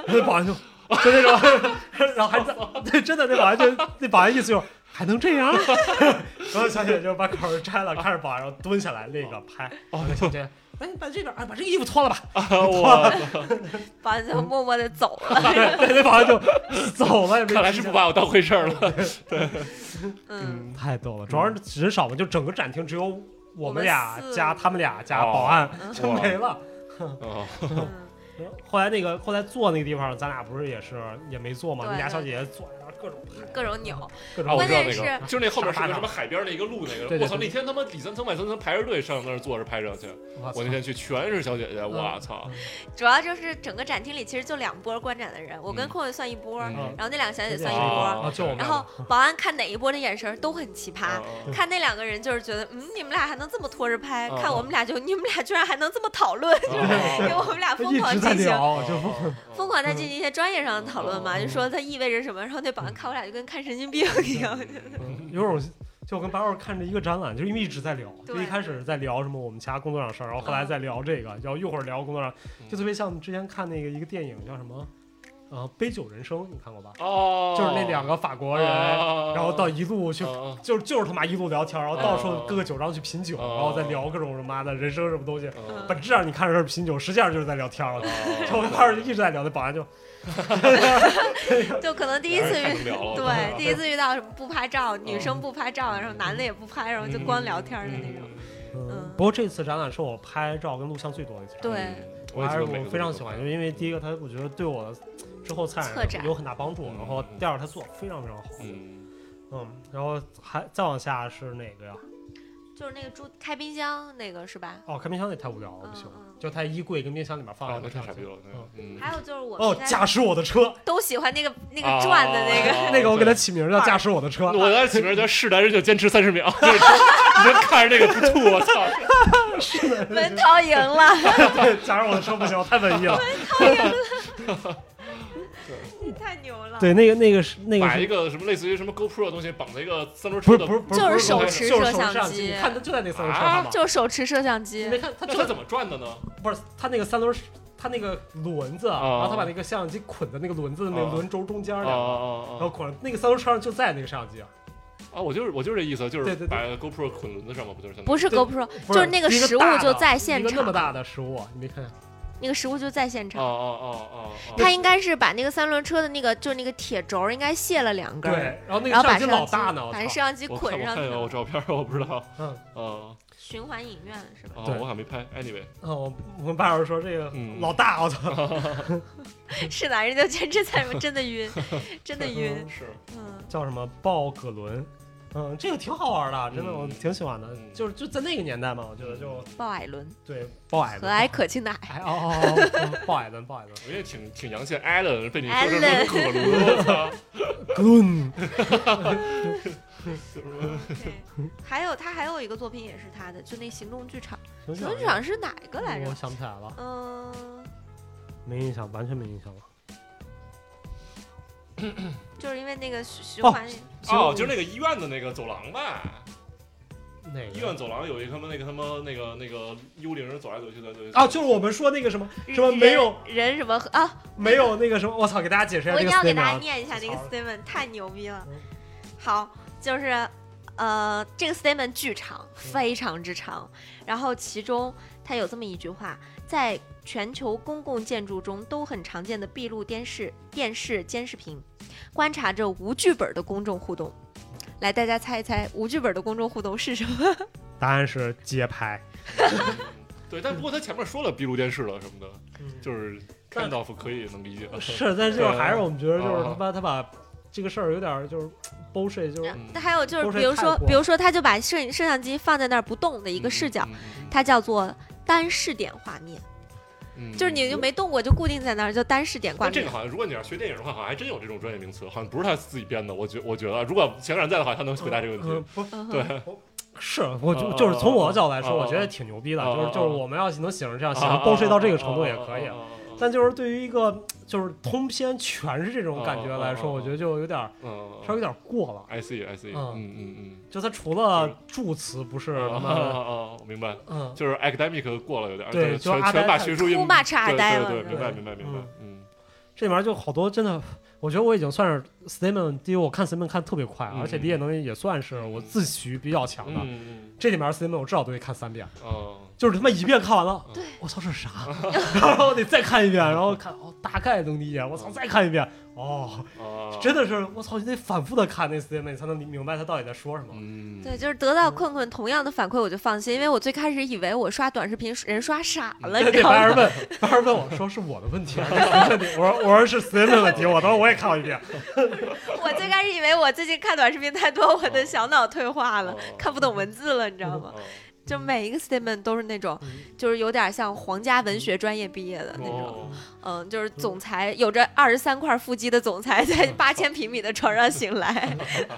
B: 那保安 就就那种，然后还在对，真的那保安就那保安意思就是还能这 样， 然后小姐姐就把口罩摘了，看着保安，然后蹲下来那个拍，哦，小姐姐哎，把这边啊，把这个衣服脱了 吧，
D: 我
C: 保安就默默的走了。
B: 对，那保安就走了，也没
D: 看来是不把我当回事儿 了。
C: 嗯，
B: 太逗了，主要是人少嘛，就整个展厅只有我们
C: 我
B: 俩
C: 们四
B: 加他们俩加保安，就没了。
D: 哦
C: 嗯
B: 后来那个后来坐那个地方，咱俩不是也是也没坐嘛，
C: 对
B: 那俩
C: 对
B: 小姐姐坐在那儿各种拍
C: 各种扭，
B: 各
D: 啊，
B: 种
D: 我
C: 关
D: 知道
C: 键
D: 那个，
C: 是
D: 就是那后面是
B: 啥大
D: 个什
B: 厂
D: 么海边那个路那
B: 对
D: 个，
B: 对
D: 我操！
B: 对
D: 那天他妈里三层外三层排着队上那儿坐着拍照去，我那天去全是小姐
B: 嗯
D: 姐，我操！
C: 主要就是整个展厅里其实就两波观展的人，我跟
D: 嗯
C: 空位算一波，
D: 嗯
C: 然后那两个小姐姐算一
D: 啊
C: 波，
B: 啊，就我们俩
C: 然后保安看哪一波的眼神儿都很奇
B: 嗯
C: 葩
D: 啊，
C: 看那两个人就是觉得，嗯，你们俩还能这么拖着拍，
D: 啊
C: 看我们俩就你们俩居然还能这么讨论，
D: 嗯 哦
C: 给我们俩疯
B: 一直
C: 狂
B: 在
C: 进行。
B: 聊，哦就
D: 哦
C: 疯狂在进行一些专业上的讨论嘛，
B: 嗯
C: 就说它意味着什么，然后那保安看我俩就跟看神经病一样，
B: 嗯有种就我跟八二看着一个展览，就因为一直在聊，
C: 对嗯
B: 就一开始在聊什么我们其他工作上的事儿，然后后来再聊这个，然后一会儿聊工作上，
D: 嗯
B: 就特别像之前看那个一个电影叫什么，呃，《杯酒人生》，你看过吧？
D: 哦，
B: 就是那两个法国人，
D: 哦
B: 然后到一路去。
D: 哦
B: 就就是他妈一路聊天，然后到处
D: 哦
B: 各个酒庄去品酒，
D: 哦
B: 然后再聊各种什么妈的人生什么东西。
D: 哦
C: 嗯
B: 本质上你看着是品酒，实际上就是在聊天了。
D: 哦
B: 就我当时一直在聊，那保安就
C: 就可能第一次
D: 太
C: 遇
D: 能聊了
B: 哦
C: 对 第一次遇到什么不拍照，女生不拍照，然后男的也不拍，然后就光聊天的那种。
B: 嗯
C: 嗯，
B: 不过这次展览是我拍照跟录像最多的一次展览。
C: 对，
B: 我
D: 也
B: 还
D: 觉
B: 是
D: 得
B: 我
D: 每个
B: 非常
D: 都
B: 喜欢，
D: 很
B: 就是因为第一个，它我觉得对我之后策
C: 策
B: 展
C: 展
B: 有很大帮助，然后
D: 嗯
B: 第二，它做得非常非常好，
D: 嗯，
B: 嗯，然后还再往下是哪个呀？嗯
C: 就是那个猪开冰箱那个是吧？
B: 哦，开冰箱那太无聊了，
C: 嗯
B: 不行
C: 嗯，
B: 就它衣柜跟冰箱里面放
D: 啊
B: 两，
D: 那
B: 个
D: 太
B: 相
D: 傻逼
B: 机。
D: 了，嗯，
C: 还有就是我
B: 哦
C: 们，现在
B: 驾驶我的车，
C: 都喜欢那个那个转的那 个，
D: 个
B: 那个我给它起名叫驾驶我的车，
D: 我当时起名叫是男人就坚持三十秒，就是 你就看着这个不吐，我操！
C: 文涛 赢了。
B: 对， 驾驶我的车不行，太文艺 了。
C: 你太牛了！
B: 对，那个那个是 那个
D: 买一
B: 是，
D: 个什么类似于什么 GoPro 的东西，绑在一个三轮
B: 不
D: 车
B: 是
D: 的，
B: 不是不是，
C: 就是
B: 不
D: 手
B: 不
D: 持
B: 就是手
C: 摄
B: 持
C: 像
B: 相
C: 机
B: 你看它就在那三轮车
D: 啊
B: 上嘛，
C: 就是手持摄像
B: 你
C: 机
B: 没，看它
D: 那
B: 就
D: 它怎么转的呢？
B: 不是他那个三轮，他那个轮子，啊
D: 哦
B: 然后他把那个摄像机捆在那个轮子的那个
D: 哦
B: 轮轴中间
D: 啊
B: 儿两个，
C: 哦
B: 然
D: 啊
B: 后捆那个三轮车上就在那个摄像机，
D: 啊！我就是我就是这意思，就
B: 对
D: 是
B: 对对
D: 把 GoPro 捆轮子上嘛，不就是相当于？
C: 不是
B: 对
C: GoPro，
B: 不
C: 就是那个
B: 一个
C: 实物
B: 大的
C: 就在现
B: 一个那么
C: 场，
B: 大的实物，啊你没看？
C: 那个实物就在现
D: 哦
C: 场。
D: 哦哦哦，
C: 他应该是把那个三轮车的那个就是那个铁轴应该卸了两根
B: 对
C: 儿，，
B: 然后那个
C: 然后
B: 摄
C: 把
B: 像机
C: 摄像
B: 老
C: 机
B: 大呢，我
C: 把那
B: 操！
C: 摄像机
D: 我看
C: 捆
D: 我
C: 上
D: 看
C: 去
D: 见我
C: 了。
D: 照片，我不知道。
B: 嗯，
D: 啊
C: 循环影院是吧？
D: 啊，
B: 对
D: 我好像没拍。Anyway，
B: 哦，我我跟八老师说这个
D: 嗯
B: 老大，我操，
C: 是男人就坚持在真 的晕，真的晕。
D: 是
C: 嗯，
B: 叫什么鲍葛伦，嗯，这个挺好玩的，真的
D: 嗯
B: 我挺喜欢的，
D: 嗯
B: 就是就在那个年代嘛，我觉得就
C: 鲍嗯艾伦，
B: 对鲍矮的，
C: 和 蔼可亲的蔼。
B: 哎哦哦哦哦，鲍矮的鲍矮的，
D: 我也挺挺洋气，Allen 被你说成了
C: Allen
D: 可伦，我操！
B: 滚，嗯
C: 对还有他还有一个作品也是他的，就那行动剧场。
B: 行
C: 行动剧场是哪一个来
B: 我
C: 着？
B: 想不起来了，
C: 嗯，
B: 没印象，完全没印象了。
C: 就是因为那个循循
B: 哦
C: 环。
D: 哦，就是那个医院的那个走廊吧，
B: 哪
D: 医院走廊有一个他妈那个他妈那个那个幽灵走来走去的，对
B: 啊？就是我们说那个什么
C: 人
B: 什么没有
C: 人什么和啊？
B: 没有那个什么，我操，给大家解释一下
C: 我一
B: 这
C: 定
B: 个
C: 要
B: s t a t e
C: 给大家念一下这个
B: 好
C: statement，太牛逼了
B: 嗯。
C: 好，就是呃，这个 statement 巨长，非常之长。然后其中它有这么一句话，在全球公共建筑中都很常见的闭路电视、电视监视屏，观察着无剧本的公众互动。来，大家猜一猜，无剧本的公众互动是什么？
B: 啊答案是街拍，
D: 对，但不过他前面说了闭路电视了什么的，就是
B: 但
D: 看到可以能理解。
B: 是，但是就是还是我们觉得就是
D: 啊
B: 他妈他把这个事儿有点儿就是 bullshit，就是
D: 嗯
C: 那还有就
B: 都是
C: 是，比如
B: 太
C: 说
B: 过，
C: 比如说，他就把摄影摄像机放在那儿不动的一个视角，
D: 嗯，嗯
C: 它叫做单视点画面。
D: 嗯嗯
C: 就是你就没动过，就固定在那儿，就单视点挂
D: 但这个
C: 面。
D: 好像，如果你要学电影的话，好像还真有这种专业名词，好像不是他自己编的。我觉我觉得，如果前两在的话，他能回答这个问
B: 嗯
D: 题。
B: 不
C: 嗯哼
D: 对，
B: 是，我就
D: 啊
B: 就是从我
D: 啊
B: 的角度来说，
D: 啊
B: 我觉得挺牛逼的，
D: 啊
B: 就是
D: 啊
B: 就是我们要能写成这样，
D: 哦
B: 写成 bullshit 到这个程度也可以。但就是对于一个就是通篇全是这种感觉来说，
D: 啊啊啊啊
B: 我觉得就有点儿
D: 嗯
B: 稍微有点儿过了。
D: ，I see I see，
B: 嗯
D: 嗯嗯嗯，
B: 就它除了助词不是
D: 哦
B: 他妈的，
D: 哦，我明白，
B: 嗯，
D: 就是 academic 过了有点儿，
B: 对
D: 就是
B: 就阿呆
D: 全全把
B: 太
D: 学术硬
C: too much 阿
D: 对
C: 呆
D: 对
C: 了
D: 对，
C: 对
D: 明白明白明白
B: 嗯，
D: 嗯
B: 这里面就好多真的，我觉得我已经算是 statement 第一，我看 statement 看特别快，
D: 嗯
B: 而且理解能力也算是我自诩比较强的。
D: 嗯嗯
B: 这里面 statement 我至少都得看三遍，
D: 嗯，哦
B: 就是他妈一遍看完了
D: 对，
B: 我操这是啥？然后我得再看 一遍，然后看哦大概能理解，我操再看一遍，哦，
D: 啊，
B: 真的是我操你得反复的看那 statement 才能明白他到底在说什么。
D: 嗯，
C: 对，就是得到困困同样的反馈，我就放心，因为我最开始以为我刷短视频人刷傻
D: 嗯
C: 了，你
B: 对，
C: 知道
B: 白
C: 吗？
B: 人问，白人问我说是我的问题还是谁的问题？我说我说是 statement 问题，我当时我也看过一遍。
C: 我最开始以为我最近看短视频太多，我的小脑退化了
D: 哦，
C: 看不懂文字了，你知道吗？
D: 哦
C: 就每一个 statement 都是那种
B: 嗯，
C: 就是有点像皇家文学专业毕业的那种，
D: 哦
C: 嗯，就是总裁有着二十三块腹肌的总裁在八千平米的床上醒来，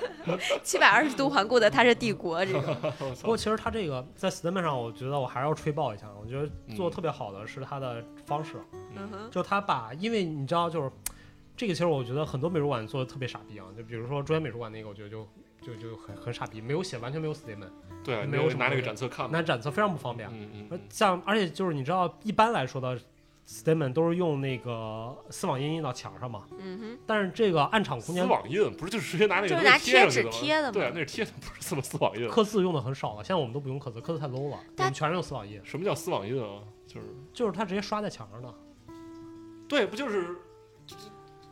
C: 七百二十度环顾的他是帝国这种，
B: 不过其实他这个在 statement 上，我觉得我还是要吹爆一下，我觉得做
D: 嗯
B: 的特别好的是他的方式，
C: 嗯哼，
B: 就他把，因为你知道，就是这个，其实我觉得很多美术馆做的特别傻逼啊，就比如说中央美术馆那个，我觉得就就就很很傻逼，没有写，完全没有 statement，
D: 对啊，
B: 没
D: 你
B: 有
D: 有
B: 什么东
D: 拿那个
B: 西
D: 展册看吗？
B: 那展册非常不方便。
D: 嗯
B: 而
D: 嗯
B: 像而且就是你知道，一般来说的 statement 都是用那个丝网印印到墙上嘛，
C: 嗯
B: 但是这个暗场
D: 嗯，
B: 空
D: 丝
B: 间
D: 网印不是就直接拿那个
C: 就是
D: 东西
C: 拿贴
D: 上
C: 纸
D: 去的吗
C: 贴的嘛
D: 对啊，那是贴的，不是什么丝网印。啊
B: 刻字用的很少了，现在我们都不用刻字，刻字太 low 了，我
C: 但
B: 们全是用丝网印，
D: 什么叫丝网印啊？就是
B: 就是它直接刷在墙上的。
D: 对，不就是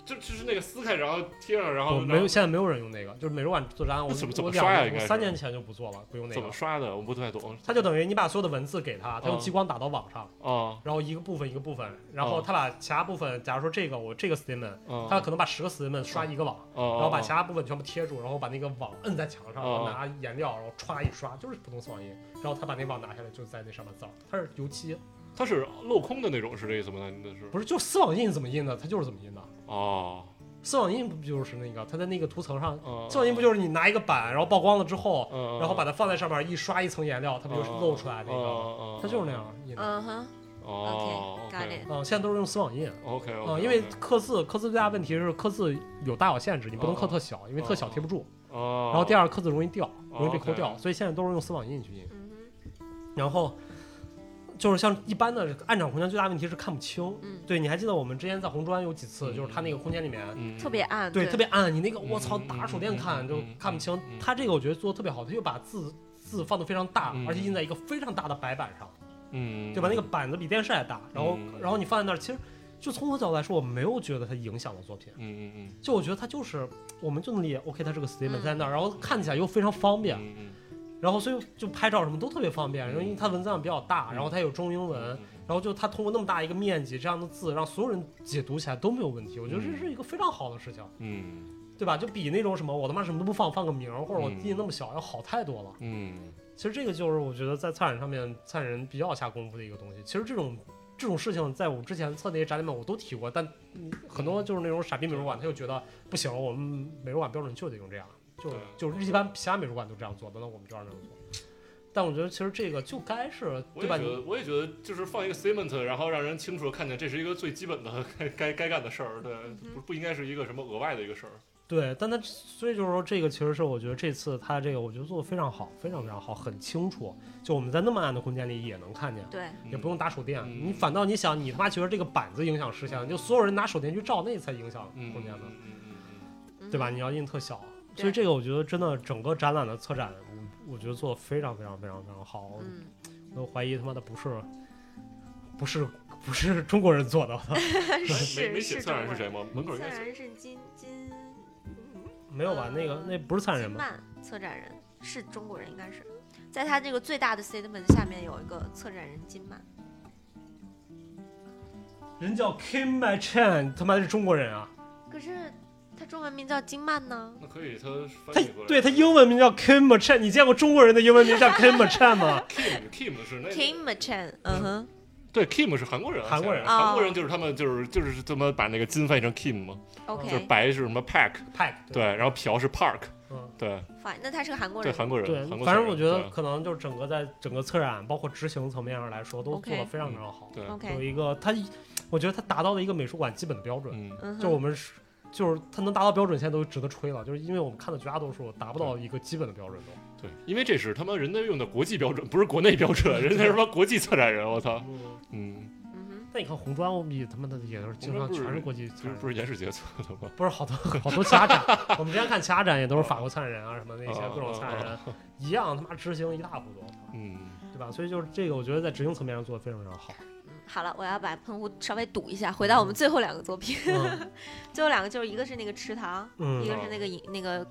D: 就就是那个撕开然后贴上，然
B: 我
D: 后
B: 没有，现在没有人用那个，就是美术馆做展览，我
D: 那怎么怎
B: 我
D: 么
B: 两
D: 刷呀
B: 年
D: 应该
B: 我
D: 是
B: 三年前就不做了，不用那
D: 怎
B: 个
D: 么。刷的？我不太懂。
B: 它就等于你把所有的文字给他，他用
D: 嗯
B: 激光打到网上，
D: 啊
B: 然后一个部分一个部分，然后
D: 嗯
B: 他把其他部分，假如说这个我这个 statement，
D: 啊，
B: 他可能把十个 statement 刷一个网，然
D: 然
B: 后把其他部分全部贴住，然后把那个网摁在墙上，然
D: 哦
B: 后拿颜料，然后歘一刷，就是普通丝网印，然后他把那网拿下来就在那上面造，它是油漆，
D: 它是镂空的那种，是这意思吗？那是
B: 不是就丝网印怎么印的，它就是怎么印的。
D: 哦，
B: 丝网印不就是那个，它在那个涂层上，
D: 嗯
B: 丝网印不就是你拿一个板，然后曝光了之后，
D: 嗯，
B: 然后把它放在上面一刷一层颜料，它
D: 它
B: 不就是露出来那个？
D: 个
B: 它就是那。样印
C: 哼，
B: 的。
C: 嗯哼
D: 哦
C: ，OK，got it。
B: 嗯，现在都是用丝网印。
D: OK OK，
B: 嗯，因为刻字，刻字最大问题是刻字有大小限制，你不能
D: 嗯
B: 刻特小，因为特小贴不住。
D: 哦，
B: 然后第二，刻字容易掉，容易被抠掉，
D: OK
B: 所以现在都是用丝网印去印。
C: 嗯哼。
B: 然后就是像一般的暗场空间，最大问题是看不清。
C: 嗯
B: 对，你还记得我们之前在红砖有几次，
D: 嗯
B: 就是它那个空间里面，
D: 嗯
C: 特别暗，
B: 对，特别暗，你那个
D: 嗯
B: 我操，
D: 嗯
B: 打手电看
D: 嗯
B: 就
D: 嗯
B: 看不清
D: 嗯。嗯
B: 它这个我觉得做的特别好，它就把字字放的非常大，
D: 嗯
B: 而且印在一个非常大的白板上，
D: 嗯，
B: 对吧？那个板子比电视还大，然后
D: 嗯
B: 然后你放在那儿，其实就从我角度来说，我没有觉得它影响了作品。
D: 嗯嗯
B: 就我觉得它就是，我们就能理解，OK，它这个 statement
C: 嗯
B: 在那儿，然后看起来又非常方便，
D: 嗯，
B: 然后所以就拍照什么都特别方便，然后因为它文字量比较大，
D: 嗯
B: 然后它有中英文，然后就它通过那么大一个面积这样的字，让所有人解读起来都没有问题，我觉得这
D: 嗯
B: 是一个非常好的事情，
D: 嗯
B: 对吧？就比那种什么我他妈什么都不放，放个名儿或者我
D: 嗯
B: 印那么小要好太多了。
D: 嗯
B: 其实这个就是我觉得在策展上面，策展人比较下功夫的一个东西。其实这种这种事情，在我之前策那些展览里面我都提过，但嗯很多就是那种傻逼美术馆，他就觉得不行，我们美术馆标准就得用这样，就
D: 对
B: 就是一般其他美术馆都这样做的，那我们就按这样做。但我觉得其实这个就该是
D: 我
B: 对
D: 也
B: 吧？
D: 觉
B: 你
D: 得，我也觉得，就是放一个 statement，然后让人清楚地看见这是一个最基本的该该该干的事儿，对，不不应该是一个什么额外的一个事儿。
B: 对，但他所以就是说，这个其实是我觉得这次他这个我觉得做的非常好，非常非常好，很清楚。就我们在那么暗的空间里也能看见，
C: 对，
B: 也不用打手电。
D: 嗯
B: 你反倒你想，你他妈觉得这个板子影响视线，就所有人拿手电去照，那才影响
D: 嗯
B: 空间呢，
D: 嗯
B: 对吧？你要印特小，所以这个我觉得真的整个展览的策展，我我觉得做的非常非常非常非常好。
C: 嗯，
B: 我怀疑他妈的不是，不是不是中国人做的，
C: 嗯，
D: 没没
C: 是
D: 写
C: 是
D: 策展人是谁
C: 谁？
D: 吗？门口
C: 策
D: 应该
C: 展
D: 写
C: 人是金金
B: 没有吧？那个那不是策展人
C: 金
B: 吧？
C: 曼策展人是中国人，应该是在他这个最大的 statement 下面有一个策展人金曼，
B: 人叫 Kim My Chan，他妈是中国人啊！
C: 可是他中文名叫金曼呢。
D: 那可以，他
B: 他
D: 翻译过来。
B: 对他英文名叫 Kim My Chan，你见过中国人的英文名叫 Kim My Chan 吗？
D: Kim Kim 是那
C: Kim Chen，嗯哼，
D: 对 Kim 是韩国人啊，
B: 韩国人
D: 显然
C: 哦
D: 韩国人就是他们就是就是他们把那个金翻译成 Kim 嘛，就是
C: OK，
D: 白是什么 Pack，
B: 派
D: 对，然后朴是 Park，
B: 嗯
D: 对
C: fine，那他是个韩国
D: 对
C: 人。
D: 韩国
B: 对
D: 人，韩，国
B: 反正
D: 人
B: 我觉得
D: 对
B: 可能就是整个在整个策展包括执行层面上来说，都
C: OK 嗯
B: 做得非常非常好。
D: 对
B: 有
C: OK，
B: 一个他，我觉得他达到了一个美术馆基本的标准，
D: 嗯
C: 嗯哼，
B: 就我们是就是他能达到标准，现在都值得吹了。就是因为我们看的绝大多数达不到一个基本的标准都。
D: 对，因为这是他们人家用的国际标准，不是国内标准，人家是什么国际策展人，我操，
B: 嗯，
D: 嗯，
C: 嗯
B: 但你看红砖，我们也他妈的也是经常
D: 红砖不是
B: 全是国际策
D: 不
B: 展
D: 是
B: 人
D: 不是严世杰策的吗？
B: 不是好多好多其他展，我们之前看其他展也都是法国策展人啊什么那些
D: 啊
B: 各种策展人，一样他妈执行一塌糊涂。
D: 嗯，
B: 对吧？所以就是这个，我觉得在执行层面上做的非常非常好。
C: 嗯好了，我要把喷壶稍微堵一下，回到我们最后两个作品。
B: 嗯
C: 最后两个就是一个是那个池塘，一
B: 嗯，
C: 个是那个影那个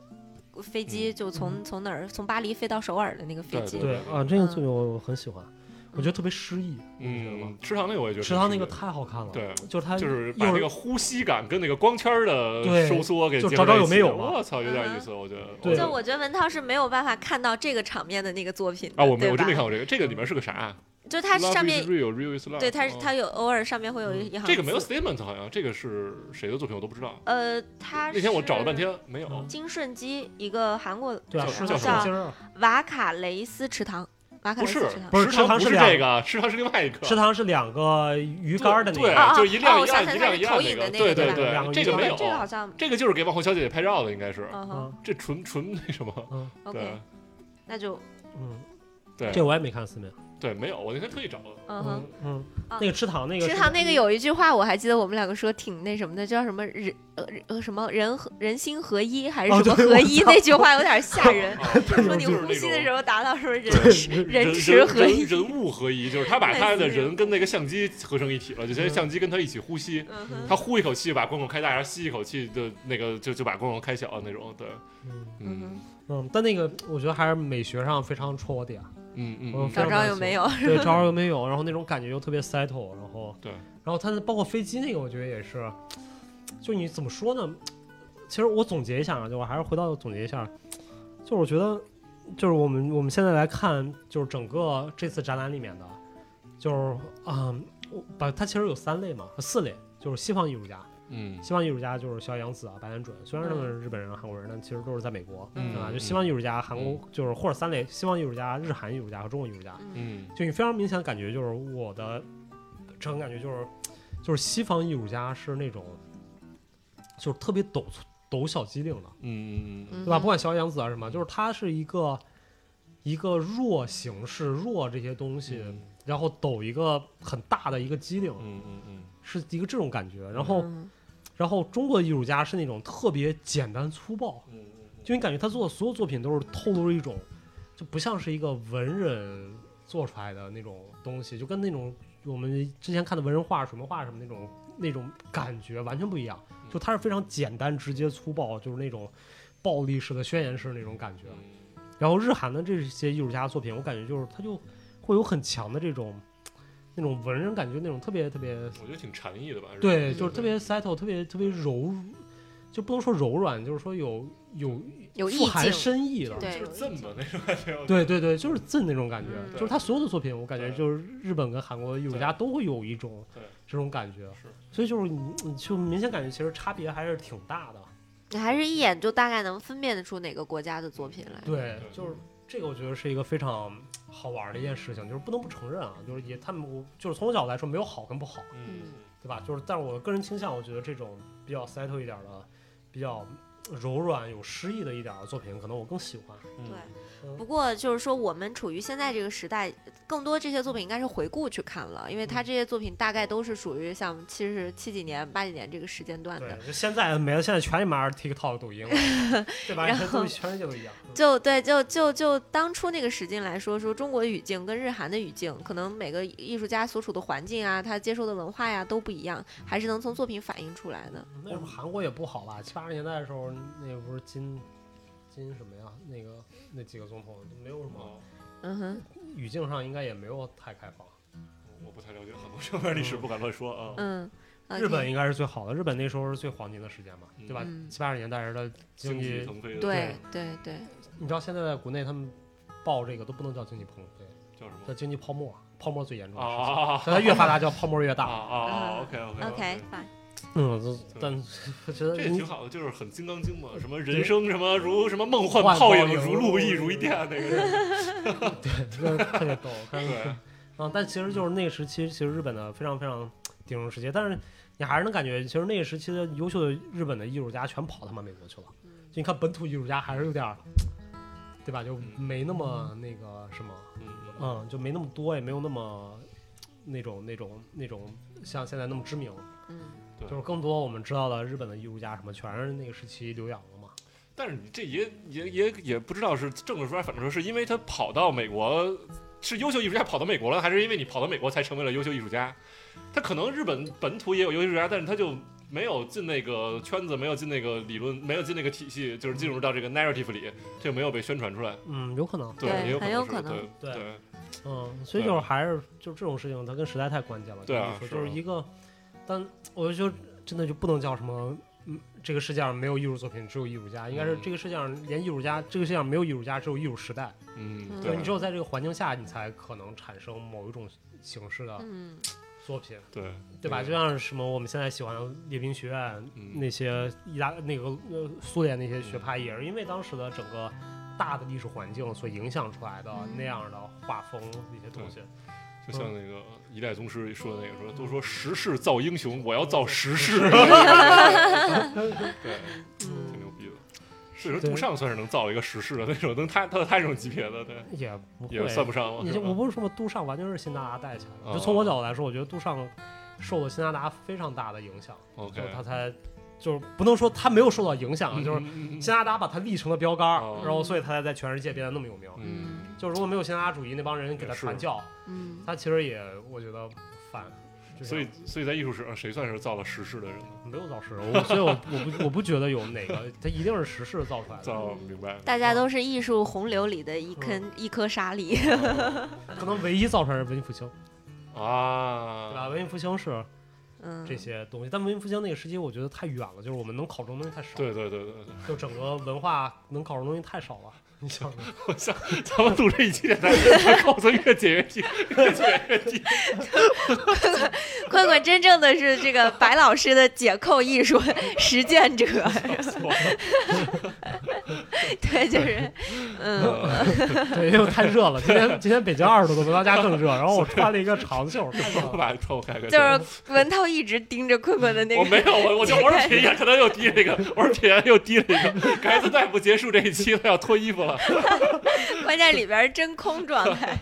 C: 飞机，就从从哪儿从巴黎飞到首尔的那个飞
D: 嗯对
C: 机。
B: 对啊，这
C: 嗯
B: 个作品我我很喜欢，我觉得特别诗意。
D: 嗯，池塘那个我也觉得
B: 池塘那个
D: 是
B: 太好看了，，
D: 对，
B: 就是它
D: 就是把
B: 又
D: 那个呼吸感跟那个光圈儿的
B: 对
D: 收缩给
B: 就
D: 结
B: 找
D: 合在
B: 找
D: 一
B: 有没
D: 起
B: 有
D: 了
B: 嘛
D: 我操，有点意思，我觉得。
B: 对
C: 嗯就我觉得文涛是没有办法看到这个场面的那个作品的
D: 啊，我没
C: 对
D: 我真没
C: 吧
D: 看过这个，这个里面是个啥？啊
C: 就它
D: Love
C: 上
D: is
C: 面
D: real real is love。
C: 对它是
D: 哦
C: 它有偶尔上面会有一行字
D: 嗯这个没有 statement，好像这个是谁的作品我都不知道。
C: 呃，它
D: 那天我找了半
C: 是
D: 天没有。
B: 嗯
C: 金顺基一个韩国
B: 对啊，
D: 叫
B: 是
D: 叫什
B: 小
D: 么
B: 鸡
C: 叫
B: 儿啊，
C: 瓦卡雷斯池塘，瓦卡雷
D: 不
C: 斯
D: 是
C: 池塘，
B: 不是
D: 池
B: 池
D: 塘
B: 塘
D: 不
B: 是
D: 是
B: 两
D: 这个，池塘是另外一个。
B: 池塘是两个鱼
D: 对
B: 竿儿的那个，
C: 啊
D: 对，就是一
C: 啊
D: 辆
C: 我
D: 一
C: 想
D: 辆
C: 起
D: 一
C: 来
D: 辆一
C: 投
D: 辆
C: 影的
D: 个，
C: 那
D: 对
C: 个
D: 对
C: 对
B: 吧两
D: 对，
B: 个
D: 这
B: 一
D: 个
B: 样的
D: 没有啊
C: 这，个好像
D: 这个就是给网红小姐姐拍照的，应该是
C: 嗯哼
B: 嗯
D: 这纯纯那什么，
B: 嗯
C: OK，
D: 对
C: 那就
B: 嗯，
D: 对
B: 这我也没看四面，
D: 对，没有，我那天特意找了。，
C: 嗯哼
B: 嗯。嗯，
C: 啊
B: 那个池塘那个嗯
C: 池
B: 是
C: 塘那个有一句话，我还记得我们两个说挺那什么的，叫什么人呃呃什么人和人心合一还是
B: 哦
C: 什么
B: 对
C: 合
B: 我
C: 一那句话有点吓 人
D: 啊就是
C: 说你
D: 就是
C: 呼
D: 那
C: 吸的
D: 种
C: 时候达到什么人
D: 对
C: 人
D: 人
C: 池合
D: 人
C: 一
D: 人物合一，就是他把
C: 类
D: 他
C: 似
D: 的
C: 这种
D: 人跟那个相机合成一体了，就现在
B: 嗯
D: 相机跟他一起呼吸，
C: 嗯哼
D: 他呼一口气把关口开大，然后吸一口气的那个就就把关口开小那种，对，
B: 嗯
D: 嗯
B: 嗯，但那个我觉得还是美学上非常戳我点，
D: 嗯嗯
B: 我
D: 嗯，
B: 非
C: 找
B: 常
C: 着有没有？
B: 对，招儿又没有，然后那种感觉又特别 settle，然后
D: 对
B: 然后它的包括飞机那个，我觉得也是，就你怎么说呢？其实我总结一下啊，就我还是回到总结一下，就是我觉得，就是我们我们现在来看，就是整个这次展览里面的，就是啊、我把它其实有三类嘛，四类，就是西方艺术家，
D: 嗯
B: 西方艺术家就是小野洋子啊、白兰准，虽然他们
C: 嗯
B: 是日本人、韩国人，但其实都是在美国，
C: 嗯
B: 对吧？就西方艺术家、韩国就是或者三类，西方艺术家、日韩艺术家和中国艺术家，
C: 嗯
D: 嗯
B: 就你非常明显的感觉就是我的这种感觉就是，就是西方艺术家是那种，就是特别抖抖小机灵的，
D: 嗯嗯
B: 对吧？
C: 嗯
B: 不管小野洋子啊什么，就是他是一个一个弱形式、弱这些东西，然后抖一个很大的一个机灵，
D: 嗯嗯
B: 是一个这种感觉。然后，
C: 嗯
B: 然后中国的艺术家是那种特别简单粗暴，
D: 嗯
B: 就你感觉他做的所有作品都是透露着一种，就不像是一个文人做出来的那种东西，就跟那种我们之前看的文人画、水墨画什么那种那种感觉完全不一样。就他是非常简单、直接、粗暴，就是那种暴力式的、宣言式的那种感觉。
D: 嗯
B: 然后日韩的这些艺术家作品，我感觉就是他就会有很强的这种那种文人感觉，那种特别特别
D: 我觉得挺禅意的吧，
B: 嗯对，就是特别 settle，特别特别柔，就不能说柔软，就是说有有
C: 有意
B: 富含
C: 境，
B: 深意了。
C: 对
D: 就是这么那种感觉，
B: 对对对，就是朕那种感觉，
C: 嗯
B: 就是他所有的作品，我感觉
D: 对
B: 就是日本跟韩国的艺术家都会有一种
D: 对
B: 这种感觉
D: 是，
B: 所以就是你你就明显感觉其实差别还是挺大
C: 嗯
B: 的。
C: 你还是一眼就大概能分辨得出哪个国家的作品来。
B: 对
D: 对，
B: 就是这个，我觉得是一个非常好玩的一件事情，就是不能不承认啊，就是也他们我就是从小来说没有好跟不好，
D: 嗯
B: 对吧？就是但是我个人倾向，我觉得这种比较 settle 一点的，比较柔软有诗意的一点的作品，可能我更喜欢。
D: 嗯
C: 不过就是说，我们处于现在这个时代，更多这些作品应该是回顾去看了，因为
B: 嗯
C: 他这些作品大概都是属于像七十七几年、八几年这个时间段的
B: 对。，就现在没了，现在全你妈 TikTok、抖音了， 对吧？
C: 然
B: 现在东
C: 后
B: 西全世界都一样。嗯
C: 就对，就就就当初那个时境来说，说中国语境跟日韩的语境，可能每个艺术家所处的环境啊，他接受的文化呀都不一样，还是能从作品反映出来的。
B: 那时候韩国也不好吧？七八十年代的时候，那不是金金什么呀？那个那几个总统没有什
D: 哦
B: 么
C: 嗯哼，
B: 语境上应该也没有太开放。
D: 我不太了解韩国这边历史，不敢乱说啊。
C: 嗯，
B: 日本应该是最好的，日本那时候是最黄金的时间嘛，对吧
C: 嗯？
B: 七八十年代时的经
D: 经济
B: 济，
D: 腾飞的
C: 对对对，
B: 你知道现在在国内他们报这个都不能叫经济崩溃，
D: 叫什
B: 叫经济泡沫，泡沫最严重
D: 么？
B: 的事情。
D: 啊
B: 但它越发达叫泡沫越
D: 啊
B: 大。
D: 啊啊！OK OK
C: 嗯 OK fine，
B: 嗯，这但我觉得
D: 这也挺
B: 你
D: 好的，就是很《金刚经》嘛，什么
B: 对
D: 人生什么如什么梦嗯幻
B: 幻
D: 泡
B: 泡
D: 影嗯
B: 影
D: 如露亦如电那个，
B: 这特别逗，看
D: 对
B: 啊，但其实就是那个时期，其实日本的非常非常鼎盛时期，但是你还是能感觉，其实那个时期的优秀的日本的艺术家全跑他妈美国去了。就你看本土艺术家还是有点儿，对吧？就没那么那个什么，
D: 嗯
B: 嗯，就没那么多，也没有那么那种那种那种像现在那么知名。
C: 嗯，
D: 对
B: 就是更多我们知道的日本的艺术家什么，全是那个时期留洋了嘛。
D: 但是你这也也也也不知道是正着说还是反着说，是因为他跑到美国是优秀艺术家跑到美国了，还是因为你跑到美国才成为了优秀艺术家？他可能日本本土也有优秀艺术家，但是他就没有进那个圈子，没有进那个理论，没有进那个体系，就是进入到这个 narrative 里，他就没有被宣传出来。
B: 嗯，有可能，
D: 对，
C: 对
D: 也
C: 很有
D: 有
C: 可
D: 可能是，对
B: 能
D: 对
B: 嗯，所以就是还是就这种事情，它跟时代太关键了。
D: 对啊
B: 就是
D: 是
B: 就是一个，但我就真的就不能叫什么，嗯，这个世界上没有艺术作品，只有艺术家，应该是
D: 嗯
B: 这个世界上连艺术家，这个世界上没有艺术家，只有艺术时代。
D: 嗯，
C: 嗯
B: 就
D: 对
B: 是你只有在这个环境下，你才可能产生某一种形式的
C: 嗯，
B: 作品，
D: 对
B: 对吧？就像是什么我们现在喜欢的列宾学院
D: 嗯
B: 那些意大那个呃苏联那些学派，也是因为当时的整个大的历史环境所影响出来的那样的画风一些东西。
D: 就
B: 嗯
D: 像那个一代宗师说的那个，说都说时势造英雄，我要造时势。 对，
C: 嗯
D: 挺牛逼的。所以说，杜尚算是能造一个时势的那种，能他他他这种级别的，对，
B: 也不
D: 也
B: 会，
D: 算不上了。
B: 你
D: 是
B: 就
D: 吧
B: 我不是说嘛，杜尚完全是辛达达带起来的。
D: 哦
B: 就从我角度来说，我觉得杜尚受了辛达达非常大的影响，
D: OK，
B: 就是他才就是不能说他没有受到影响，啊就是
D: 嗯
B: 辛达达把他立成了标杆儿，
D: 哦
B: 然后所以他才在全世界变得那么有名。
D: 嗯，
B: 就如果没有辛达达主义那帮人给他
D: 也是
B: 传教，
C: 嗯，
B: 他其实也我觉得反。就这
D: 所
B: 样
D: 以所以在艺术史上，谁算是造了时势的人呢？
B: 没有造势，我所以我我不我不觉得有哪个，他一定是时势造出来的。
D: 造明白了，
C: 大家都是艺术洪流里的一坑一颗沙粒。
B: 可能唯一造出来是文艺复兴，对吧？
D: 啊，
B: 文艺复兴是
C: 嗯，
B: 这些东西，但文艺复兴那个时期我觉得太远了，就是我们能考中的东西太少。
D: 对对对对对，
B: 就整个文化能考中的东西太少了。你 想，
D: 我想咱们 录这一期电台，他告诉越解越 低，越解越低，
C: 困困真正的是这个白老师的解扣艺术实践者， 对，就是， 嗯，
B: 对，因为太热了。今天今天北京二十多度，回到家更热。然后我穿了一个长袖，太热
D: 我
B: 了
D: 把窗户开开。
C: 就是文涛一直盯着困困的那
D: 我
C: 个，
D: 没有，我我就我是铁眼，可能又低了一个，我是铁眼又低了一个。该子再不结束这一期了，要脱衣服了。
C: 关键里边儿真空状 态。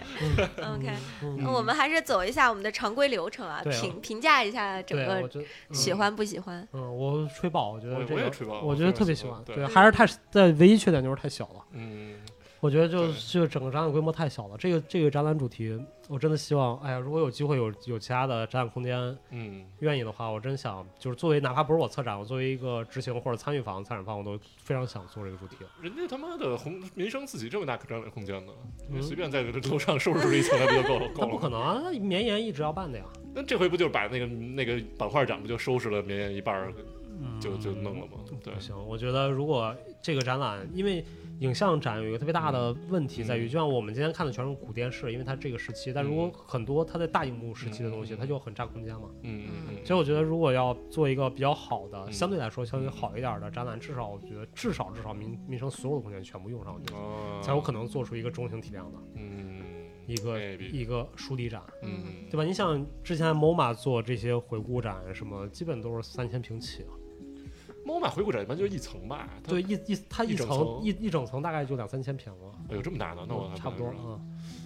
C: OK，
B: 嗯
C: 那我们还是走一下我们的常规流程啊，
B: 对啊
D: 哦
C: 评评价一下整
B: 对，我
C: 个
B: 觉得嗯
C: 喜欢不喜欢。
B: 嗯，我吹爆，我觉
D: 我
B: 得
D: 也
B: 这
D: 我也
B: 个，
D: 吹爆
B: 我觉得特别喜欢。
D: 对
B: 对，啊还是太但唯一缺点就是太小了。
D: 嗯，
B: 我觉得就
D: 对
B: 就整个展览规模太小了。这个这个展览主题，我真的希望，哎呀，如果有机会有有其他的展览空间，
D: 嗯
B: 愿意的话，我真想就是作为哪怕不是我策展，我作为一个执行或者参与方、参展方，我都非常想做这个主题。
D: 人家他妈的红民生自己这么大可展览空间呢，
B: 嗯
D: 随便在楼上收拾出一层来不就 够了？
B: 那不
D: 够
B: 可
D: 了。
B: 能啊！那绵延一直要办的呀，
D: 那这回不就是把那个那个版画展不就收拾了绵延一半儿就就弄了吗？对
B: 不，行。我觉得如果这个展览，因为影像展有一个特别大的问题在于，
D: 嗯
B: 就像我们今天看的全是古电视，因为它这个时期，但如果很多它在大荧幕时期的东西，
D: 嗯
B: 它就很占空间嘛。
D: 嗯嗯
B: 所以我觉得，如果要做一个比较好的，
D: 嗯
B: 相对来说相对好一点的展览，至少我觉得至少至少民民生所有的空间全部用上，我觉得
D: 嗯，
B: 才有可
D: 能，
B: 能做出一个中型体量的
D: 嗯，
B: 一个
D: maybe，
B: 一个梳理展。
D: 嗯，
B: 对吧？你想之前 MoMA 做这些回顾展什么，基本都是三千平起啊。
D: 猫马回顾展一般就一层吧，它
B: 对，，一一它
D: 一
B: 一
D: 整
B: 层
D: 层
B: 一一整层大概就两三千平了，
D: 哎呦这么大呢，那我还
B: 差不多
D: 知道
B: 啊。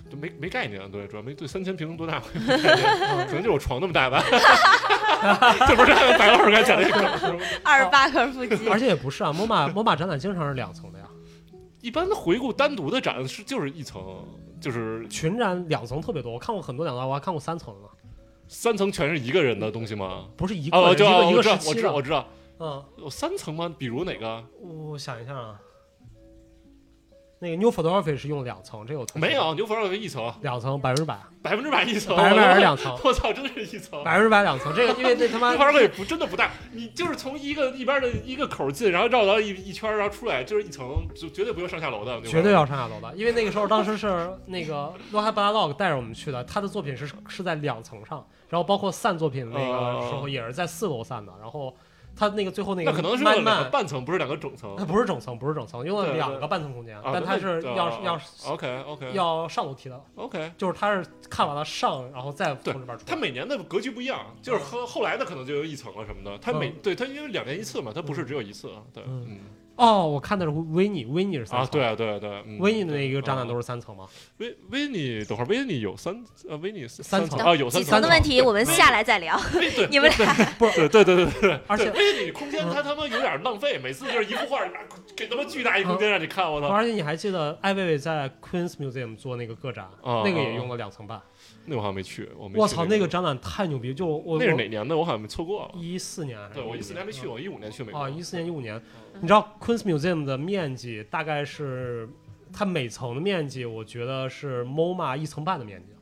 D: 就没没概念，啊对，主要没对三千平多大， 没概念可能就是我床那 么大吧。这不是白老师刚才讲的那个梗吗，
C: 二十八克腹肌，
B: 而且也不是啊，MoMA MoMA 展览经常是两层的呀，
D: 一般回顾单独的展是就是一层，就是
B: 群展两层特别多，我看过很多两层，我还看过三层的呢，
D: 三层全是一个人的东西吗？
B: 不是一个
D: 哦，我
B: 人
D: 知道，
B: 一个
D: 我
B: 一
D: 知
B: 个
D: 道
B: 时，
D: 我
B: 期
D: 知道，我
B: 的。
D: 知道，
B: 嗯，
D: 有三层吗？比如哪个？
B: 我想一下啊，那个 New Photography 是用了两层，这个我同意
D: 没有，哦牛佛尔一层，
B: 两层百分之百，
D: 百分之百一层，
B: 百分之百是两层，
D: 我操，真的是一层。
B: 百分之百两层，这个因为这他妈
D: 牛佛尔也不真的不大，你就是从一个一边的一个口进，然后绕到一一圈，然后出来就是一层，就绝对不用上下楼的，
B: 绝对要上下楼的，因为那个时候当时是那个罗海布拉洛带着我们去的，他的作品是是在两层上，然后包括散作品那个时候也是在四楼散的，然后他那个最后那
D: 哦那
B: 个
D: 可能是用
B: 慢
D: 了两个
B: 慢，
D: 半层，不是两个整层
B: 它。不是整层，不是整层，用了
D: 对对
B: 两个半层空间，
D: 啊
B: 但
D: 那
B: 他是
D: 对哦
B: 要
D: 啊
B: 要
D: OK OK
B: 要上楼梯的，
D: OK，
B: 就是他是看完了上，然后再从
D: 对
B: 这边出
D: 它
B: 来。
D: 每年的格局不一样，就是后后来的可能就有一层了什么的。它每对它因为两年一次嘛，它不是只有一次啊。对，
B: 嗯
D: 嗯
B: 哦，我看的是维尼，维尼是三
D: 啊，
B: 层，
D: 对啊，哦对啊，对啊，嗯
B: 维尼的那个展览都
D: 是
B: 是三层嘛。
D: 维维尼，等会儿维尼有三呃维尼
B: 三
D: 层
B: 层
D: 啊，有
C: 几层
D: 三
C: 的问题我们下来再聊。
D: 对对
C: 你们俩
D: 对对对对对，
B: 而且嗯
D: 对维尼空间它他妈有点浪费，每次就是一幅画儿给他妈巨大一空
B: 嗯
D: 间让你看，我操！
B: 而且你还记得艾薇薇在 Queen's Museum 做那个个展，
D: 啊
B: 那个也用了两层半。
D: 那我好像没去，我没去
B: 我操，
D: 那
B: 那个展览太牛逼！就我嗯
D: 那是哪年的？我好像没错过了。
B: 一四年还是15，
D: 对，我一四年没去，我一五年去美国。
B: 啊，一四年一五年，你知道 Queen's Museum 的面积大概是它每层的面积，我觉得是 MoMA 一层半的面积，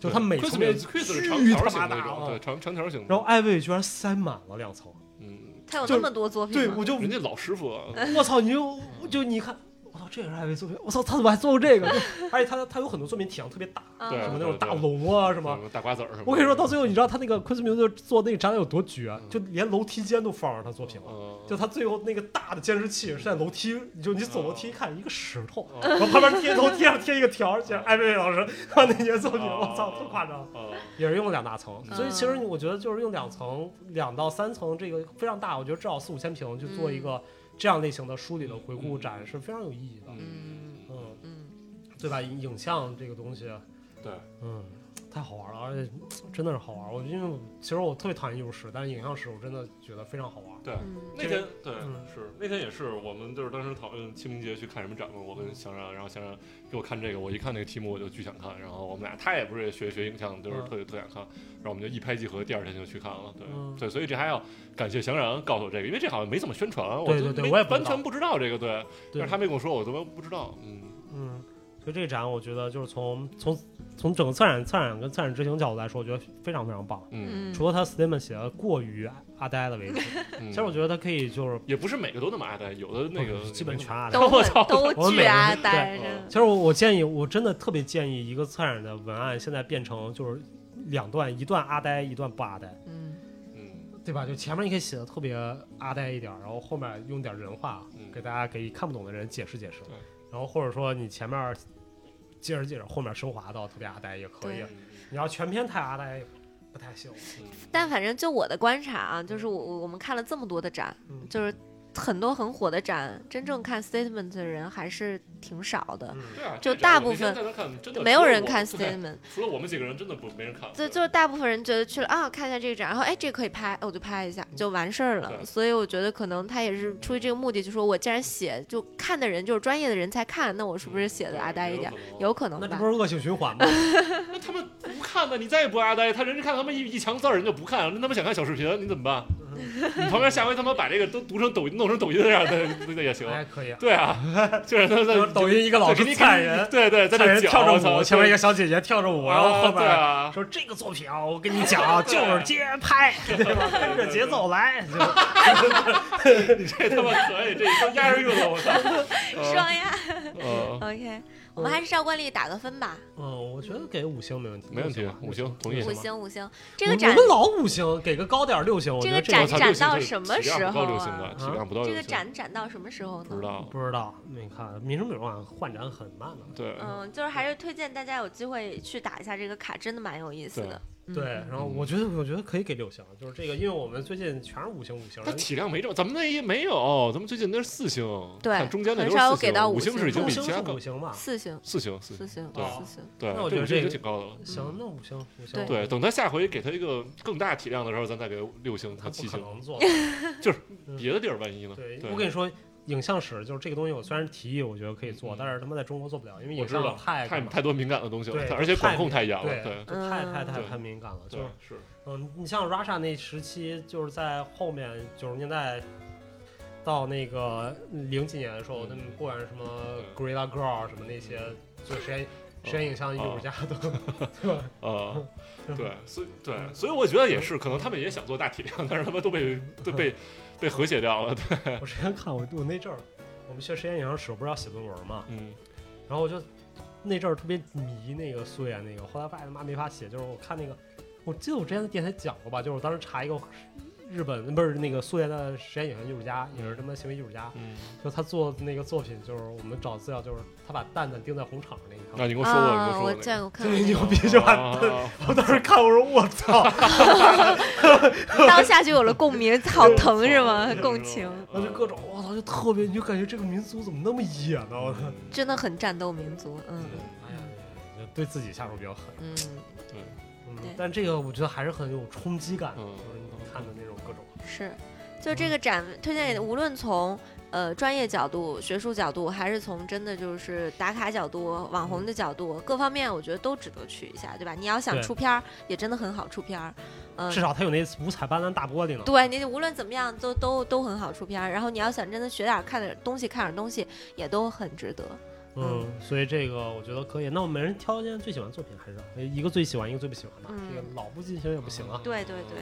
B: 就它每
D: quiz
B: 层
D: 面
B: 面积
D: quiz 是
B: 巨
D: 长条
B: 他
D: 形
B: 妈
D: 的那
B: 大
D: 种，
B: 啊
D: 对，长长条形的。
B: 然后艾薇居然塞满了两 层，
D: 嗯，
C: 他有
B: 就嗯
C: 那么多作品
B: 对
C: 吗，
B: 我就
D: 人家老师傅啊，
B: 我操，你就就你看，我操，这也是艾薇作品，我操，他怎么还做过这个？ 就而且他他有很多作品体量特别大，
C: 嗯
D: 对
B: 什么
D: 啊
B: 那种大龙啊什么
D: 什。么大瓜子儿什么的。
B: 我跟你说，到最后你知道他那个 Queen's Museum 做那个展览有多绝，就连楼梯间都放上他作品了。
D: 嗯，
B: 就他最后那个大的监视器是在楼梯，你就你走楼梯看一个石头，
D: 嗯
B: 然后旁边贴楼梯上贴一个条儿，写着哎艾薇薇老师他那些作品，我操，特夸张，
D: 啊，
B: 也是用了两大层，
C: 嗯
B: 所以其实我觉得就是用两层、两到三层这个非常大，我觉得至少四五千平去做一个这样类型的梳理的回顾展是非常有意义的，
C: 嗯
B: 嗯，
C: 嗯，
B: 对吧？影影像这个东西，
D: 对，
B: 嗯，太好玩了，而且真的是好玩。我因为其实我特别讨厌艺术史，但是影像史我真的觉得非常好玩。
C: 嗯
D: 那天对
B: 嗯
D: 是那天也是我们就是当时讨论清明节去看什么展嘛，我跟香然，然后香然给我看这个，我一看那个题目我就巨想看，然后我们俩他也不是也学学影像，就是
B: 嗯
D: 特别特想看，然后我们就一拍即合，第二天就去看了，对、
B: 嗯
D: 对，所以这还要感谢香然告诉我这个，因为这好像没怎么宣传，啊
B: 对
D: 就
B: 对对
D: 没
B: 我也不知
D: 完
B: 道
D: 全不知道这个，对，
B: 对
D: 但是他没跟我说，我他妈不知道，嗯
B: 嗯，所以这个展我觉得就是从从从整个策展策展跟策展执行角度来说，我觉得非常非常棒。
D: 嗯，
C: 嗯
B: 除了他 statement 写的过于阿呆的为止，
D: 嗯
B: 其实我觉得他可以就是
D: 也不是每个都那么爱戴，有的那个
B: 基本全阿呆。
C: 都
D: 我操
C: 都
B: 我
C: 巨
B: 每
C: 啊，
B: 人
C: 呆
D: 对哦
C: 着
B: 其。实我我建议，我真的特别建议一个策展的文案现在变成就是两段，一段阿呆，一段不阿呆，
C: 嗯
D: 嗯
B: 对吧？就前面你可以写的特别阿呆一点，然后后面用点人话
D: 嗯
B: 给大家给看不懂的人解释解释
D: 对，
B: 然后或者说你前面接着接着，后面升华到特别阿呆也可以
C: 对。啊
B: 你要全篇太阿呆，不太行。
C: 但反正就我的观察啊，就是我我我们看了这么多的展，
B: 嗯
C: 就是很多很火的展，真正看 statement 的人还是挺少的，
B: 嗯，
D: 对啊，
C: 就
D: 这
C: 大
D: 展
C: 部
D: 我那天
C: 分
D: 在那看真的
C: 没有
D: 除了
C: 人
D: 我
C: 看
D: 对
C: statement。
D: 除了我们几个人，真的不没人看。
C: 就
D: 对
C: 就是大部分人觉得去了啊，看一下这个展，然后哎，这可以拍，我就拍一下就完事儿了。
D: 对
C: 所以我觉得可能他也是出于这个目的，就说我既然写，就看的人就是专业的人才看，那我是不是写的阿呆一点？？
D: 有
C: 有可能
B: 那这
C: 吧
B: 不。是恶性循环吗？
D: 可能那他们不看呢，你再也不阿呆，他人家看他们一一墙字儿，人就不看，那他们想看小视频，你怎 么办？你旁边下回他妈把这个都读成抖音，弄成抖音这样的，那也行。
B: 还可以啊。
D: 对啊，就是他 在
B: 抖音一个老
D: 给
B: 师
D: 你
B: 看人，，
D: 对对，在
B: 看
D: 这
B: 人
D: 讲
B: 跳
D: 我
B: 着
D: 操
B: 舞，前面一个小姐姐跳着舞，然后后
D: 对
B: 面
D: 啊，
B: 说这个作品啊，我跟你讲啊，就是节拍， 对吧？跟着节奏来。
D: 这他妈可以，这都押着用 了，我操！嗯
C: 双呀
D: 呃，
C: ，OK，我们还是照惯例打个分吧，
B: 嗯，我觉得给五星没问题，
D: 没问题，五星同意。
C: 五星五星。这个
B: 我
C: 展
B: 们老五星，给个高点儿六星，我
C: 这
B: 觉
C: 个
B: 得这
D: 我
B: 个
C: 展
D: 操，
C: 展
D: 六星
C: 到
D: 这
C: 什么
D: 体
C: 时
D: 量不到
C: 候
D: 六星
C: 啊
D: 的，体
B: 啊
D: 量不到
C: 这
D: 六
C: 个
D: 星，
C: 展展到什么时候
D: 不
C: 呢？
D: 知道。
B: 不知道。你看，民生美术馆换展很慢的。
D: 对，
C: 嗯，就是还是推荐大家有机会去打一下这个卡，真的蛮有意思的。嗯
B: 对，然后我觉得，我觉得可以给六星，就是这个，因为我们最近全是五星五星，
C: 嗯
D: 它体量没这么，咱们那一没有，咱们最近那是四星，
C: 对
D: 看中间那
C: 很
D: 都是
C: 少
D: 四
C: 给到
D: 星，
C: 五
D: 五
C: 星
D: 是已经
B: 中
D: 比
B: 星
D: 其
B: 是
D: 他
B: 五
D: 高，
B: 星吧？
C: 四星
D: 四星四
C: 四
D: 星，
C: 星
D: 对啊
C: 四星，
D: 对，
B: 那我觉得
D: 这
B: 这
D: 已
B: 个
D: 经挺高的了。
B: 行，那五星五星，
C: 对
D: 对，等他下回给他一个更大体量的时候，咱再给六星
B: 他
D: 和
B: 不
D: 七
B: 可
D: 星，
B: 能 做。
D: 别的地儿万一呢？
B: 对
D: 对，，
B: 我跟你说，影像史就是这个东西，我虽然提议，我觉得可以做
D: 嗯，
B: 但是他妈在中国做不了，因为
D: 我
B: 影
D: 知道
B: 像，太
D: 太
B: 干嘛
D: 太多敏感的东西了
B: 对，
D: 而且管控太严了，
B: 对
D: 对
B: 就太太太
D: 嗯
B: 太敏感了。就
D: 对
B: 是
D: 是，
B: 嗯，你像 Russia 那时期，就是在后面九十年代。到那个零几年的时候，
D: 嗯
B: 他们不管是什么 Gorilla Girl 啊什么那些，就实
D: 哦
B: 验实验影像艺术家都，对吧？
D: 呃，对，所以对，所以我觉得也是，可能他们也想做大体量，但是他们都被都被被和谐掉了，对，
B: 我之前看我我那阵儿，我们学实验影像史不是要写论文嘛，
D: 嗯
B: 然后我就那阵儿特别迷那个苏联那个，后来发现他妈没法写，就是我看那个，我记得我之前在电台讲过吧，就是我当时查一个日本不是那个苏联的实验影像艺术家，也是他妈行为艺术家，
D: 嗯，
B: 就他做的那个作品，就是我们找资料，就是他把蛋蛋钉在红场上那一
D: 那
B: 张。
D: 你跟我说过，你
C: 啊，
D: 跟我
C: 我
D: 说过那
C: 见
D: 个。
C: 过看
B: 特
C: 过
B: 别
C: 那
B: 牛
C: 个。
B: 逼，就把
D: 啊
B: 我当时看，我说我操，
C: 当下就有了共鸣，好疼是吗？
D: 嗯
C: 共情。
B: 嗯我就各种我操，后就特别，你就感觉这个民族怎么那么野呢？我操！
C: 真的很战斗民族，嗯
B: 哎呀，就对自己下手比较狠。
C: 嗯，
B: 嗯
C: 对，
B: 但这个我觉得还是很有冲击感的，
D: 嗯
B: 就是你看的那种各种。
C: 是，就这个展推荐给，无论从呃专业角度、学术角度，还是从真的就是打卡角度、网红的
D: 嗯
C: 角度，各方面，我觉得都值得去一下，对吧？你要想
B: 对
C: 出片儿，也真的很好出片儿，嗯、
B: 至少它有那五彩斑斓大玻璃呢。
C: 对你无论怎么样都都都很好出片儿，然后你要想真的学点儿看点儿东西看点儿东西也都很值得。
B: 嗯，所以这个我觉得可以。那我们每人挑一件最喜欢的作品，还是哎一个最喜欢，一个最不喜欢吧。
C: 嗯
B: 这个老不进行也不行啊。
C: 对对对，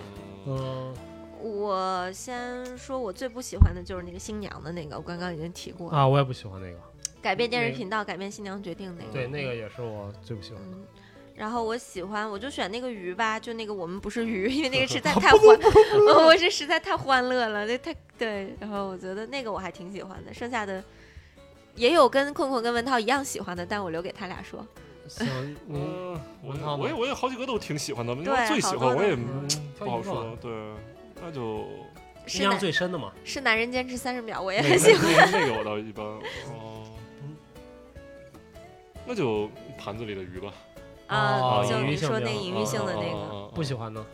B: 嗯
C: 我先说，我最不喜欢的就是那个新娘的那个，我刚刚已经提过，
B: 啊，我也不喜欢那个。
C: 改变电
B: 那
C: 视
B: 个
C: 频道，改变新娘决定那个。
B: 对，那个也是我最不喜欢的。
C: 嗯，然后我喜欢，我就选那个鱼吧，就那个我们不是鱼，因为那个实在
B: 啊不
C: 太欢，我是实在太欢乐了，那太对。然后我觉得那个我还挺喜欢的，剩下的也有跟困困跟文涛一样喜欢的，但我留给他俩说。
B: 行，嗯，
D: 嗯，我
B: 文涛呢
D: 我也我有好几个都挺喜欢的，
C: 对
D: 最喜
C: 好多
D: 欢
C: 都
D: 我也
B: 嗯
D: 不好。
B: 挑一个
D: 说
B: 吧，
D: 对，那就
B: 印
C: 是
D: 是
B: 象
C: 男
B: 最深的嘛，
C: 是男人坚持三十秒，我也
D: 那
C: 很喜欢。
D: 欢那个我倒一般哦
B: 嗯，
D: 那就盘子里的鱼吧，
C: 啊，
D: 哦
C: 就
D: 隐
B: 喻
C: 你
B: 性
C: 说
B: 比
C: 那
B: 较好哦
C: 隐喻性的那
D: 啊
C: 个，
D: 啊啊啊
B: 不喜 欢呢。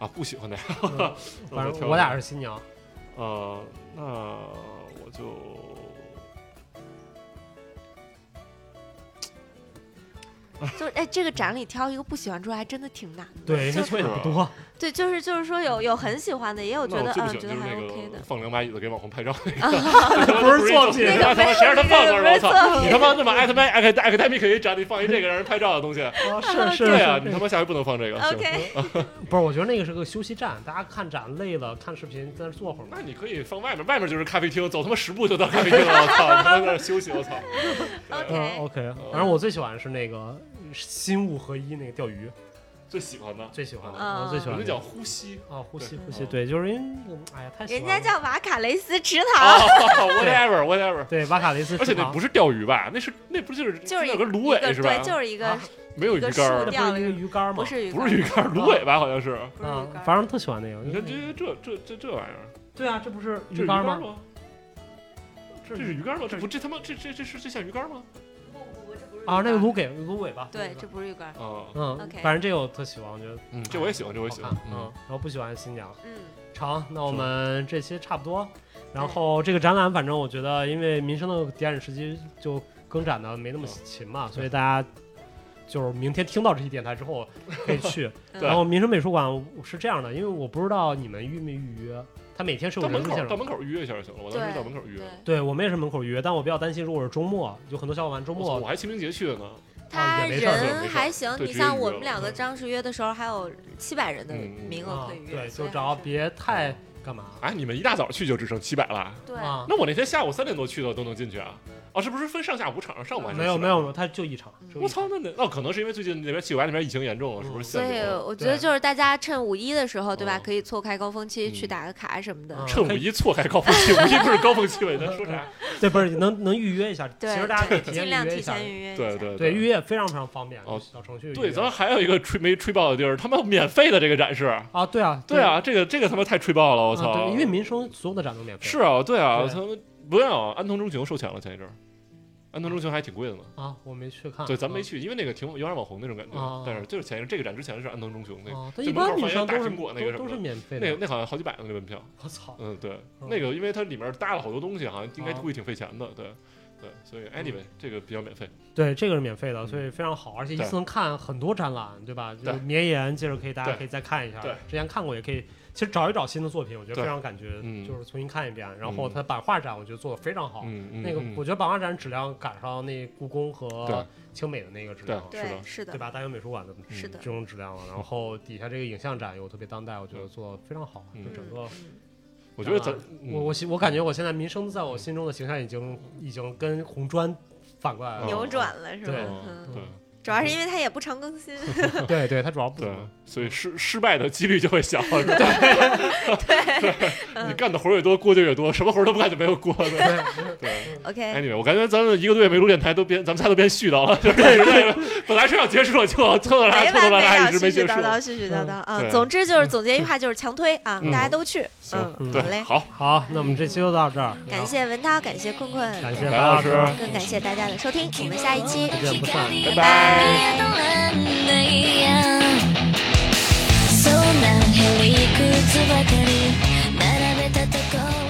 D: 啊，不喜欢的，
B: 嗯反正我俩是新娘，
D: 呃，那我就
C: 就哎，这个展里挑一个不喜欢出来，还真的挺难的。
B: 对，人家
C: 就
B: 作品不多。
C: 对，就是就是说有有很喜欢的，也有觉
D: 那
C: 得
D: 我
C: 嗯
D: 最不喜欢
C: 觉
D: 就
C: 得
D: 是
C: 还
D: 那
C: OK 的
D: 个。放两把椅子给网红拍照，
B: 不是作品
D: 那个他妈谁让他放那儿了？我操！你他妈那么 academic academic 一展，你放一这个让人拍照的东 西，
B: 啊是是
D: 对啊，
B: 是
D: 你他妈下回不能放这个。行
C: OK，
B: 不是，我觉得那个是个休息站，大家看展累了，看视频在那儿坐会儿嘛
D: 那。你可以放外面，外面就是咖啡厅，走他妈十步就到咖啡厅了。我操，他妈在那儿休息，我操。
B: 嗯
C: OK，
B: ，OK，反正我最喜欢的是那个新物合一那个钓鱼，
D: 最喜欢的，
B: 最喜欢的，
C: 嗯
B: 我最喜
D: 我
B: 欢
D: 们
B: 的
D: 讲呼吸。
B: 啊，呼吸
D: 对
B: 呼吸，
D: 嗯
B: 对，就是因为哎呀太喜
C: 人
B: 欢
C: 家
B: 了
C: 叫瓦卡雷斯池
D: 啊
C: 塘，
D: ，whatever whatever。
B: 对瓦卡雷斯
D: 而且
B: 池
D: 那
B: 塘，
D: 不是钓鱼吧？那是那不就是
C: 就是
D: 那
C: 一
D: 有个芦苇
C: 一
D: 是
C: 个
D: 吧？
C: 对，就是一个
B: 啊
D: 没有鱼
C: 一个
D: 竿
B: 那
D: 儿
B: 不
C: 树，
B: 是
C: 嗯
B: 一个鱼竿吗
C: 不？是鱼
D: 不是鱼竿儿，芦苇吧？好像是。
C: 不是
B: 啊
C: 鱼，竿
B: 反正特喜欢那个。
D: 你看这这这这这玩意儿，
B: 对啊，这不是
D: 这
B: 鱼
D: 是鱼
B: 竿
D: 竿儿
B: 吗？
D: 吗？这是鱼竿儿吗？这不这他妈这这这是这像鱼竿儿吗？
B: 啊，那个芦苇芦苇吧。
C: 对，这不是鱼竿，
D: 啊，
B: 嗯
C: OK，
B: 反正这个我特喜欢，我觉得
D: 嗯，这我也喜欢，这我也喜欢
B: 好。看嗯，然后不喜欢新娘。
C: 嗯，
B: 成，那我们这期差不多。然后这个展览，反正我觉得，因为民生的迪安时期就更展的没那么
D: 嗯
B: 勤嘛，所以大家就是明天听到这期电台之 后可以去。
C: 嗯
B: 然后民生美术馆是这样的，因为我不知道你们预没预约，它每天是有
D: 到
B: 人
D: 门
B: 数
D: 口
B: 限
D: 到
B: 制。
D: 门口预约一下就行了。我当时到门口预约
C: 对，，
B: 对我们也是门口预约，但我比较担心，如果是周末，有很多小伙伴周
D: 我操我
B: 末啊
D: 还清明节去的呢。
C: 他
B: 也没事儿
D: 对没
C: 人
D: 事儿
C: 还行，
D: 对
C: 你
D: 直接
C: 像
D: 预
C: 我
D: 约
C: 们
D: 了
C: 两个
D: 嗯
C: 当时约的时候还有七百人的
D: 嗯嗯
C: 名额
B: 啊
C: 可以，约，
B: 对，
C: 所
B: 就
C: 以
B: 只要
C: 还是
B: 别太干嘛
D: 哎，你们一大早去就只剩七百了？
C: 对
B: 啊。
D: 那我那天下午三点多去的都能进去啊？啊，是不是分上下午场？上午还是
B: 没有没有没有，它就一场。只有一
D: 我
B: 场
D: 操，那那那哦可能是因为最近那边西班牙那边疫情严重，是不是
C: 所
D: 限
C: 以
D: 流了？
C: 我觉得
B: 对
C: 就是大家趁五一的时候，对吧？
D: 嗯
C: 可以错开高峰期去
D: 嗯
C: 打个卡什么的
B: 嗯。
D: 趁五一错开高峰期，五一不是高峰期吗？咱说啥？
B: 对，不是能能预约一下。其
C: 对，
B: 实大家可以提前
C: 尽
B: 预
C: 量
B: 约
C: 提
B: 一下。
C: 前预约一下。
D: 对对
B: 对，预约也非常非常方便，
D: 哦
B: 小程序预约。
D: 对，咱还有一个吹没吹爆的地儿，他妈免费的这个展示。
B: 啊，对啊，
D: 对啊，这个这个他妈太吹爆了，我
B: 啊，
D: 操！
B: 对，因为民生所有的展都免费。
D: 是啊，对啊，
B: 对
D: 他们不要安藤忠雄收钱了，前一阵儿，安藤忠雄还挺贵的呢。
B: 啊，我没去看。
D: 对，咱没去，因为那个挺有点网红那种感
B: 啊
D: 觉。但是就是前一阵这个展之前是安藤忠雄那
B: 啊。
D: 个，
B: 啊，但
D: 就
B: 一般
D: 门口
B: 女
D: 放一
B: 生
D: 大
B: 都是
D: 苹果那个
B: 都
D: 什
B: 都
D: 么
B: 是免费
D: 那个
B: 的。
D: 那好像好几百呢那门票。
B: 我操，
D: 嗯，对，那个因为它里面搭了好多东西，好像应该
B: 啊
D: 估计挺费钱的，对。对，所以
B: 嗯
D: anyway 这个比较免费，
B: 对，这个是免费的，所以非常好，而且一次能看很多展览，对吧？就
D: 嗯对
B: 绵延，接着可以大家
D: 对
B: 可以再看一下，
D: 对
B: 之前看过也可以。其实找一找新的作品，我觉得
D: 对
B: 非常感觉
D: 嗯
B: 就是重新看一遍。然后
D: 嗯
B: 它版画展，我觉得做的非常好。
D: 嗯嗯，
B: 那个
D: 嗯
B: 我觉得版画展质量赶上那故宫和
D: 对
B: 清美的那个质量了，
D: 对是的
C: 是的
B: 对，吧？大英美术馆的
C: 是的
B: 这。种质量了。然后底下这个影像展又特别当代，我觉得做的非常好，啊
D: 嗯
B: 就整个
C: 嗯
D: 我觉得咱
B: 当我我心我感觉我现在民生在我心中的形象已经已经跟红砖反过来
D: 嗯
B: 了。
C: 扭转了是吧？
B: 对
D: 哦
C: 嗯
D: 对，
C: 主要是因为它也不常更 新。
B: 对对，它主要不
D: 对，所以失失败的几率就会小，是吧？
C: 对
D: 你干的活儿越多，锅就越多，什么活儿都不干就没有锅的。对
C: ，OK，
D: ，anyway，我感觉咱们一个多月没录电台，都变，咱们仨都变絮叨了， 就是一直在本来是要结束了，就凑到拉
C: 没
D: 凑到
C: 完
D: 拉
C: 没
D: 拉，
C: 了，
D: 一直
C: 絮
D: 没
C: 絮
D: 结束
C: 叨。
D: 嗯
C: 叨，絮絮叨叨啊
D: 对。
C: 总之就是总结一句话，就是强推啊，
D: 嗯
C: 大家都去。
D: 行
C: 嗯，好
D: 对，
C: 嘞，
D: 好，
B: 好。那我们这期就到这儿，
C: 感谢文涛，感谢困困，
B: 感谢
D: 白
B: 白
D: 老
B: 老
D: 师
B: 师，
C: 更感谢大家的收听，我们下一期
D: 嗯
B: 不见不散。
D: 拜拜。
A: そんなへりくつばかり並べたところ